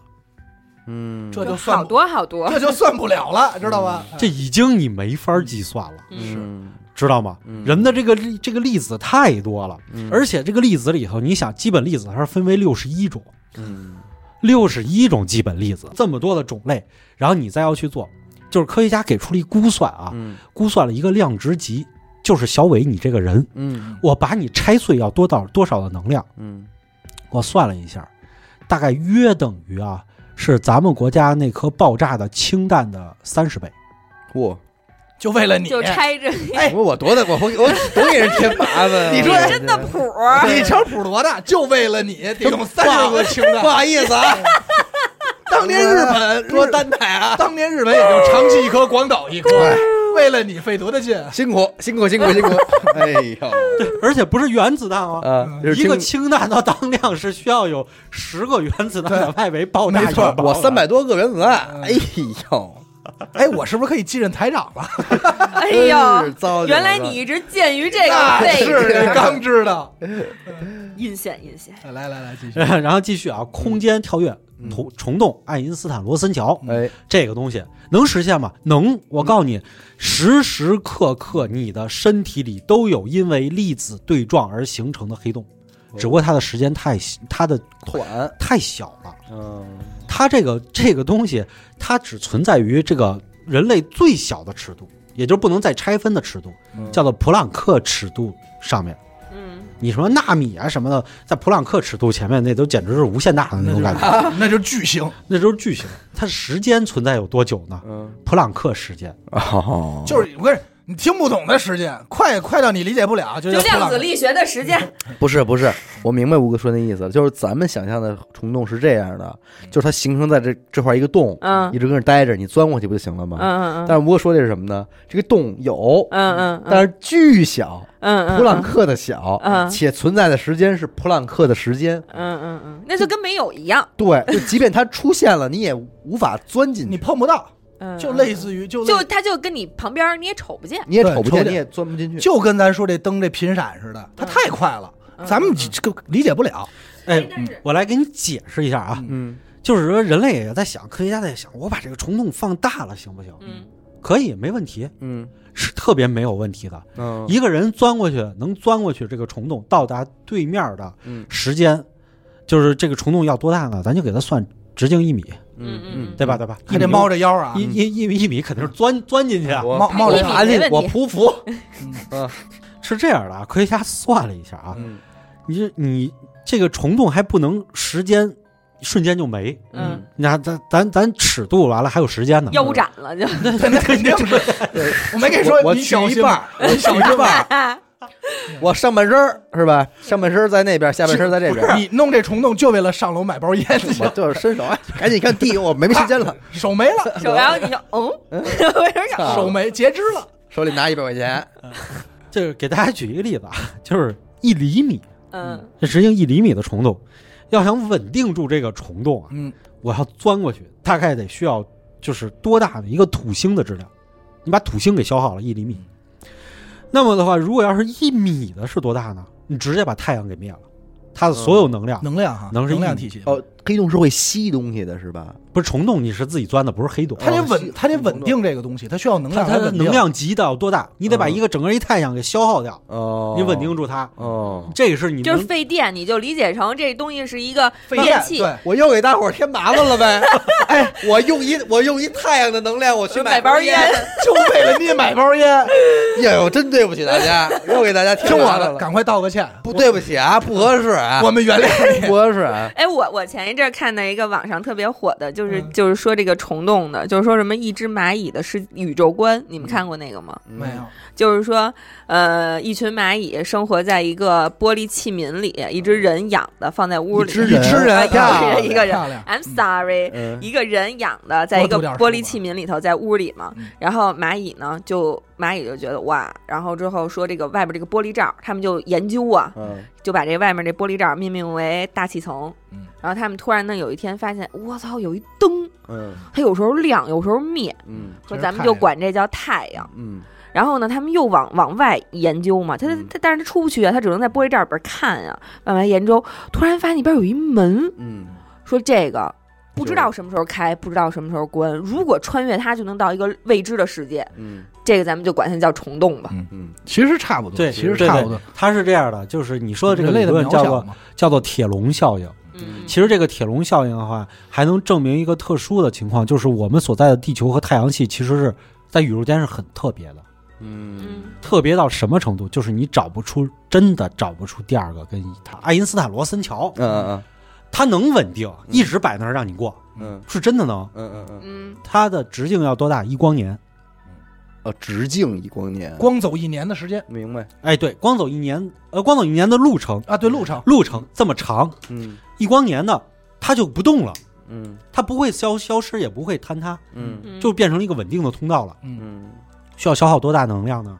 B: 嗯
C: 这就算
D: 好
C: 不
D: 多好多
C: 这，就算不了了，知道吧？
A: 这已经你没法计算了，
D: 嗯
A: 知道吗？
B: 嗯
A: 人的这个粒这个粒子太多了。
B: 嗯
A: 而且这个粒子里头，你想基本粒子它是分为六十一种，
B: 嗯
A: 六十一种基本粒子，这么多的种类，然后你再要去做，就是科学家给出了一估算啊，
B: 嗯
A: 估算了一个量值级，就是小伟你这个人，
B: 嗯
A: 我把你拆碎要多到多少的能量，
B: 嗯
A: 我算了一下，大概约等于啊是咱们国家那颗爆炸的氢弹的三十倍。
B: 我
C: 就为了你，
D: 就拆着
C: 哎
B: 我多大我我我多给人添麻烦。啊
C: 你
D: 你
C: 说
D: 真的谱儿，
C: 你瞧谱多大，就为了你得用三十个氢弹。
B: 不好意思啊，
C: 当年日 本
B: 多
C: 日
B: 担待啊，
C: 当年日本也就长崎一颗，广岛一颗，为了你费多大劲。啊
B: 辛苦辛苦辛苦辛苦。哎呦，
A: 而且不是原子弹哦，
B: 啊，就是
A: 一个
B: 听
A: 氢弹的当量是需要有十个原子弹的外围爆炸
C: 没错
A: 引爆
B: 啊我
A: 的
B: 三百多个原子弹，哎呦，
C: 哎，我是不是可以继任台长 了？
D: 哎
B: 真是
D: 呦，
B: 糟践了
D: 原来你一直鉴于这个，
C: 那
D: 这
C: 哎是
D: 个
C: 你刚知道。
D: 阴险阴险，
C: 来来来，继 续。
A: 然后继续啊，空间跳跃、
B: 嗯
A: 虫虫洞、爱因斯坦罗森桥
B: 哎，
A: 这个东西能实现吗？能，我告诉你，时时刻刻你的身体里都有因为粒子对撞而形成的黑洞，
B: 哦
A: 只不过它的时间太它的
B: 短，
A: 太小了。
B: 嗯，
A: 它这个这个东西，它只存在于这个人类最小的尺度，也就是不能再拆分的尺度，
B: 嗯
A: 叫做普朗克尺度上面。
D: 嗯，
A: 你什么纳米啊什么的，在普朗克尺度前面，那都简直是无限大的那种感
B: 嗯
A: 觉，
C: 啊那就是巨星，
A: 那就是巨型。它时间存在有多久呢？
B: 嗯，
A: 普朗克时间，
B: 哦，
C: 就是我跟你说，你听不懂的时间，快快到你理解不了，就
D: 就
C: 叫普
D: 量
C: 朗
D: 子
C: 克
D: 力学的时间，
B: 不是不是，我明白吴哥说那意思了，就是咱们想象的虫洞是这样的，就是它形成在这这块一个洞，
D: 嗯
B: 一直跟那儿待着，你钻过去不就行了吗？
D: 嗯嗯嗯
B: 但是吴哥说的是什么呢？这个洞有，
D: 嗯嗯，
B: 但是巨小，
D: 嗯嗯
B: 普朗，克的小，
D: 嗯
B: 且存在的时间是普朗克的时间。
D: 嗯嗯嗯，那就跟没有一样，
B: 对，就即便它出现了，你也无法钻进
C: 你
B: 去，
C: 碰不到，
D: 嗯，
C: 就类似于就类
D: 就它就跟你旁边儿你也瞅不见，
B: 你也
C: 对
B: 瞅不
C: 瞅不
B: 见，
C: 见
B: 你也钻不进去。
C: 就跟咱说这灯这频闪似的，它
D: 嗯
C: 太快了，咱们这个理解不了。
A: 哎
D: 但是，
A: 我来给你解释一下啊，
B: 嗯，
A: 就是说人类也在想，科学家在想，我把这个虫洞放大了行不行？
D: 嗯
A: 可以，没问题，
B: 嗯
A: 是特别没有问题的。
B: 嗯
A: 一个人钻过去，能钻过去这个虫洞，到达对面的
B: 嗯
A: 时间，就是这个虫洞要多大呢？咱就给它算直径一米，
D: 嗯嗯
A: 对吧？？对吧？
C: 还得
A: 猫
C: 猫着腰啊
B: 嗯
A: 一，一一一米肯定是钻钻进去啊！
B: 我
C: 猫猫着
D: 一米
C: 爬
D: 没问题
A: 我匍匐
B: 嗯
A: 是这样的啊，科学家算了一下啊，
B: 嗯
A: 你这你这个虫洞还不能时间瞬间就没，
D: 嗯，
A: 那咱咱咱尺度完了还有时间呢，
D: 腰斩了就，
C: 那 肯定是。我没跟你说
B: 我，我
C: 你
B: 去
C: 小
B: 一
C: 心
B: 半
C: 吧，你小心吧。
D: 哎
B: 我上半身儿是吧？上半身儿在那边，下半身儿在这边。
C: 你弄这虫洞就为了上楼买包烟，
B: 我就是伸手，哎，赶紧看地，我没时间 了，
C: 手没了，
D: 手摇你就嗯， 为什么想？
B: 啊
C: 手没截肢了，
B: 手里拿一百块钱，
A: 这个给大家举一个例子啊， 就是一厘米，
D: 嗯
A: 这直径一厘米的虫洞，要想稳定住这个虫洞啊，
C: 嗯，
A: 我要钻过去，大概得需要就是多大的一个土星的质量？你把土星给消耗了一厘米，
C: 嗯
A: 那么的话，如果要是一米的是多大呢？你直接把太阳给灭了，它的所有能量，
C: 能量哈，
A: 能是
C: 能量
A: 一米
C: 体系。
B: 哦，黑洞是会吸东西的，是吧？
A: 不是虫洞，你是自己钻的，不是黑洞。
C: 它得
B: 哦是
C: 稳，它得
B: 能
C: 稳定这个东西，它需要能
A: 它
C: 量
A: 它
C: 来
A: 的
C: 稳定。嗯
A: 能量级到多大？你得把一个整个一太阳给消耗掉，
B: 哦
A: 你稳定住它。
B: 哦。
A: 这个是你
D: 就是
A: 能
D: 费电，你就理解成这东西是一个
C: 费
D: 电
C: 电，
D: 器，
C: 对，
B: 我又给大伙儿添麻烦了 呗！哎，我用一我用一太阳的能量，我去
D: 买
B: 包
D: 包烟，
C: 就为了你买包烟，
B: 哎呦，真对不起大 家，又给大家添
C: 听我
B: 麻烦
C: 的，
B: 了。
C: 赶快道个歉，
B: 不对不起啊， 不合适啊，
C: 我们原谅你。
B: 不合适啊。
D: 哎，我我前一阵儿看到一个网上特别火的，就是、
C: 嗯
D: 就是说这个虫洞的，就是说什么一只蚂蚁的世宇宙观，你们看过那个吗？
C: 没有，
D: 就是说，呃，一群蚂蚁生活在一个玻璃器皿里，一只人养的，放在屋里，
B: 一只
C: 一只
D: 啊
C: 嗯哎人
D: 一个人
C: 漂亮
D: 一个人
C: 漂亮
D: ，I'm sorry，、
B: 嗯
D: 一个人养的，在一个
C: 多读点书
D: 玻璃
C: 吧
D: 器皿里头，在屋里嘛
C: 嗯。
D: 然后蚂蚁呢，就蚂蚁就觉得哇，然后之后说这个外边这个玻璃罩，他们就研究啊，
B: 嗯，
D: 就把这外面这玻璃罩命名为大气层。
C: 嗯
D: 然后他们突然呢有一天发现，我操，有一灯，
B: 嗯
D: 它有时候亮，有时候灭，
B: 嗯
D: 说
C: 这是
D: 咱们
C: 太
D: 就
C: 阳
D: 管这叫太阳。
B: 嗯
D: 然后呢，他们又往往外研究嘛，他
B: 嗯
D: 他但是他出不去啊，他只能在玻璃罩里边看啊，慢慢研究。突然发现里边有一门，
B: 嗯，
D: 说这个。不
B: 是
D: 知道什么时候开，不知道什么时候关。如果穿越它，就能到一个未知的世界。
B: 嗯
D: 这个咱们就管它叫虫洞吧。
B: 嗯
C: 其实差不多，
A: 对，
C: 其实
A: 对
C: 差
A: 对
C: 不多。
A: 它是这样的，就是你说的这个
C: 人类
A: 理
C: 的
A: 论
C: 渺
A: 叫
C: 小
A: 做
C: 嘛，
A: 叫做铁笼效应。
D: 嗯，
A: 其实这个铁笼效应的话，还能证明一个特殊的情况，就是我们所在的地球和太阳系其实是在宇宙间是很特别的，
B: 嗯
D: 嗯，
A: 特别到什么程度？就是你找不出，真的找不出第二个跟它。爱因斯坦罗森桥，
B: 嗯
A: 它能稳定，一直摆那儿让你过，
B: 嗯
A: 是真的能。
B: 嗯嗯嗯，
D: 嗯，
A: 它的直径要多大？一光年。
B: 哦，直径一光年，
C: 光走一年的时间
B: 明白？
A: 哎，对，光走一年，呃，光走一年的路程，
C: 啊，对，路程
A: 路程这么长，
B: 嗯
A: 一光年呢，它就不动了，
B: 嗯
A: 它不会消消失，也不会坍塌，
B: 嗯
A: 就变成了一个稳定的通道了。
B: 嗯，
A: 需要消耗多大能量呢？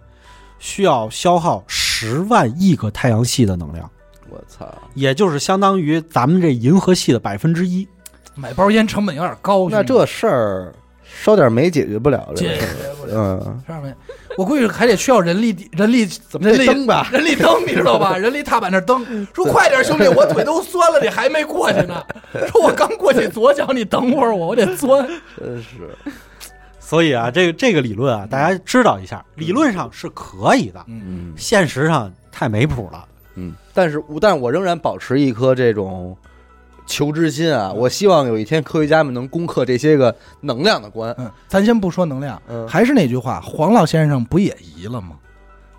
A: 需要消耗十万亿个太阳系的能量，
B: 我操，
A: 也就是相当于咱们这银河系的百分之一。
C: 买包烟成本有点高，
B: 那这事儿烧点煤解决不了这
C: 解
B: 个事
C: 决不
B: 儿，
C: 了。
B: 嗯，
C: 上面，我估计还得需要人力人力
B: 怎么
C: 人
B: 得
C: 力
B: 灯吧？
C: 人力蹬，你知道 吧？人力踏板那蹬，说快点，兄弟，我腿都酸了，你还没过去 呢。说我刚过去左脚，你等会儿我，我得钻。
B: 真是，
A: 所以啊，这个这个理论啊，大家知道一下，理论上是可以的，
C: 嗯，
B: 嗯
A: 现实上太没谱了。
B: 嗯，但是我但是我仍然保持一颗这种求知心啊，我希望有一天科学家们能攻克这些个能量的关。
C: 嗯，咱先不说能量，
B: 嗯，
C: 还是那句话，黄老先生不也移了吗？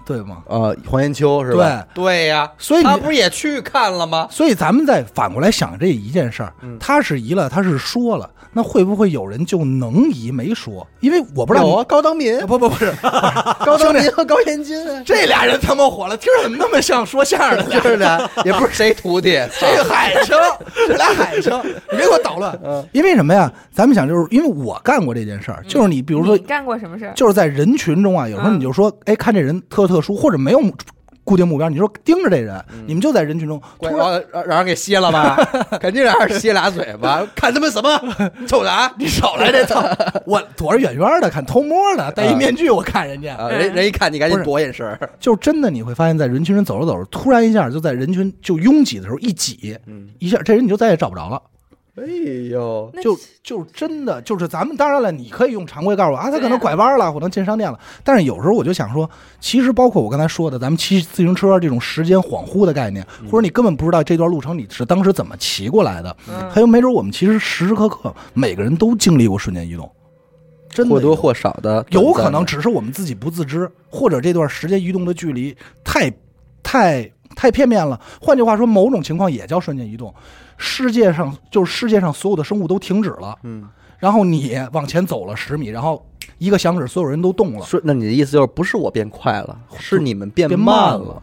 C: 对吗？
B: 呃，黄延秋是吧？对对呀，
C: 所以你
B: 他不是也去看了吗？
C: 所以咱们再反过来想这一件事儿
B: 嗯，
C: 他是移了，他是说了，那会不会有人就能移没说？因为我不知道
B: 有
C: 你，
B: 啊，高当民、
C: 哎不不不 是，
B: 高当民和高延金啊，
C: 这俩人他妈火了，听着怎么那么像说相声的
B: 就是
C: 啊
B: 俩，也不是谁徒弟。
C: 这个海生， 这俩海生，你别给我捣乱。
B: 嗯
C: 因为什么呀？咱们想，就是因为我干过这件事儿，就是你比如说
B: 嗯
D: 你，干过什么事儿？
C: 就是在人群中啊，有时候
D: 嗯
C: 你就说，哎，看这人特特殊，或者没有固定目标，你说盯着这人，
B: 嗯
C: 你们就在人群中突
B: 然
C: 然。
B: 后让让人给歇了吧，肯定让人歇俩嘴巴，看他们什 么，你瞅啊啥？你瞅来这操！
C: 我躲着远远的看，偷摸的，戴一
B: 啊
C: 面具，我看人家，
B: 啊，人人一看你赶
C: 嗯不
B: 紧
C: 是
B: 躲眼神儿。
C: 就真的你会发现，在人群中走着走着，突然一下就在人群就拥挤的时候一挤，
B: 嗯，
C: 一下这人你就再也找不着了。
B: 哎呦，
D: 那
C: 就就真的就是咱们当然了，你可以用常规告诉我啊，他
D: 对啊
C: 可能拐弯了，可能进商店了。但是有时候我就想说，其实包括我刚才说的，咱们骑自行车这种时间恍惚的概念，
B: 嗯
C: 或者你根本不知道这段路程你是当时怎么骑过来的，
D: 嗯
C: 还有没准我们其实时时刻刻每个人都经历过瞬间移动，真的
B: 或多
C: 有
B: 或少的
C: 有可能只是我们自己不自知，或者这段时间移动的距离太、太、太片面了。换句话说，某种情况也叫瞬间移动。世界上就是世界上所有的生物都停止了，
B: 嗯，
C: 然后你往前走了十米，然后一个响指，所有人都动了。
B: 说，那你的意思就是不是我变快了，是你们变
C: 变
B: 慢
C: 慢了。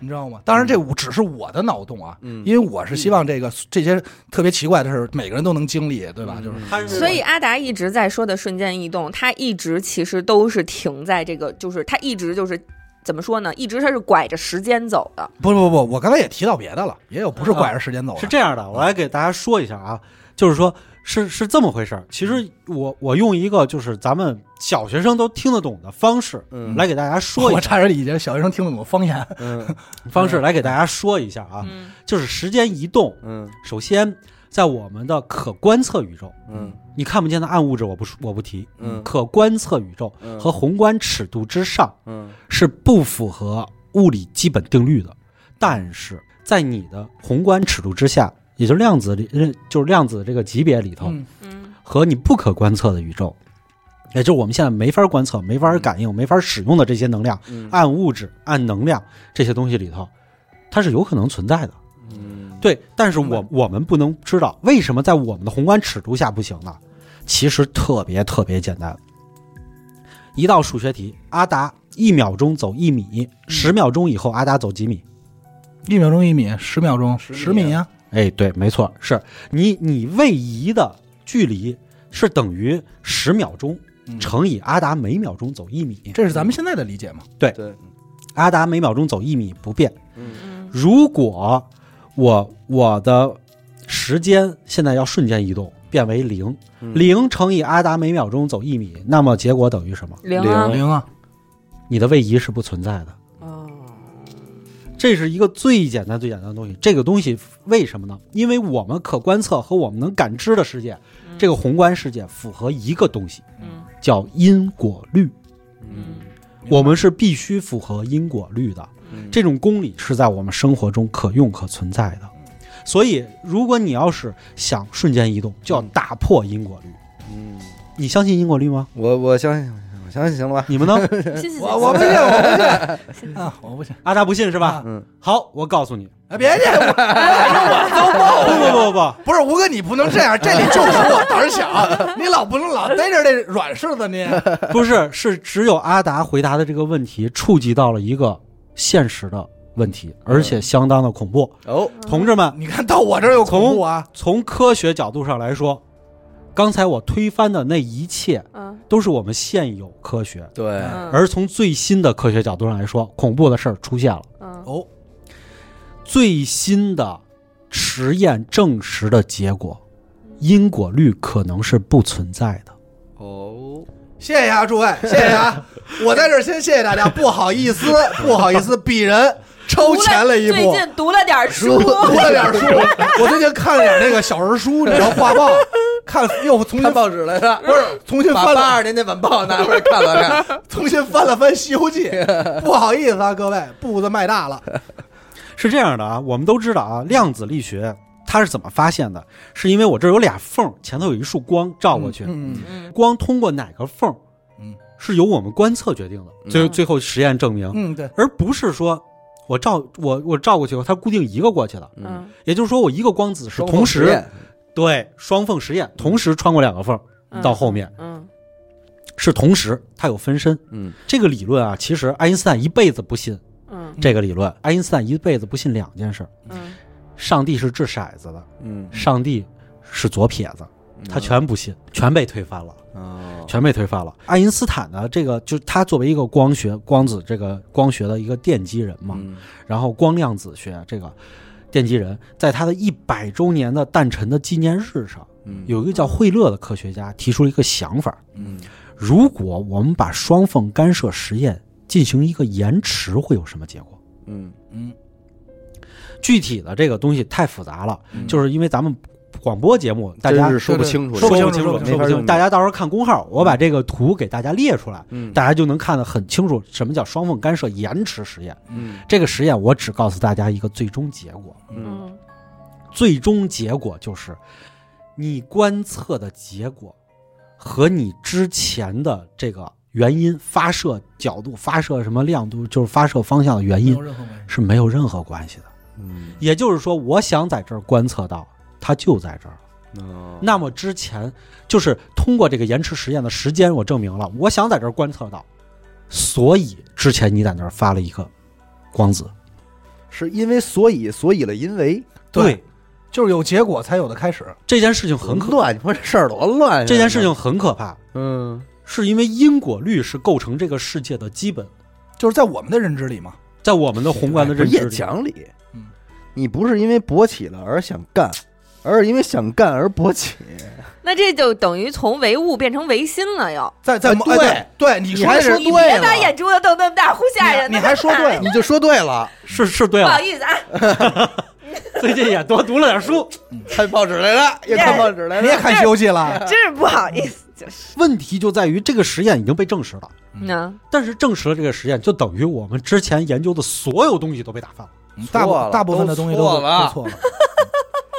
C: 你知道吗？当然，这只是我的脑洞啊，
B: 嗯
C: 因为我是希望这个这些特别奇怪的事儿，每个人都能经历，对吧？就是
A: 他是
D: 所以阿达一直在说的瞬间移动，他一直其实都是停在这个，就是他一直就是怎么说呢？一直他是拐着时间走的。
C: 不不不，我刚才也提到别的了，也有啊不是拐着时间走的，
A: 是这样的，我来给大家说一下啊，就是说是是这么回事儿。其实我我用一个就是咱们小学生都听得懂的方式，
B: 嗯
A: 来给大家说
C: 我
A: 一下，
C: 差点已经小学生听不懂方言，
B: 嗯
A: 方式来给大家说一下啊，
D: 嗯，
A: 就是时间移动。
B: 嗯
A: 首先，在我们的可观测宇宙，
B: 嗯
A: 你看不见的暗物质我不说我不提，
B: 嗯
A: 可观测宇宙
B: 嗯
A: 和宏观尺度之上
B: 嗯
A: 是不符合物理基本定律的，但是在你的宏观尺度之下，也就是量子里，呃就是量子这个级别里头，
C: 嗯，
D: 嗯
A: 和你不可观测的宇宙，也就是我们现在没法观测、没法感应、没法使用的这些能量、
B: 嗯
A: 暗物质、暗能量这些东西里头，它是有可能存在的。
B: 嗯，
A: 对，但是我我们不能知道为什么在我们的宏观尺度下不行呢？其实特别特别简单，一道数学题，阿达一秒钟走一米，十
B: 嗯
A: 秒钟以后阿达走几米？
C: 一秒钟一米，十秒钟
B: 十
C: 十
B: 米啊
C: 米啊，
A: 哎，对，没错，是你你位移的距离是等于十秒钟
C: 嗯
A: 乘以阿达每秒钟走一米，嗯
C: 这是咱们现在的理解嘛？
B: 对，
A: 阿达每秒钟走一米不变。
D: 嗯
A: 如果我我的时间现在要瞬间移动，变为零，
B: 嗯
A: 零乘以阿达每秒钟走一米，那么结果等于什么？
D: 零啊
B: 零
C: 零啊，
A: 你的位移是不存在的。
D: 哦，
A: 这是一个最简单、最简单的东西。这个东西为什么呢？因为我们可观测和我们能感知的世界，
D: 嗯
A: 这个宏观世界符合一个东西，
D: 嗯
A: 叫因果律。
D: 嗯
A: 我们是必须符合因果律的。
D: 嗯
A: 这种公理是在我们生活中可用可存在的。所以，如果你要是想瞬间移动，就要打破因果律。
B: 嗯，
A: 你相信因果律吗？
B: 我我相信我相信行了吧？
A: 你们 呢？
D: 谢谢
C: 我我不信，我不信 啊，我不信，
A: 阿达不信是吧？
C: 啊
B: 嗯，
A: 好，我告诉你，
C: 哎，别介，我
A: 不不不不不，
C: 不是吴哥，你不能这样，这里就是我胆儿小，你老不能老逮着这软柿子捏。
A: 不是，是只有阿达回答的这个问题触及到了一个现实的问题，而且相当的恐怖。
B: 哦，
A: 同志们，
C: 你看到我这儿又恐怖啊，
A: 从科学角度上来说，刚才我推翻的那一切
D: 嗯
A: 都是我们现有科学，
B: 对，
D: 嗯
A: 而从最新的科学角度上来说，恐怖的事儿出现了。
D: 嗯
C: 哦，
A: 最新的实验证实的结果，因果律可能是不存在的。
B: 哦，
C: 谢谢啊，诸位，谢谢啊，我在这儿先谢谢大家，不好意思，不好意思，鄙人超前了一
D: 最
C: 步。
D: 近读了点
C: 书
D: 书，
C: 读了点书，我最近看了点那个小人书，你知道画报，看又重新
B: 看报纸来 了，
C: 不是重新
B: 把
C: 翻
B: 八
C: 了
B: 二年那晚报拿出来看了 看。
C: 重新翻了翻《西游记》， 不好意思啊，各位，步子迈大了。
A: 是这样的啊，我们都知道啊，量子力学它是怎么发现的？是因为我这儿有俩缝儿，前头有一束光照过去，
C: 嗯，嗯
D: 嗯
A: 光通过哪个缝儿，
C: 嗯，
A: 是由我们观测决定的。最
D: 嗯
A: 最后实验证明，
C: 嗯，对，
A: 而不是说我照我我照过去，它固定一个过去了。
D: 嗯
A: 也就是说，我一个光子是
B: 双缝
A: 同
B: 实
A: 时
B: 验
A: 对双缝实验，同时穿过两个缝儿
D: 嗯
A: 到后面
D: 嗯
A: 是同时，它有分身。
B: 嗯
A: 这个理论啊，其实爱因斯坦一辈子不信
D: 嗯
A: 这个理论，爱因斯坦一辈子不信两件事儿：
D: 嗯
A: 上帝是掷骰子的，
B: 嗯，
A: 上帝是左撇子，他全不信，全被推翻了。
B: 哦
A: 全被推翻了。爱因斯坦呢，这个就是他作为一个光学、光子这个光学的一个奠基人嘛，
B: 嗯
A: 然后光量子学这个奠基人，在他的一百周年的诞辰的纪念日上，
B: 嗯
A: 有一个叫惠勒的科学家提出了一个想法：
B: 嗯
A: 如果我们把双缝干涉实验进行一个延迟，会有什么结果？
B: 嗯
C: 嗯
A: 具体的这个东西太复杂了，
B: 嗯
A: 就是因为咱们广播节目大
B: 真
A: 家
B: 是说不清楚，
C: 对对
A: 不
C: 说
A: 清
C: 不清
A: 说
C: 楚说
A: 不
C: 不
B: 清楚
A: 清
B: 没法
A: 楚，
B: 用
A: 大家到时候看公号，我把这个图给大家列出来。
B: 嗯
A: 大家就能看得很清楚什么叫双缝干涉延迟实验。
B: 嗯
A: 这个实验我只告诉大家一个最终结果，
B: 嗯
D: 嗯
A: 最终结果就是你观测的结果和你之前的这个原因发射角度、发射什么亮度，就是发射方向的原
C: 没
A: 因
C: 有任何关系。
A: 是没有任何关系的。
B: 嗯
A: 也就是说，我想在这儿观测到，它就在这儿。
B: 哦
A: 那么之前就是通过这个延迟实验的时间，我证明了我想在这儿观测到，所以之前你在那儿发了一个光子，
B: 是因为所以所以了，因为
C: 对就是有结果才有的开始。
A: 这件事情很可，
B: 啊乱，你 说这事儿多乱哎呀，
A: 这件事情很可怕，
B: 嗯
A: 是因为因果律是构成这个世界的基本，
C: 就是在我们的认知里嘛，
A: 在我们的宏观的
B: 不
A: 认
B: 是
A: 知
B: 也
A: 里，
B: 讲理
C: 嗯，
B: 你不是因为勃起了而想干，而是因为想干而勃 起，
D: 那这就等于从唯物变成唯心了又。
C: 在在
B: 哎
C: 某哎
B: 对
C: 对，你说
B: 还
C: 的
B: 是
C: 是
D: 你
B: 对
D: 别
B: 了
D: 把眼珠子瞪那么大，唬吓人
C: 你
D: 呢。
C: 还说对了
B: 你，就说对 了，
A: 是是对
D: 不好
A: 了。
D: 意思啊，
A: 最近也多读了点书。
B: 看报纸来 了，又看报纸来
C: 你也
B: 了，
C: 看《西游记》了，
D: 真是不好意思，就是嗯
A: 问题就在于这个实验已经被证实了，
D: 那
A: 但是证实了这个实验，就等于我们之前研究的所有东西都被打翻了。
C: 大部
B: 错了
C: 大部分的东西
B: 都
C: 都
B: 错了
C: 都错了。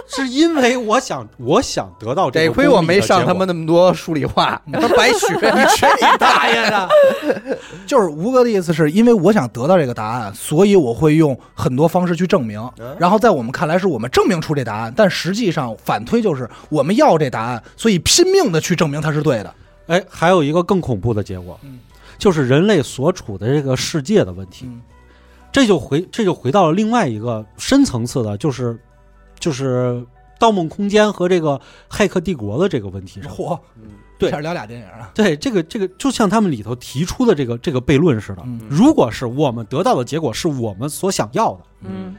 A: 是因为我想，我想得到这个
B: 得亏我没上他
A: 们
B: 们那么多数理 化，他白学，你去你大爷的！
C: 就是吴哥的意思是因为我想得到这个答案，所以我会用很多方式去证明。然后在我们看来是我们证明出这答案，但实际上反推就是我们要这答案，所以拼命的去证明它是对的。
A: 哎，还有一个更恐怖的结果，
C: 嗯
A: 就是人类所处的这个世界的问题。
C: 嗯
A: 这就回这就回到了另外一个深层次的，就是就是《盗梦空间》和这个《骇客帝国》的这个问题上。
C: 嚯，
A: 对
C: 一下聊俩电影啊，
A: 对，这个这个就像他们里头提出的这个这个悖论似的，
C: 嗯
A: 如果是我们得到的结果是我们所想要的，
D: 嗯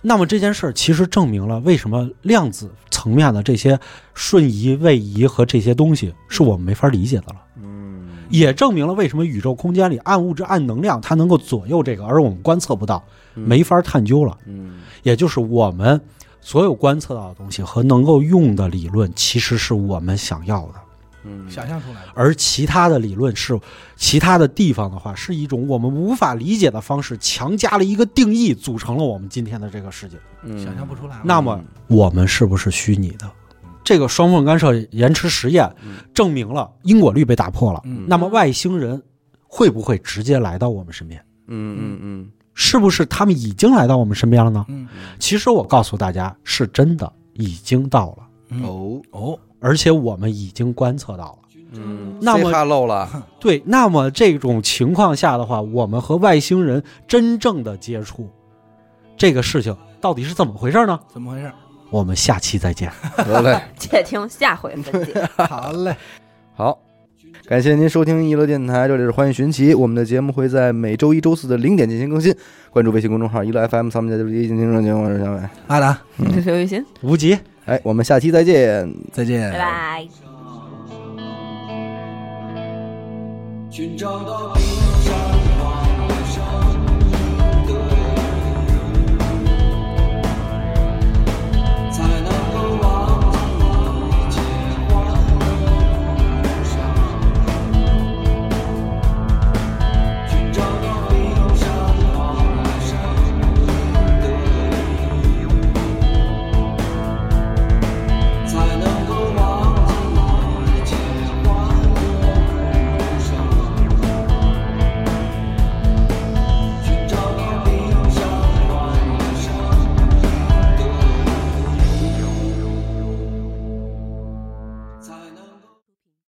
A: 那么这件事儿其实证明了为什么量子层面的这些瞬移、位移和这些东西是我们没法理解的了。
B: 嗯
A: 也证明了为什么宇宙空间里暗物质、暗能量它能够左右这个，而我们观测不到，没法探究了。
B: 嗯
A: 也就是我们所有观测到的东西和能够用的理论，其实是我们想要的，
B: 嗯
C: 想象出来的。
A: 而其他的理论是其他的地方的话，是一种我们无法理解的方式强加了一个定义，组成了我们今天的这个世界。
C: 想象不出来了。
A: 那么我们是不是虚拟的？
C: 嗯
A: 这个双缝干涉延迟实验
B: 嗯
A: 证明了因果律被打破了。
C: 嗯
A: 那么外星人会不会直接来到我们身边？
B: 嗯嗯
A: 是不是他们已经来到我们身边了呢？
C: 嗯
A: 其实我告诉大家，是真的已经到了，
B: 嗯
C: 嗯
B: 哦
C: 哦，
A: 而且我们已经观测到了。
B: 嗯，
A: 那么
B: 哈漏了，
A: 对，那么这种情况下的话，我们和外星人真正的接触，这个事情到底是怎么回事呢？
C: 怎么回事？
A: 我们下期再见。
B: 得嘞，
D: 嗯 且听下回分解。
C: 好嘞，
B: 好。感谢您收听娱乐电台，这里是欢迎寻奇。我们的节目会在每周一、周四的零点进行更新，关注微信公众号“娱乐 FM”，咱们在这里进行正节目，我是小伟。
C: 阿达，
D: 刘雨欣，
A: 无极。
B: 哎，我们下期再见。
C: 再见，
D: 拜拜。
F: 寻找到彼